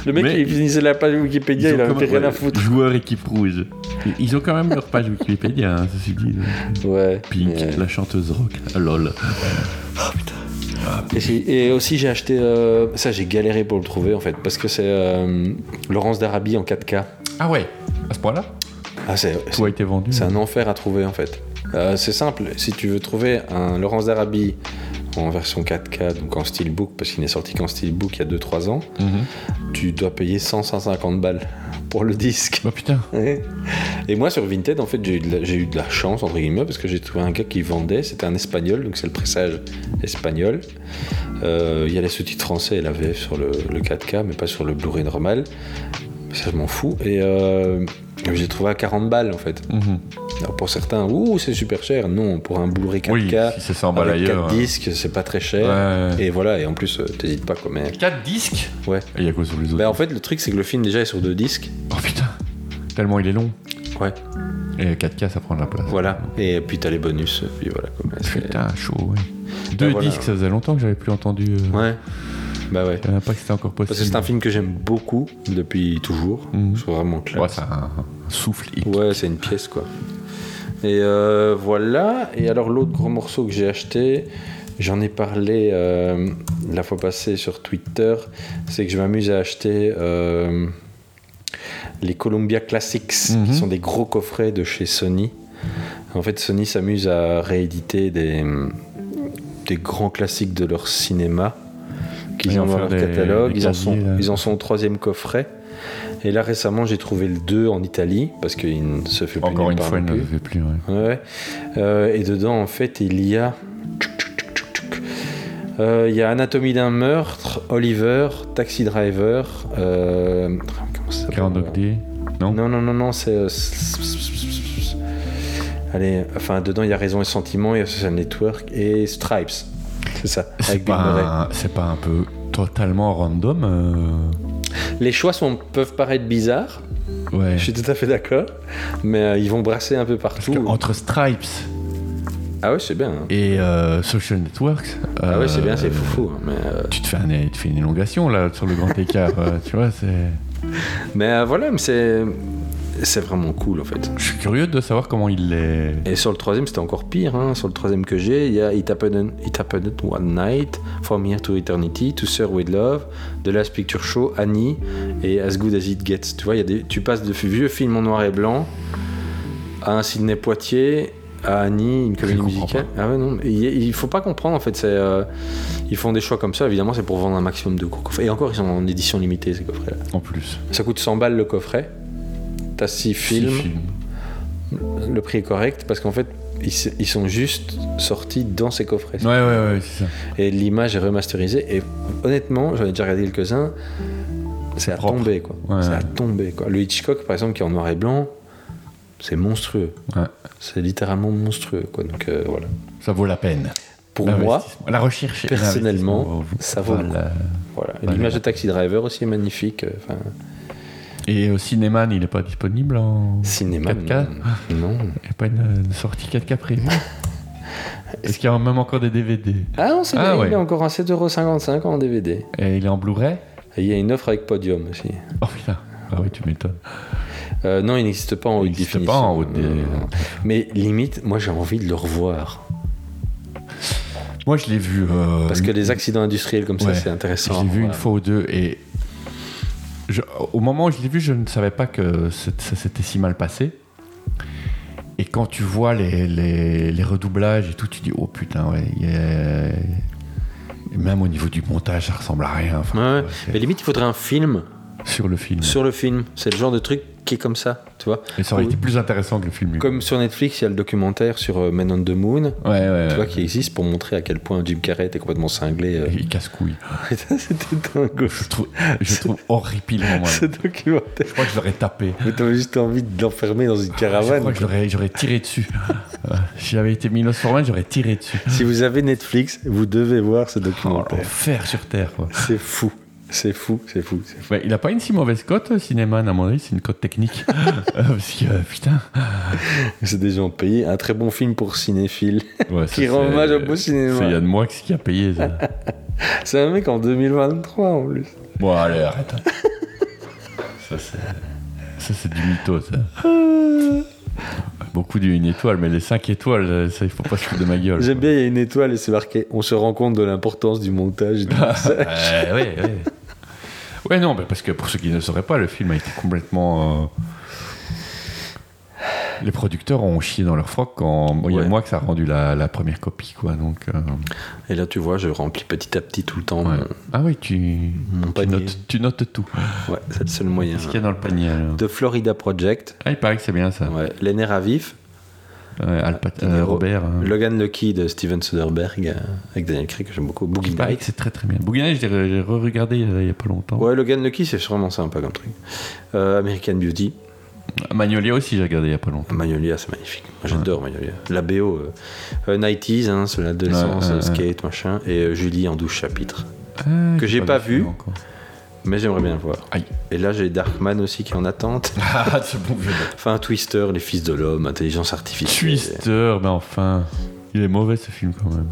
E: Le mec
D: Mais-
E: qui finissait la page Wikipédia,
D: Ils
E: il
D: ont
E: avait
D: quand
E: plus
D: même-
E: rien à
D: ouais,
E: foutre.
D: Joueurs équipe rouge. Ils- Ils ont quand même leur page Wikipédia, hein, ceci dit.
E: Ouais.
D: Pink,
E: mais- euh,
D: la chanteuse rock. Ah, Lol.
E: Et, si- et aussi j'ai acheté, euh, ça j'ai galéré pour le trouver en fait, parce que c'est euh, Laurence d'Arabie en 4K.
D: Ah ouais, à ce point-là
E: Ah c'est
D: Tout a été vendu.
E: c'est un enfer à trouver en fait. Euh, c'est simple, si tu veux trouver un Laurence d'Arabie en version 4K, donc en steelbook, parce qu'il n'est sorti qu'en steelbook il y a 2-3 ans, tu dois payer 100, 150 balles pour le disque.
D: Oh putain.
E: Et moi sur Vinted, en fait, j'ai eu, de la- j'ai eu de la chance, entre guillemets, parce que j'ai trouvé un gars qui vendait, c'était un espagnol, donc c'est le pressage espagnol. Euh, Il y a les sous-titres français et la VF sur le, le 4K, mais pas sur le Blu-ray normal. Ça, je m'en fous. Et euh, j'ai trouvé à 40 balles, en fait. Alors, pour certains, ouh, c'est super cher. Non, pour un Blu-ray 4K,
D: Oui, si c'est 100 balles
E: avec
D: ailleurs,
E: quatre
D: ouais.
E: disques, c'est pas très cher.
D: Ouais.
E: Et voilà, et en plus, euh, t'hésites pas, quoi. Mais...
D: 4 disques
E: Ouais.
D: Et il y a quoi sur les autres
E: Ben, en fait, le truc, c'est que le film, déjà, est sur deux disques.
D: Oh putain, tellement il est long.
E: Ouais.
D: Et 4K, ça prend de la place.
E: Voilà. Et puis, t'as les bonus. et Puis voilà, quoi. Mais c'est-
D: Putain, chaud, ouais. Deux
E: Ben, voilà.
D: disques, ça faisait longtemps que j'avais plus entendu. euh,
E: Ouais. Bah ouais.
D: Je savais même pas que c'était encore possible.
E: Parce que c'est un film que j'aime beaucoup depuis toujours. C'est vraiment clair.
D: Mhm. Ouais, ça a un, un souffle. hip.
E: Ouais, c'est une pièce quoi. Et euh, voilà. Et alors l'autre gros morceau que j'ai acheté, j'en ai parlé euh, la fois passée sur Twitter, c'est que je m'amuse à acheter euh, les Columbia Classics,
D: Mhm.
E: qui sont des gros coffrets de chez Sony. En fait, Sony s'amuse à rééditer des, des grands classiques de leur cinéma qu'ils
D: Ils
E: ont
D: vont
E: dans leur
D: faire des-
E: catalogue.
D: des
E: ils, en sont,
D: casiers, là.
E: ils en sont au troisième coffret. Et là, récemment, j'ai trouvé le 2 en Italie, parce qu'il ne se fait plus
D: Encore
E: nulle
D: une
E: part
D: fois, il
E: non
D: ne le
E: plus.
D: fait plus. hein. ouais.
E: Ouais. Euh, et dedans, en fait, il y a. Euh, il y a Anatomie d'un meurtre, Oliver, Taxi Driver. euh, Comment ça s'appelle
D: 42 D. Non
E: Non, non, non, non, c'est. euh, Allez, enfin, dedans, il y a Raison et Sentiment, il y a Social Network et Stripes. C'est ça,
D: C'est
E: avec Bill
D: pas,
E: Murray.
D: un- c'est pas un peu totalement random euh,
E: Les choix sont, peuvent paraître bizarres,
D: Ouais.
E: je suis tout à fait d'accord, mais euh, ils vont brasser un peu
D: Parce
E: partout.
D: que entre Stripes
E: Ah ouais, c'est bien. hein.
D: et euh, Social Networks.
E: Ah ouais, c'est bien, c'est
D: euh,
E: foufou. hein, Mais, euh,
D: Tu te, fais un- tu te fais une élongation là sur le grand écart, euh, tu vois, c'est.
E: mais, euh, voilà, mais c'est c'est vraiment cool en fait.
D: Je suis curieux de savoir comment il les.
E: Et sur le troisième, c'était encore pire. hein. Sur le troisième que j'ai, il y a It Happened, It Happened One Night, From Here to Eternity, To Sir With Love, The Last Picture Show, Annie et As Good As It Gets. Tu vois, il y a des, tu passes de vieux films en noir et blanc à un Sydney Poitiers, à Annie, une comédie
D: comprends
E: musicale. Ah ouais, non, mais il, il faut pas comprendre en fait. C'est, euh, ils font des choix comme ça, évidemment, c'est pour vendre un maximum de gros coffrets. Et encore, ils sont en édition limitée ces coffrets-là.
D: En plus.
E: Ça coûte 100 balles le coffret. T'as 6 films.
D: Six films.
E: Le prix est correct parce qu'en fait, ils, s- ils sont juste sortis dans ces coffrets.
D: Ouais, ouais, ouais, c'est ça.
E: Et l'image est remasterisée. Et honnêtement, j'en ai déjà regardé quelques-uns. C'est à
D: propre.
E: tomber, quoi.
D: Ouais.
E: C'est à tomber, quoi. Le Hitchcock, par exemple, qui est en noir et blanc, c'est monstrueux.
D: Ouais.
E: C'est littéralement monstrueux, quoi. Donc euh, voilà.
D: Ça vaut la peine.
E: Pour moi,
D: L'investissement. la recherche, et
E: personnellement,
D: l'investissement
E: ça vaut le
D: valent, euh,
E: voilà.
D: Ouais,
E: L'image
D: ouais.
E: de Taxi Driver aussi est magnifique. euh, Enfin,
D: Et au Cinéman, il n'est pas disponible en
E: cinéma.
D: 4K
E: Non. non.
D: Il n'y a pas une, une sortie
E: *laughs*
D: 4K prévue Est-ce qu'il y a même encore des DVD
E: Ah non, c'est
D: Ah,
E: bien, il
D: ouais.
E: est encore à 7,55€ en DVD.
D: Et il est en Blu-ray
E: Et il y a une offre avec podium aussi.
D: Oh putain Ah oui, tu m'étonnes.
E: Euh, non, il n'existe pas en
D: Il
E: haute
D: n'existe
E: définition.
D: pas en haute dé-
E: Non, non, non. Mais limite, moi j'ai envie de le revoir.
D: Moi, je l'ai vu. euh,
E: Parce que les accidents industriels comme ça,
D: Ouais.
E: c'est
D: Je
E: intéressant.
D: l'ai vu
E: Voilà.
D: une fois ou deux et. je- au moment où je l'ai vu, je ne savais pas que c'est- ça s'était si mal passé. Et quand tu vois les, les- les redoublages et tout, tu dis oh putain, ouais. il y a- et Même au niveau du montage, ça ressemble à rien.
E: Ouais,
D: Enfin,
E: ouais.
D: ouais, c'est-
E: Mais limite, il faudrait un film
D: Sur le film.
E: sur le film. C'est le genre de truc qui est comme ça, tu vois.
D: Et ça aurait été plus intéressant que le film lui.
E: Comme sur Netflix, il y a le documentaire sur euh, Men on the Moon,
D: Ouais, ouais.
E: tu
D: ouais.
E: vois, qui existe pour montrer à quel point Jim Carrey était complètement cinglé. euh. *laughs*
D: Il casse couille.
E: C'était dingue.
D: Je trouve,
E: *laughs*
D: je trouve horripilement. moi.
E: Ce documentaire.
D: Je crois que je l'aurais tapé.
E: Mais t'avais juste envie de l'enfermer dans une
D: Ah, Je crois
E: caravane.
D: que je l'aurais- j'aurais tiré dessus.
E: *laughs*
D: Euh, si j'avais été Milos Forman, j'aurais tiré dessus.
E: Si vous avez Netflix, vous devez voir ce
D: Oh,
E: documentaire.
D: l'enfer sur Terre. quoi.
E: C'est fou. C'est fou, c'est fou. c'est fou.
D: Ouais, il a pas une si mauvaise cote, euh, Cinéman, à mon avis, c'est une cote *laughs* technique. Euh, parce que, euh, putain.
E: *laughs* C'est des gens payés. Un très bon film pour cinéphiles. *laughs*
D: Ouais, ça,
E: Qui rend
D: c'est-
E: hommage au beau cinéma.
D: C'est Yann Moix qui a payé ça.
E: C'est un mec en 2023 en plus.
D: bon, allez, arrête. hein. ça, c'est. Ça, c'est du
E: *laughs*
D: mytho, ça. Beaucoup d'une étoile, mais les 5 étoiles, euh, ça, il faut pas se foutre de ma gueule.
E: J'aime bien, il y a une étoile et c'est marqué. On se rend compte de l'importance du
D: *laughs*
E: montage. et du mixage.
D: Euh, ouais, ouais. Ouais, non, mais parce que pour ceux qui ne le sauraient pas, le film a été complètement. euh, Les producteurs ont chié dans leur froc quand bon, il y a
E: Ouais.
D: moi que ça a rendu la, la première copie, quoi. Donc, euh,
E: Et là, tu vois, je remplis petit à petit tout le temps. Euh, mon-
D: ah oui, tu,
E: Mon
D: tu
E: panier.
D: notes, tu notes tout.
E: Ouais, c'est le seul moyen.
D: Qu'est-ce qu'il y a dans le panier alors
E: De Florida Project.
D: Ah, il paraît que c'est bien ça.
E: Ouais, Les nerfs à vif.
D: Ouais, Al Pat- euh, Robert. hein.
E: Logan Lucky de Steven Soderbergh euh, avec Daniel Craig que j'aime beaucoup. Boogie
D: Il paraît
E: Nights.
D: que c'est très très bien. Bouguinet, j'ai re- j'ai re-regardé euh, il y a pas longtemps.
E: Ouais, Logan Lucky, c'est vraiment sympa comme truc. Euh, American Beauty.
D: Magnolia aussi, j'ai regardé il y a pas longtemps.
E: Magnolia, c'est magnifique. Moi, J'adore Magnolia. La BO. Euh, euh, 90s, hein, sur l'adolescence,
D: Ouais,
E: euh,
D: ouais, ouais.
E: skate, machin. Et euh, Julie en 12 chapitres.
D: Ah,
E: que j'ai pas vu,
D: encore.
E: mais j'aimerais bien le voir. Et là, j'ai Darkman aussi qui est en attente.
D: Ah, c'est bon, je
E: *laughs* enfin, Twister, Les Fils de l'Homme, Intelligence Artificielle.
D: Twister, mais enfin. Il est mauvais ce film quand même.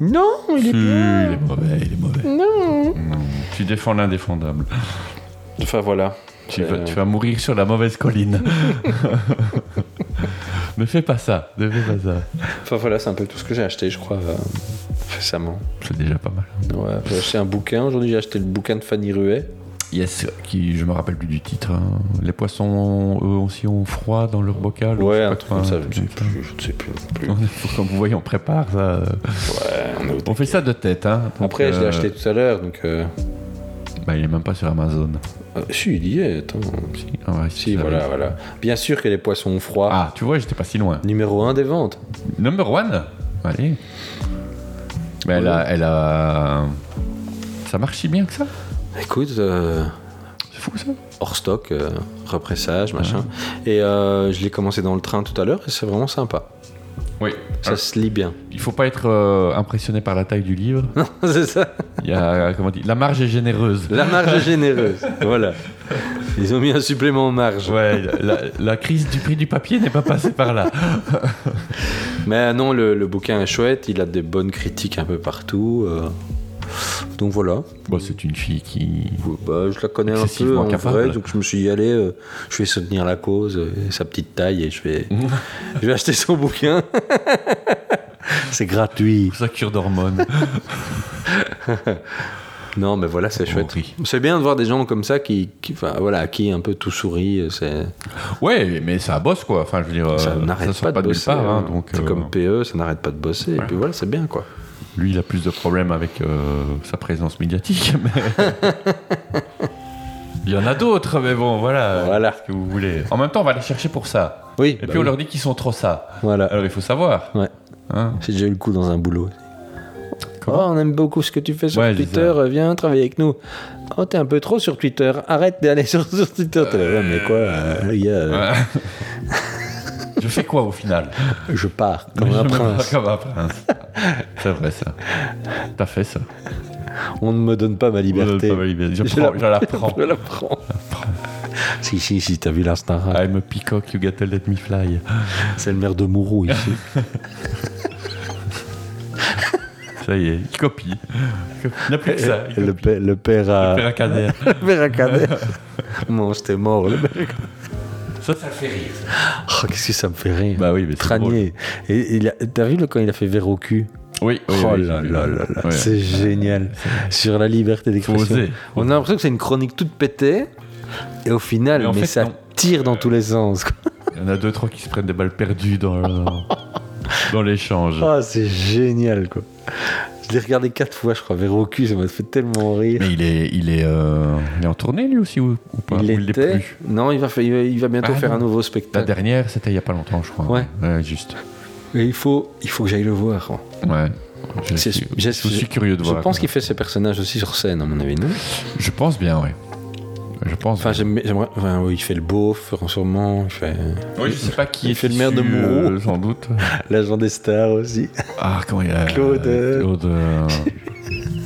E: Non, il est
D: Si,
E: bien.
D: il est mauvais, il est mauvais.
E: Non.
D: Non, Tu défends l'indéfendable.
E: Enfin, voilà.
D: Tu
E: Euh,
D: vas, tu vas mourir sur la mauvaise
E: *laughs*
D: colline. ne fais pas ça, ne fais pas ça.
E: Enfin voilà, c'est un peu tout ce que j'ai acheté, je crois, euh, récemment.
D: C'est déjà pas mal.
E: Ouais, j'ai acheté un bouquin. Aujourd'hui, j'ai acheté le bouquin de Fanny Ruet.
D: Yes, qui, je me rappelle plus du titre. hein. Les poissons, eux aussi, ont froid dans leur bocal. ou
E: Ouais,
D: je sais
E: un
D: pas
E: truc
D: quoi,
E: comme ça,
D: un
E: je ne
D: truc
E: sais
D: comme ça.
E: plus. Je ne sais plus. non plus.
D: On est- Comme vous voyez, on prépare ça. euh.
E: Ouais, on est au
D: On fait ça de tête. Hein. Donc,
E: Après, je l'ai
D: euh,
E: acheté tout à l'heure, donc. euh,
D: Bah, il est même pas sur Amazon.
E: euh, si, il y est, attends.
D: Ah ouais,
E: Si,
D: ça
E: voilà,
D: va.
E: voilà. Bien sûr que les poissons ont froid.
D: Ah, tu vois, j'étais pas si loin.
E: Numéro 1 des ventes.
D: Number one Allez. Mais elle, a, elle a. Ça marche si bien que ça
E: Écoute, euh,
D: C'est fou ça Ah.
E: hors stock, euh, repressage, machin. Et euh, je l'ai commencé dans le train tout à l'heure et c'est vraiment sympa.
D: Oui.
E: Ça se lit bien. *laughs*
D: Il faut pas être euh, impressionné par la taille du livre.
E: Non, c'est ça.
D: Il y *laughs* a, comment on dit, la marge est généreuse.
E: La marge est
D: *laughs*
E: généreuse. Voilà. Ils ont mis un supplément en marge.
D: Ouais, la, la crise du prix du papier n'est pas passée par là.
E: Mais euh, non, le, le bouquin est chouette, il a des bonnes critiques un peu partout. euh. Donc voilà.
D: *laughs* Bon, c'est une fille qui.
E: Ouais, bah, je la connais un peu
D: Excessivement
E: en
D: capable.
E: vrai, donc je me suis dit, allez, euh, je vais soutenir la cause, euh, sa petite taille, et je vais,
D: *laughs*
E: je vais acheter son bouquin. c'est gratuit.
D: Ça cure d'hormones.
E: Non, mais voilà, c'est chouette.
D: oui.
E: C'est bien de voir des gens comme ça qui, qui- enfin, voilà, à qui un peu tout sourit. euh, C'est,
D: Ouais, mais ça bosse quoi. Enfin, je veux dire,
E: ça
D: euh,
E: n'arrête pas
D: sort
E: de
D: nulle
E: bosser.
D: part, hein,
E: hein.
D: donc,
E: c'est
D: euh,
E: comme PE, ça n'arrête pas de bosser. Et puis voilà, c'est bien quoi.
D: Lui, il a plus de problèmes avec euh, sa présence médiatique. *laughs* mais- Il y en a d'autres, mais bon, voilà.
E: Voilà.
D: Ce que vous voulez. En même temps, on va les chercher pour ça.
E: Oui,
D: Et
E: bah
D: puis on
E: oui.
D: leur dit qu'ils sont trop ça.
E: Voilà.
D: Alors il faut savoir.
E: Ouais.
D: hein.
E: J'ai déjà eu le coup dans un boulot.
D: Comment
E: Oh, on aime beaucoup ce que tu fais sur
D: Ouais, je dis
E: Twitter,
D: ça.
E: euh, viens travailler avec nous. Oh, t'es un peu trop sur Twitter, arrête d'aller sur, *laughs* sur Twitter. T'es là, ouais, mais quoi, euh, les gars, euh,
D: Ouais. *laughs* je fais quoi au final
E: je pars
D: *laughs*
E: comme
D: Je
E: un
D: me vois
E: prince.
D: Comme un prince. C'est vrai ça. T'as fait ça.
E: On ne me donne pas ma liberté.
D: pas ma liberté. Je prends- je la prends.
E: *laughs* Je la prends. *laughs* si, si, si, t'as vu l'Instara.
D: I'm a peacock, you gotta let me fly.
E: C'est le maire de Mourou
D: *laughs*
E: ici.
D: Ça y est, il copie. Il n'a plus que ça. Il
E: le, père, le père à.
D: fait un cadère.
E: Le père à Canet. *laughs* Mon, c'était mort. le mec.
D: Ça, ça fait rire.
E: Oh, qu'est-ce que ça me fait rire.
D: Bah oui, mais c'est
E: Tranier. Et il a- T'as vu le- quand il a fait verre au cul
D: Oui, oui,
E: Oh
D: oui,
E: là
D: j'ai vu.
E: là là là,
D: Ouais.
E: c'est génial. Sur la liberté
D: Faut
E: d'expression.
D: oser.
E: On a l'impression que c'est une chronique toute pétée, et au final,
D: Mais
E: mais,
D: en fait,
E: ça
D: non.
E: tire dans tous les sens. quoi.
D: Il y en a deux, trois qui se prennent des balles perdues dans,
E: *laughs*
D: dans, dans l'échange.
E: Ah, c'est génial, quoi. Je l'ai regardé quatre fois, je crois, Véro cul, ça m'a fait tellement rire.
D: Mais il est, il, est, euh, il est en tournée lui aussi ou, ou pas Ou l'est
E: était-
D: plus
E: Non, il va, fa- il va, il va bientôt
D: Ah,
E: faire
D: non.
E: un nouveau
D: La
E: spectacle.
D: dernière, c'était il y a pas longtemps, je crois.
E: Ouais.
D: juste.
E: Et il faut, il faut que j'aille le voir. hein.
D: Ouais. Je,
E: C'est-
D: suis,
E: j'ai-
D: je suis curieux de
E: je
D: voir.
E: pense
D: quoi.
E: qu'il fait ses personnages aussi sur scène, à mon avis, non
D: Je pense bien, ouais. Je pense.
E: Enfin,
D: bien.
E: j'aime- j'aimerais. Enfin, oui, il fait le beauf, sûrement. Il fait.
D: Oui, je sais pas qui
E: il
D: est
E: fait le maire de
D: issu,
E: Mourou.
D: euh,
E: *laughs*
D: sans doute.
E: L'agent des stars aussi.
D: Ah, comment il y a
E: Claude, euh,
D: Claude. euh,
E: *laughs*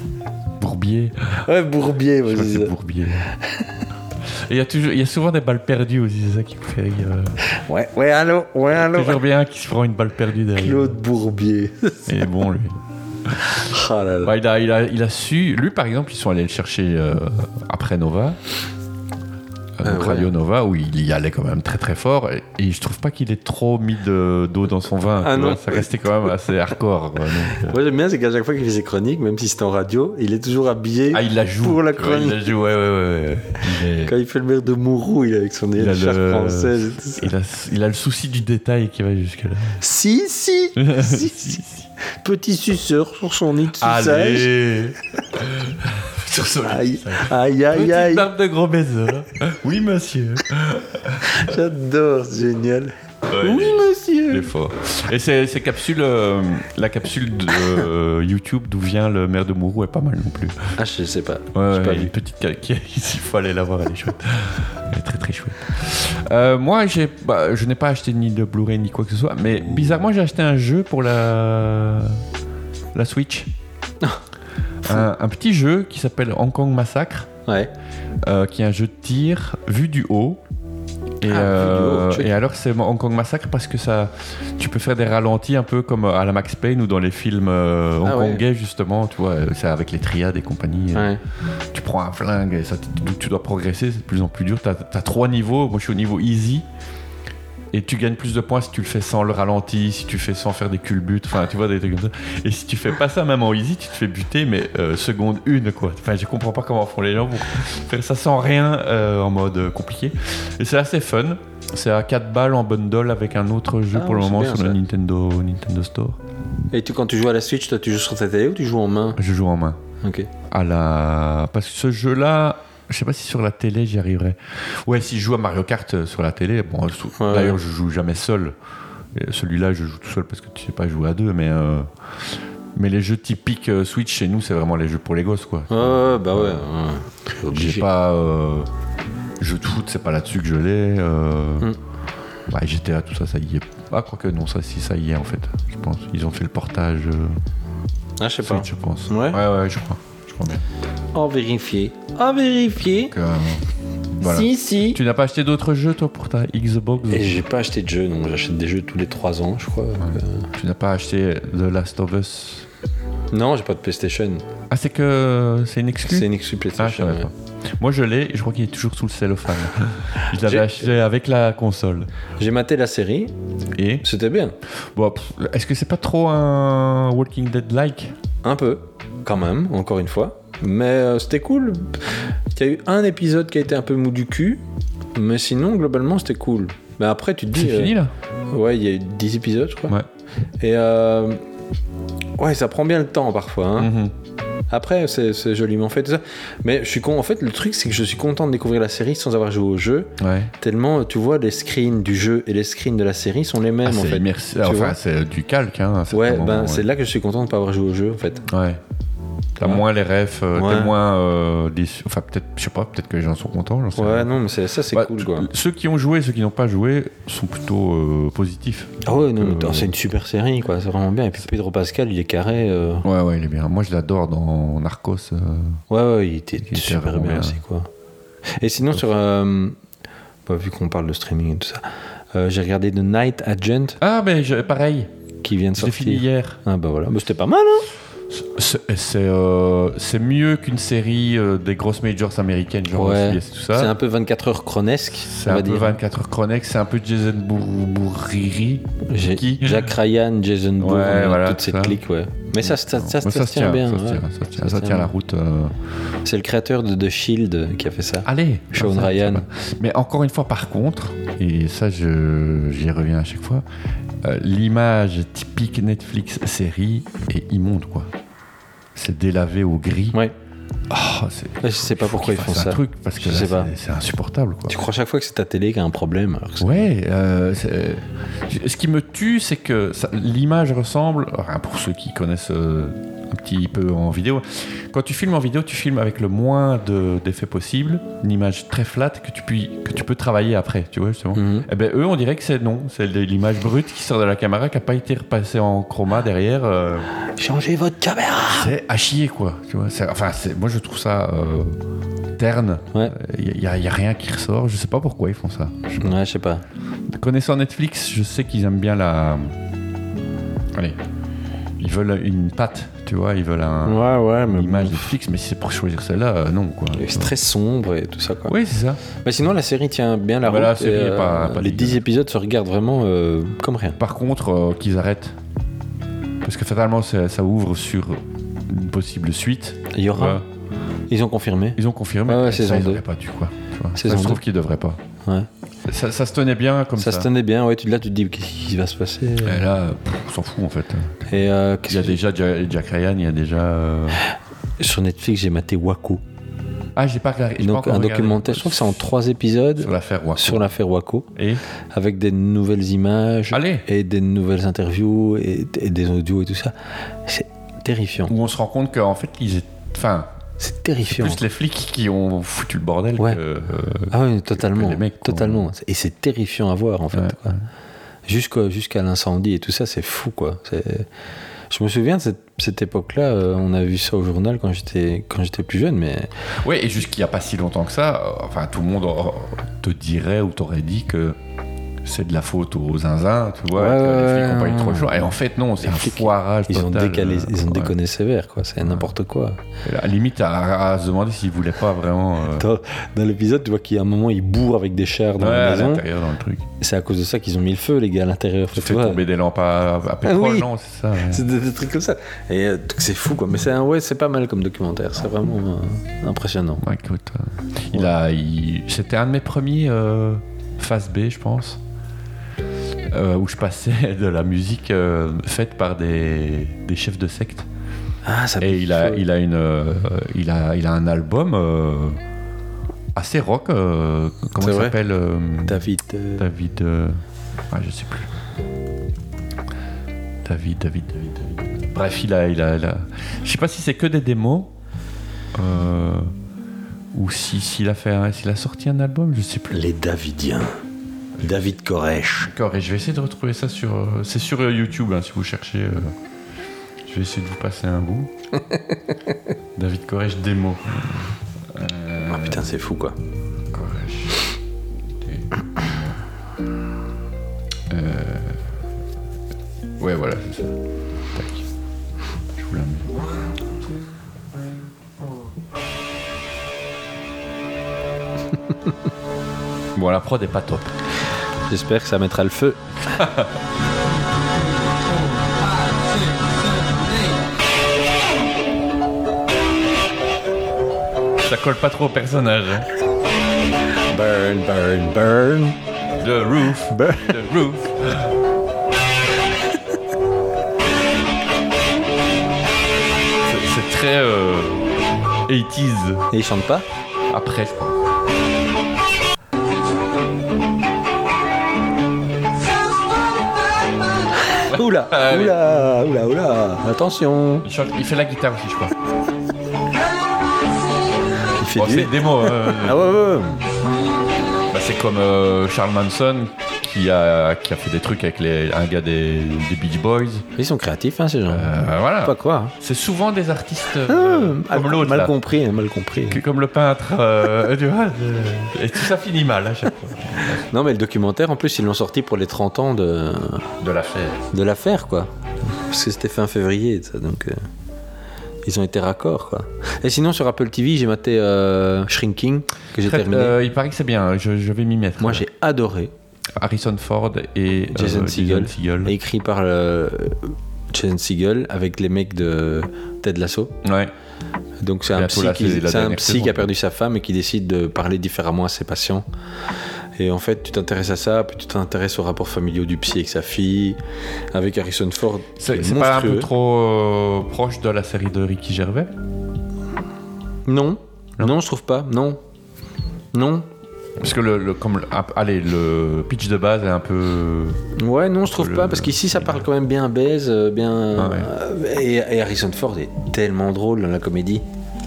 D: Bourbier.
E: Ouais, Bourbier,
D: Je
E: ouais,
D: crois que
E: c'est
D: c'est
E: ça.
D: Bourbier. Et il y, a toujours, il y a souvent des balles perdues aussi, c'est ça qui me fait rire.
E: Ouais, ouais, allô, ouais, allô.
D: Toujours bien un qui se prend une balle perdue derrière.
E: Claude *laughs* Bourbier.
D: Il est bon, lui.
E: Ah là là.
D: Bah, il, a, il, a, il a su. Lui, par exemple, ils sont allés le chercher euh, après Nova. Euh, donc
E: ouais.
D: Radio Nova où il y allait quand même très très fort et, et je trouve pas qu'il ait trop mis de- d'eau dans son vin.
E: Ah
D: tu
E: non.
D: vois, ça restait quand même assez hardcore. quoi, donc, euh.
E: Moi j'aime bien, c'est qu'à chaque fois qu'il fait ses chroniques, même si c'était en radio, il est toujours habillé
D: Ah, il la joue.
E: pour la
D: tu vois, il
E: chronique.
D: la joue, ouais, ouais, ouais. ouais. Il est-
E: Quand il fait le maire de Mourou, il est avec son
D: il a
E: écharpe
D: le-
E: française et tout ça.
D: il a- il a le souci du détail qui va jusque là.
E: Si, *laughs* si, si, si. Petit suceur sur son nid de suçage.
D: Allez Sur ce
E: Aïe, aïe, aïe,
D: Petite
E: aïe.
D: barbe de gros baiser. Oui, monsieur.
E: J'adore, c'est génial.
D: oui,
E: monsieur.
D: Il est fort. Et ces, ces capsules, euh, la capsule de euh, YouTube d'où vient le maire de Mourou est pas mal non plus.
E: Ah, je sais pas.
D: Ouais,
E: J'ai pas
D: ouais,
E: vu.
D: une petite ca- qui- il faut aller la voir, elle est chouette. Elle est très très chouette. Euh, moi, j'ai, bah, je n'ai pas acheté ni de Blu-ray ni quoi que ce soit, mais bizarrement, j'ai acheté un jeu pour la, la Switch.
E: Ah.
D: un, un petit jeu qui s'appelle Hong Kong Massacre,
E: Ouais.
D: euh, qui est un jeu de tir vu du haut.
E: Ah, vu
D: Et,
E: du haut,
D: euh,
E: tu-
D: et alors c'est Hong Kong Massacre parce que ça, tu peux faire des ralentis un peu comme à la Max Payne ou dans les films euh,
E: Ah ouais.
D: hongkongais justement, tu vois, c'est avec les triades et compagnie. euh,
E: Ouais.
D: tu prends un flingue et ça, tu, tu dois progresser, c'est de plus en plus dur. T'as as trois niveaux, moi je suis au niveau easy. Et tu gagnes plus de points si tu le fais sans le ralenti, si tu fais sans faire des culbutes, enfin tu vois des trucs comme ça. Et si tu fais pas ça même en easy, tu te fais buter mais euh, seconde une quoi. Enfin je comprends pas comment font les gens pour faire ça sans rien euh, en mode euh, compliqué. Et c'est assez fun. C'est à 4 balles en bundle avec un autre jeu
E: Ah,
D: pour le
E: c'est
D: moment
E: bien,
D: sur le
E: ça.
D: Nintendo, Nintendo Store.
E: Et tu, quand tu joues à la Switch, toi, tu joues sur ta télé ou tu joues en main
D: Je joue en main.
E: Ok.
D: à la. Parce que ce jeu-là, je sais pas si sur la télé j'y arriverais. Ouais, si je joue à Mario Kart euh, sur la télé, bon, sou-
E: Ouais.
D: d'ailleurs je joue jamais seul. Et Celui-là, je joue tout seul parce que tu sais pas jouer à deux, mais. euh, Mais les jeux typiques euh, Switch chez nous, c'est vraiment les jeux pour les gosses, quoi.
E: Ouais, ouais, bah ouais. ouais. T'es
D: J'ai
E: obligé.
D: pas. euh, Jeux de foot, c'est pas là-dessus que je l'ai. euh,
E: Mm.
D: bah, GTA, tout ça, ça y est. Ah, quoique non, ça, si, ça y est, en fait, je pense. Ils ont fait le portage euh,
E: Ah, je sais pas.
D: Switch, je pense.
E: Ouais.
D: ouais, ouais, je crois. Je crois bien.
E: En vérifier. En vérifier.
D: Donc, euh, voilà.
E: Si, si.
D: Tu n'as pas acheté d'autres jeux, toi, pour ta Xbox
E: Et j'ai pas acheté de jeux, non. J'achète des jeux tous les 3 ans, je crois. donc, euh,
D: Tu n'as pas acheté The Last of Us
E: Non, j'ai pas de PlayStation.
D: Ah, c'est que c'est une excuse
E: C'est une exclu
D: Ah, je
E: PlayStation.
D: savais
E: ouais.
D: pas. Moi, je l'ai, je crois qu'il est toujours sous
E: *laughs*
D: le cellophane. je l'avais
E: J'ai-
D: acheté avec la console.
E: J'ai maté la série.
D: Et
E: C'était bien.
D: bon, pff, Est-ce que c'est pas trop un Walking Dead-like
E: Un peu, quand même, encore une fois. Mais euh, c'était cool. Il y a eu un épisode qui a été un peu mou du cul. Mais sinon, globalement, c'était cool. Mais après, tu te dis.
D: C'est fini, là
E: euh, Ouais, il y a eu 10 épisodes, je crois.
D: Ouais.
E: Et. euh, Ouais, ça prend bien le temps parfois. hein.
D: Mhm.
E: Après, c'est c'est joliment fait, tout ça. Mais je suis con. En fait, le truc, c'est que je suis content de découvrir la série sans avoir joué au jeu.
D: Ouais. Ah,
E: Tellement, euh, tu vois, les screens du jeu et les screens de la série sont les mêmes,
D: Ah,
E: en
D: c'est
E: fait.
D: immersif.
E: Tu
D: Enfin,
E: vois
D: c'est du calque. Hein, à
E: Ouais,
D: certains
E: ben,
D: moments,
E: c'est là que je suis content de pas avoir joué au jeu, en fait.
D: Ouais. T'as
E: Ouais.
D: moins les refs, euh,
E: Ouais.
D: t'es moins euh, déçu. Enfin, peut-être, je sais pas, peut-être que les gens sont contents. j'en sais rien.
E: Ouais, non, mais c'est- ça, c'est
D: Bah,
E: cool,
D: t-
E: quoi.
D: Ceux qui ont joué et ceux qui n'ont pas joué sont plutôt euh, positifs.
E: Ah ouais, non, mais
D: Euh,
E: c'est une super série, quoi. C'est vraiment bien. Et puis Pedro Pascal, il est carré. euh,
D: Ouais, ouais, il est bien. Moi, je l'adore dans Narcos. euh,
E: Ouais, ouais, il était
D: était
E: super
D: vraiment
E: bien
D: bien.
E: aussi, quoi. Et sinon, sur. euh, bah, vu qu'on parle de streaming et tout ça, euh, j'ai regardé The Night Agent
D: Ah, mais je- pareil,
E: qui vient de
D: je l'ai fini
E: sortir.
D: hier.
E: Ah bah voilà, mais c'était pas mal, hein
D: C'est c'est, euh, c'est mieux qu'une série euh, des grosses majors américaines, genre
E: Ouais.
D: CBS, tout ça.
E: C'est un peu 24 heures chronesque,
D: C'est
E: on
D: un
E: va
D: peu
E: dire.
D: 24 heures chroniques, c'est un peu Jason Bour- Bourriri.
E: J'ai-
D: Qui
E: Jack Ryan, Jason Bourne,
D: Ouais, voilà,
E: toute cette
D: ça.
E: clique, ouais. Mais ça, ça, ça,
D: Mais
E: ça se tient bien.
D: Ça, se
E: ouais.
D: tient, ça se tient,
E: Ça
D: ça
E: se
D: tient la
E: bien.
D: route. euh,
E: C'est le créateur de The Shield qui a fait ça.
D: Allez,
E: Sean
D: ça, ça
E: Ryan.
D: va. Mais encore une fois, par contre, et ça, je, j'y reviens à chaque fois, euh, l'image typique Netflix série est immonde, quoi. C'est délavé au gris.
E: Ouais.
D: Oh, c'est,
E: Je sais pas
D: faut
E: pourquoi ils
D: qu'ils
E: font
D: fassent
E: ça.
D: Un truc parce que
E: Je
D: là,
E: sais pas.
D: c'est, c'est insupportable, quoi.
E: Tu crois chaque fois que c'est ta télé qui a un problème alors que c'est-
D: Ouais, euh, c'est- ce qui me tue, c'est que ça- l'image ressemble, enfin, pour ceux qui connaissent euh, un petit peu en vidéo, quand tu filmes en vidéo, tu filmes avec le moins de- d'effets possible, une image très flat que tu, puis, que tu peux travailler après, tu vois, justement.
E: Mhm.
D: Eh ben, eux, on dirait que c'est non, c'est de- l'image brute qui sort de la caméra, qui n'a pas été repassée en chroma derrière. euh,
E: Changez votre caméra
D: c'est à chier, quoi. Tu vois, c'est- enfin, c'est- moi, je trouve ça euh, terne.
E: Ouais.
D: Il n'y a, y a rien qui ressort. Je sais pas pourquoi ils font ça. Je-
E: Ouais, je sais pas.
D: Connaissant Netflix, je sais qu'ils aiment bien la. Allez. Ils veulent une patte, tu tu vois, ils veulent un,
E: Ouais, ouais, mais
D: une image Netflix, mais si c'est pour choisir celle-là, euh, non, quoi.
E: Et C'est très sombre et tout ça, quoi.
D: Oui, c'est ça.
E: Mais sinon, la série tient bien la
D: Ouais,
E: route.
D: Bah, la série
E: et, euh,
D: est pas- pas
E: les 10 épisodes se regardent vraiment euh, comme rien.
D: Par contre, euh, qu'ils arrêtent. Parce que fatalement, ça, ça ouvre sur une possible suite.
E: Il y aura. Ils ont confirmé.
D: Ils ont confirmé.
E: Ah. Ouais, ouais,
D: Et
E: saison
D: ça, ils
E: deux.
D: auraient pas dû, quoi. Tu vois.
E: Saison
D: Ça, je
E: deux.
D: trouve qu'ils devraient pas.
E: Ouais.
D: Ça, ça se tenait bien comme ça.
E: Ça se tenait bien, ouais. tu- Là, tu te dis, qu'est-ce qui va se passer
D: Et là, pff, on s'en fout, en fait.
E: Et euh, qu'est-ce
D: Il y a
E: que-
D: déjà Ja- Jack Ryan, il y a déjà. euh,
E: Sur Netflix, j'ai maté Waco.
D: Ah, j'ai pas, j'ai pas
E: Donc,
D: encore
E: un
D: regardé.
E: documentaire, je trouve que c'est en trois épisodes.
D: Sur l'affaire Waco.
E: sur l'affaire Waco.
D: Et
E: avec des nouvelles images
D: Allez.
E: et des nouvelles interviews et, et des audios et tout ça. C'est terrifiant.
D: où on se rend compte qu'en fait, ils étaient. Enfin,
E: C'est
D: c'est
E: terrifiant.
D: plus les flics qui ont foutu le bordel
E: Ouais.
D: que. euh,
E: Ah oui, totalement.
D: les mecs, quoi.
E: totalement. Et c'est terrifiant à voir en fait.
D: Ouais,
E: quoi. Jusqu'au- Jusqu'à l'incendie et tout ça, c'est fou quoi. C'est- Je me souviens de cette, cette époque-là, euh, on a vu ça au journal quand j'étais quand j'étais plus jeune, mais
D: Oui, et jusqu'il n'y a pas si longtemps que ça, euh, enfin, tout le monde euh, te dirait ou t'aurait dit que c'est de la faute aux zinzins, tu vois,
E: Ouais,
D: que
E: ouais,
D: les flics n'ont pas eu
E: ouais.
D: trop le choix. Et en fait, non, c'est
E: Les
D: un
E: flics,
D: foirage
E: ils ont
D: total,
E: décalé,
D: euh,
E: ils ont
D: ouais.
E: déconné sévère quoi. C'est n'importe quoi.
D: Et là, à la limite, à, à se demander s'ils voulaient pas vraiment. euh,
E: Dans, dans l'épisode, tu vois qu'il y a un moment, ils bourrent avec des chars dans
D: ouais,
E: la
D: à
E: maison.
D: l'intérieur dans le truc.
E: C'est à cause de ça qu'ils ont mis le feu, les gars, à l'intérieur. tu
D: Tu fais
E: vois. Ah
D: tomber des lampes à, à pétrole,
E: oui.
D: non, c'est ça. ouais.
E: C'est des, des trucs comme ça. Et euh, donc c'est fou, quoi. Mais c'est un- ouais, c'est pas mal comme documentaire. C'est vraiment euh, impressionnant.
D: Ouais, écoute, euh, il a, il- c'était un de mes premiers euh, face B, je pense, euh, où je passais *laughs* de la musique euh, faite par des, des chefs de secte.
E: Ah, ça
D: Et il a, il a une, euh, il a, il a un album euh, assez rock. euh, comment
E: C'est
D: il
E: vrai
D: s'appelle euh,
E: David. euh,
D: David. euh, ah, je sais plus. David, David, David, David. Bref, il a, il a, il a- Je sais pas si c'est que des démos. euh, ou si, s'il a fait, un- s'il a sorti un album, je sais plus.
E: Les Davidiens. David Koresh.
D: D'accord, et je vais essayer de retrouver ça sur. euh, C'est sur euh, YouTube, hein, si vous cherchez. euh, je vais essayer de vous passer un bout. David Koresh démo.
E: Ah putain, c'est fou, quoi.
D: Koresh. démo. Euh, Ouais, voilà, c'est ça. Tac. Je vous la mets. Bon, la prod est pas top.
E: J'espère que ça mettra le feu.
D: Ça colle pas trop au personnage. hein.
E: Burn, burn, burn.
D: The roof,
E: Burn.
D: the roof. C'est- C'est très euh, 80s
E: Et il chante pas
D: après, je crois.
E: Oula,
D: Ah, oui.
E: oula, oula, oula. Attention.
D: Il, chante- il fait la guitare aussi, je crois.
E: Il fait
D: Bon,
E: du-
D: c'est des mots. euh,
E: Ah ouais, ouais, ouais.
D: bah, c'est comme euh, Charles Manson qui a, qui a fait des trucs avec les, un gars des, des Beach Boys.
E: Ils sont créatifs, hein, ces gens.
D: Euh, voilà.
E: Pas quoi.
D: C'est souvent des artistes euh,
E: Ah,
D: comme l'autre.
E: mal
D: là.
E: compris, mal compris.
D: Que- Comme le peintre. euh, tu vois, euh, et tout ça finit mal à chaque fois.
E: Non, mais le documentaire, en plus, ils l'ont sorti pour les 30 ans de,
D: De la fête.
E: de l'affaire, quoi. Parce que c'était fin février, ça, donc euh, ils ont été raccords, quoi. Et sinon, sur Apple TV, j'ai maté euh, Shrinking, que j'ai
D: Très-
E: terminé.
D: euh, il paraît que c'est bien, je, je vais m'y mettre.
E: Moi, j'ai adoré.
D: Harrison Ford et euh,
E: Jason Segel,
D: Segel.
E: écrit par euh, Jason Segel, avec les mecs de Ted Lasso.
D: Ouais.
E: Donc c'est un
D: Bientôt
E: psy,
D: la
E: qui,
D: saison- la
E: c'est un
D: dernière
E: psy
D: saison.
E: qui a perdu sa femme et qui décide de parler différemment à ses patients. Et en fait, tu t'intéresses à ça, puis tu t'intéresses aux rapports familiaux du psy avec sa fille, avec Harrison Ford. qui
D: C'est
E: est
D: c'est pas un peu
E: monstrueux.
D: trop euh, proche de la série de Ricky Gervais
E: Non, non, je trouve pas. Non, non.
D: Parce que le, le- comme le- ah, allez, le pitch de base est un peu.
E: Ouais, non, je trouve
D: Le-
E: pas, parce qu'ici ça parle quand même bien baise, euh, bien.
D: Ah ouais.
E: euh, et, et Harrison Ford est tellement drôle dans la comédie.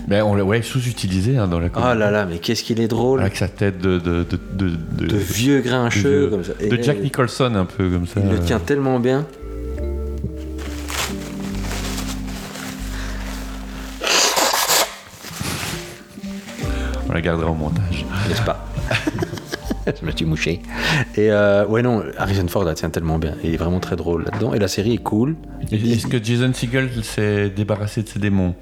D: Mais on l'a ouais, sous-utilisé hein, dans la
E: Ah
D: comédie.
E: là là, mais qu'est-ce qu'il est drôle
D: Avec sa tête de. de, de, de, Ah, de-
E: De vieux grincheux
D: vieux-
E: comme ça. Et
D: de
E: là,
D: Jack
E: il-
D: Nicholson, Euh. un peu comme ça.
E: Il le tient tellement
D: *laughs*
E: bien.
D: On la gardera au montage. *laughs*
E: N'est-ce pas je me suis mouché. Et euh, ouais, non, Harrison Ford la tient tellement bien. Il est vraiment très drôle là-dedans. Et la série est cool.
D: Est-ce que Jason Segel s'est débarrassé de ses démons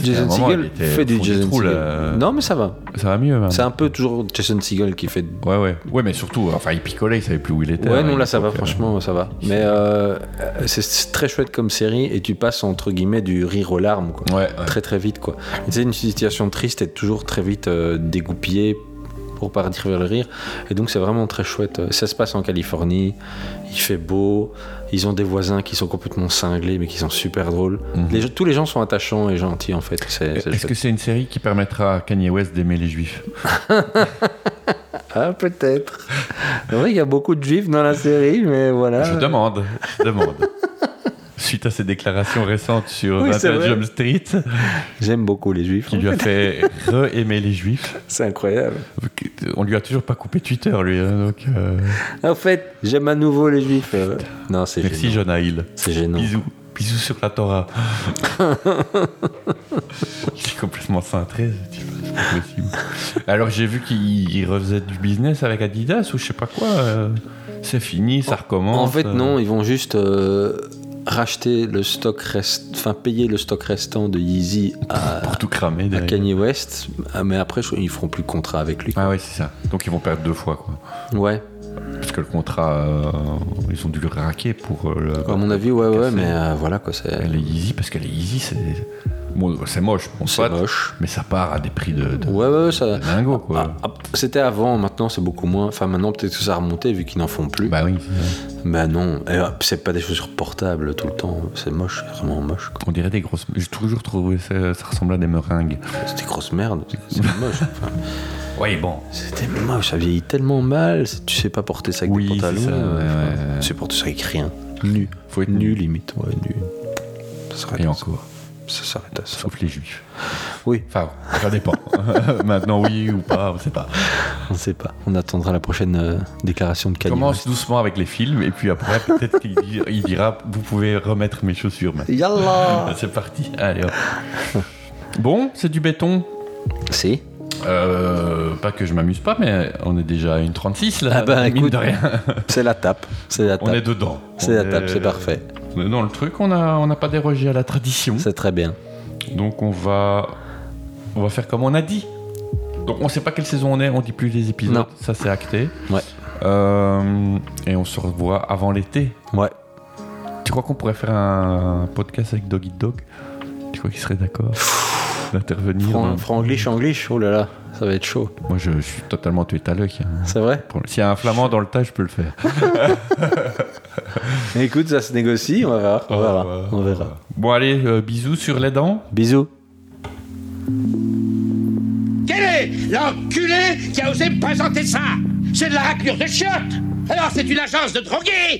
E: Jason
D: Parce qu'à un moment,
E: Segel
D: il était
E: fait
D: au
E: du
D: fond
E: Jason
D: trou,
E: Segel.
D: là.
E: Non, mais ça va.
D: Ça va mieux.
E: C'est un peu toujours Jason Segel qui fait.
D: Ouais, ouais. Ouais, mais surtout, euh, enfin, il picolait, il savait plus où il était.
E: Ouais,
D: hein,
E: non, là ça va,
D: donc, euh,
E: franchement, ça va. Mais euh, c'est- c'est très chouette comme série et tu passes entre guillemets du rire aux larmes, quoi. Très très vite, quoi. Et Tu sais, une situation triste est toujours très vite euh, dégoupillée pour partir vers le rire. Et donc c'est vraiment très chouette. Ça se passe en Californie, il fait beau, ils ont des voisins qui sont complètement cinglés mais qui sont super drôles. Les- tous les gens sont attachants et gentils en fait. C'est- c'est
D: Est-ce
E: chouette.
D: que c'est une série qui permettra à Kanye West d'aimer les juifs
E: Ah, *laughs* peut-être. C'est vrai qu'il y a beaucoup de juifs dans la série, mais voilà.
D: Je demande, je demande. *laughs* Suite à ses déclarations récentes sur
E: Oui, c'est
D: 21
E: vrai.
D: Jump Street.
E: J'aime beaucoup les juifs.
D: Qui lui a
E: en
D: fait
E: *laughs* fait.
D: re-aimer les juifs.
E: C'est incroyable.
D: On lui a toujours pas coupé Twitter, lui. hein, donc, euh,
E: En fait, j'aime à nouveau les juifs. euh. Non, c'est
D: Merci,
E: gênant.
D: Jonah Hill.
E: C'est gênant.
D: Bisous. Bisous sur la
E: *laughs*
D: Torah. Il est complètement cintré, ce type. c'est pas possible. Alors j'ai vu qu'il il refaisait du business avec Adidas ou je sais pas quoi. euh, C'est fini, ça recommence.
E: En fait,
D: euh.
E: non, ils vont juste euh, racheter le stock rest, enfin payer le stock restant de Yeezy à,
D: pour tout cramer
E: à Kanye West, Ah, mais après je- ils feront plus de contrat avec lui.
D: Ah ouais, c'est ça. Donc ils vont perdre deux fois, quoi.
E: Ouais.
D: Parce que le contrat, euh, ils ont dû le raquer pour. euh, le-
E: À mon avis, ouais,
D: le
E: ouais,
D: casser.
E: mais euh, voilà quoi, c'est.
D: Elle est easy parce qu'elle est easy, c'est. Bon, c'est moche, bon, soit, Mais ça part à des prix de. de-
E: Ouais, ouais, ouais, ça.
D: dingo, quoi.
E: Ah, ah, C'était avant, maintenant c'est beaucoup moins. Enfin, maintenant peut-être que ça a remonté vu qu'ils n'en font plus.
D: Bah oui.
E: Bah non, Et, euh, c'est pas des chaussures portables tout le temps. C'est moche, c'est vraiment moche. quoi.
D: On dirait des grosses. J'ai toujours trouvé ça, ça ressemblait à des meringues.
E: C'était grosse merde, c'est
D: *laughs*
E: moche. enfin.
D: Oui, bon.
E: C'était moche, ça vieillit tellement mal. c'est- Tu sais pas porter ça avec des pantalons.
D: c'est ça,
E: euh,
D: ouais,
E: enfin, Tu sais porter ça avec rien. Nu.
D: Faut être
E: nu limite, ouais, nu. Ça s'arrête
D: Et
E: à
D: encore.
E: Ça s'arrête à ça.
D: Sauf les juifs.
E: Oui.
D: Enfin, ça *laughs* dépend. Maintenant, oui ou pas, on sait pas.
E: On sait pas. On attendra la prochaine euh, déclaration de Kanye.
D: Commence doucement avec les films et puis après, peut-être qu'il dit- il dira Vous pouvez remettre mes chaussures maintenant.
E: Yallah
D: C'est parti. Allez hop. Bon, c'est du béton.
E: *laughs*
D: Euh,
E: Si.
D: pas que je m'amuse pas, mais on est déjà à une 36 là.
E: Ah bah
D: mine
E: écoute,
D: de rien.
E: c'est la tape. C'est la tape.
D: *laughs* On est dedans.
E: C'est la
D: On
E: tape,
D: est- Hmm?
E: c'est parfait.
D: on est Dans le truc, on n'a on n'a pas dérogé à la tradition.
E: C'est très bien.
D: Donc on va, on va faire comme on a dit. Donc on sait pas quelle saison on est, on dit plus les épisodes.
E: Non.
D: Ça c'est acté.
E: Ouais.
D: Euh, et on se revoit avant l'été.
E: Ouais.
D: Tu crois qu'on pourrait faire un podcast avec Doggy Dog Tu crois qu'il serait d'accord d'intervenir dans-
E: Fran- Franglish, Anglish, oh là là, ça va être chaud.
D: Moi je, je suis totalement tué à l'œil. hein.
E: C'est
D: *laughs*
E: vrai
D: Pour- S'il y a un flamand dans le tas, je peux le faire.
E: Écoute, ça se négocie, on va voir. On verra. on verra.
D: Bon allez, euh, bisous sur les dents.
E: Bisous.
C: Quel est l'enculé qui a osé me présenter ça C'est de la raclure de chiottes Alors c'est une agence de drogués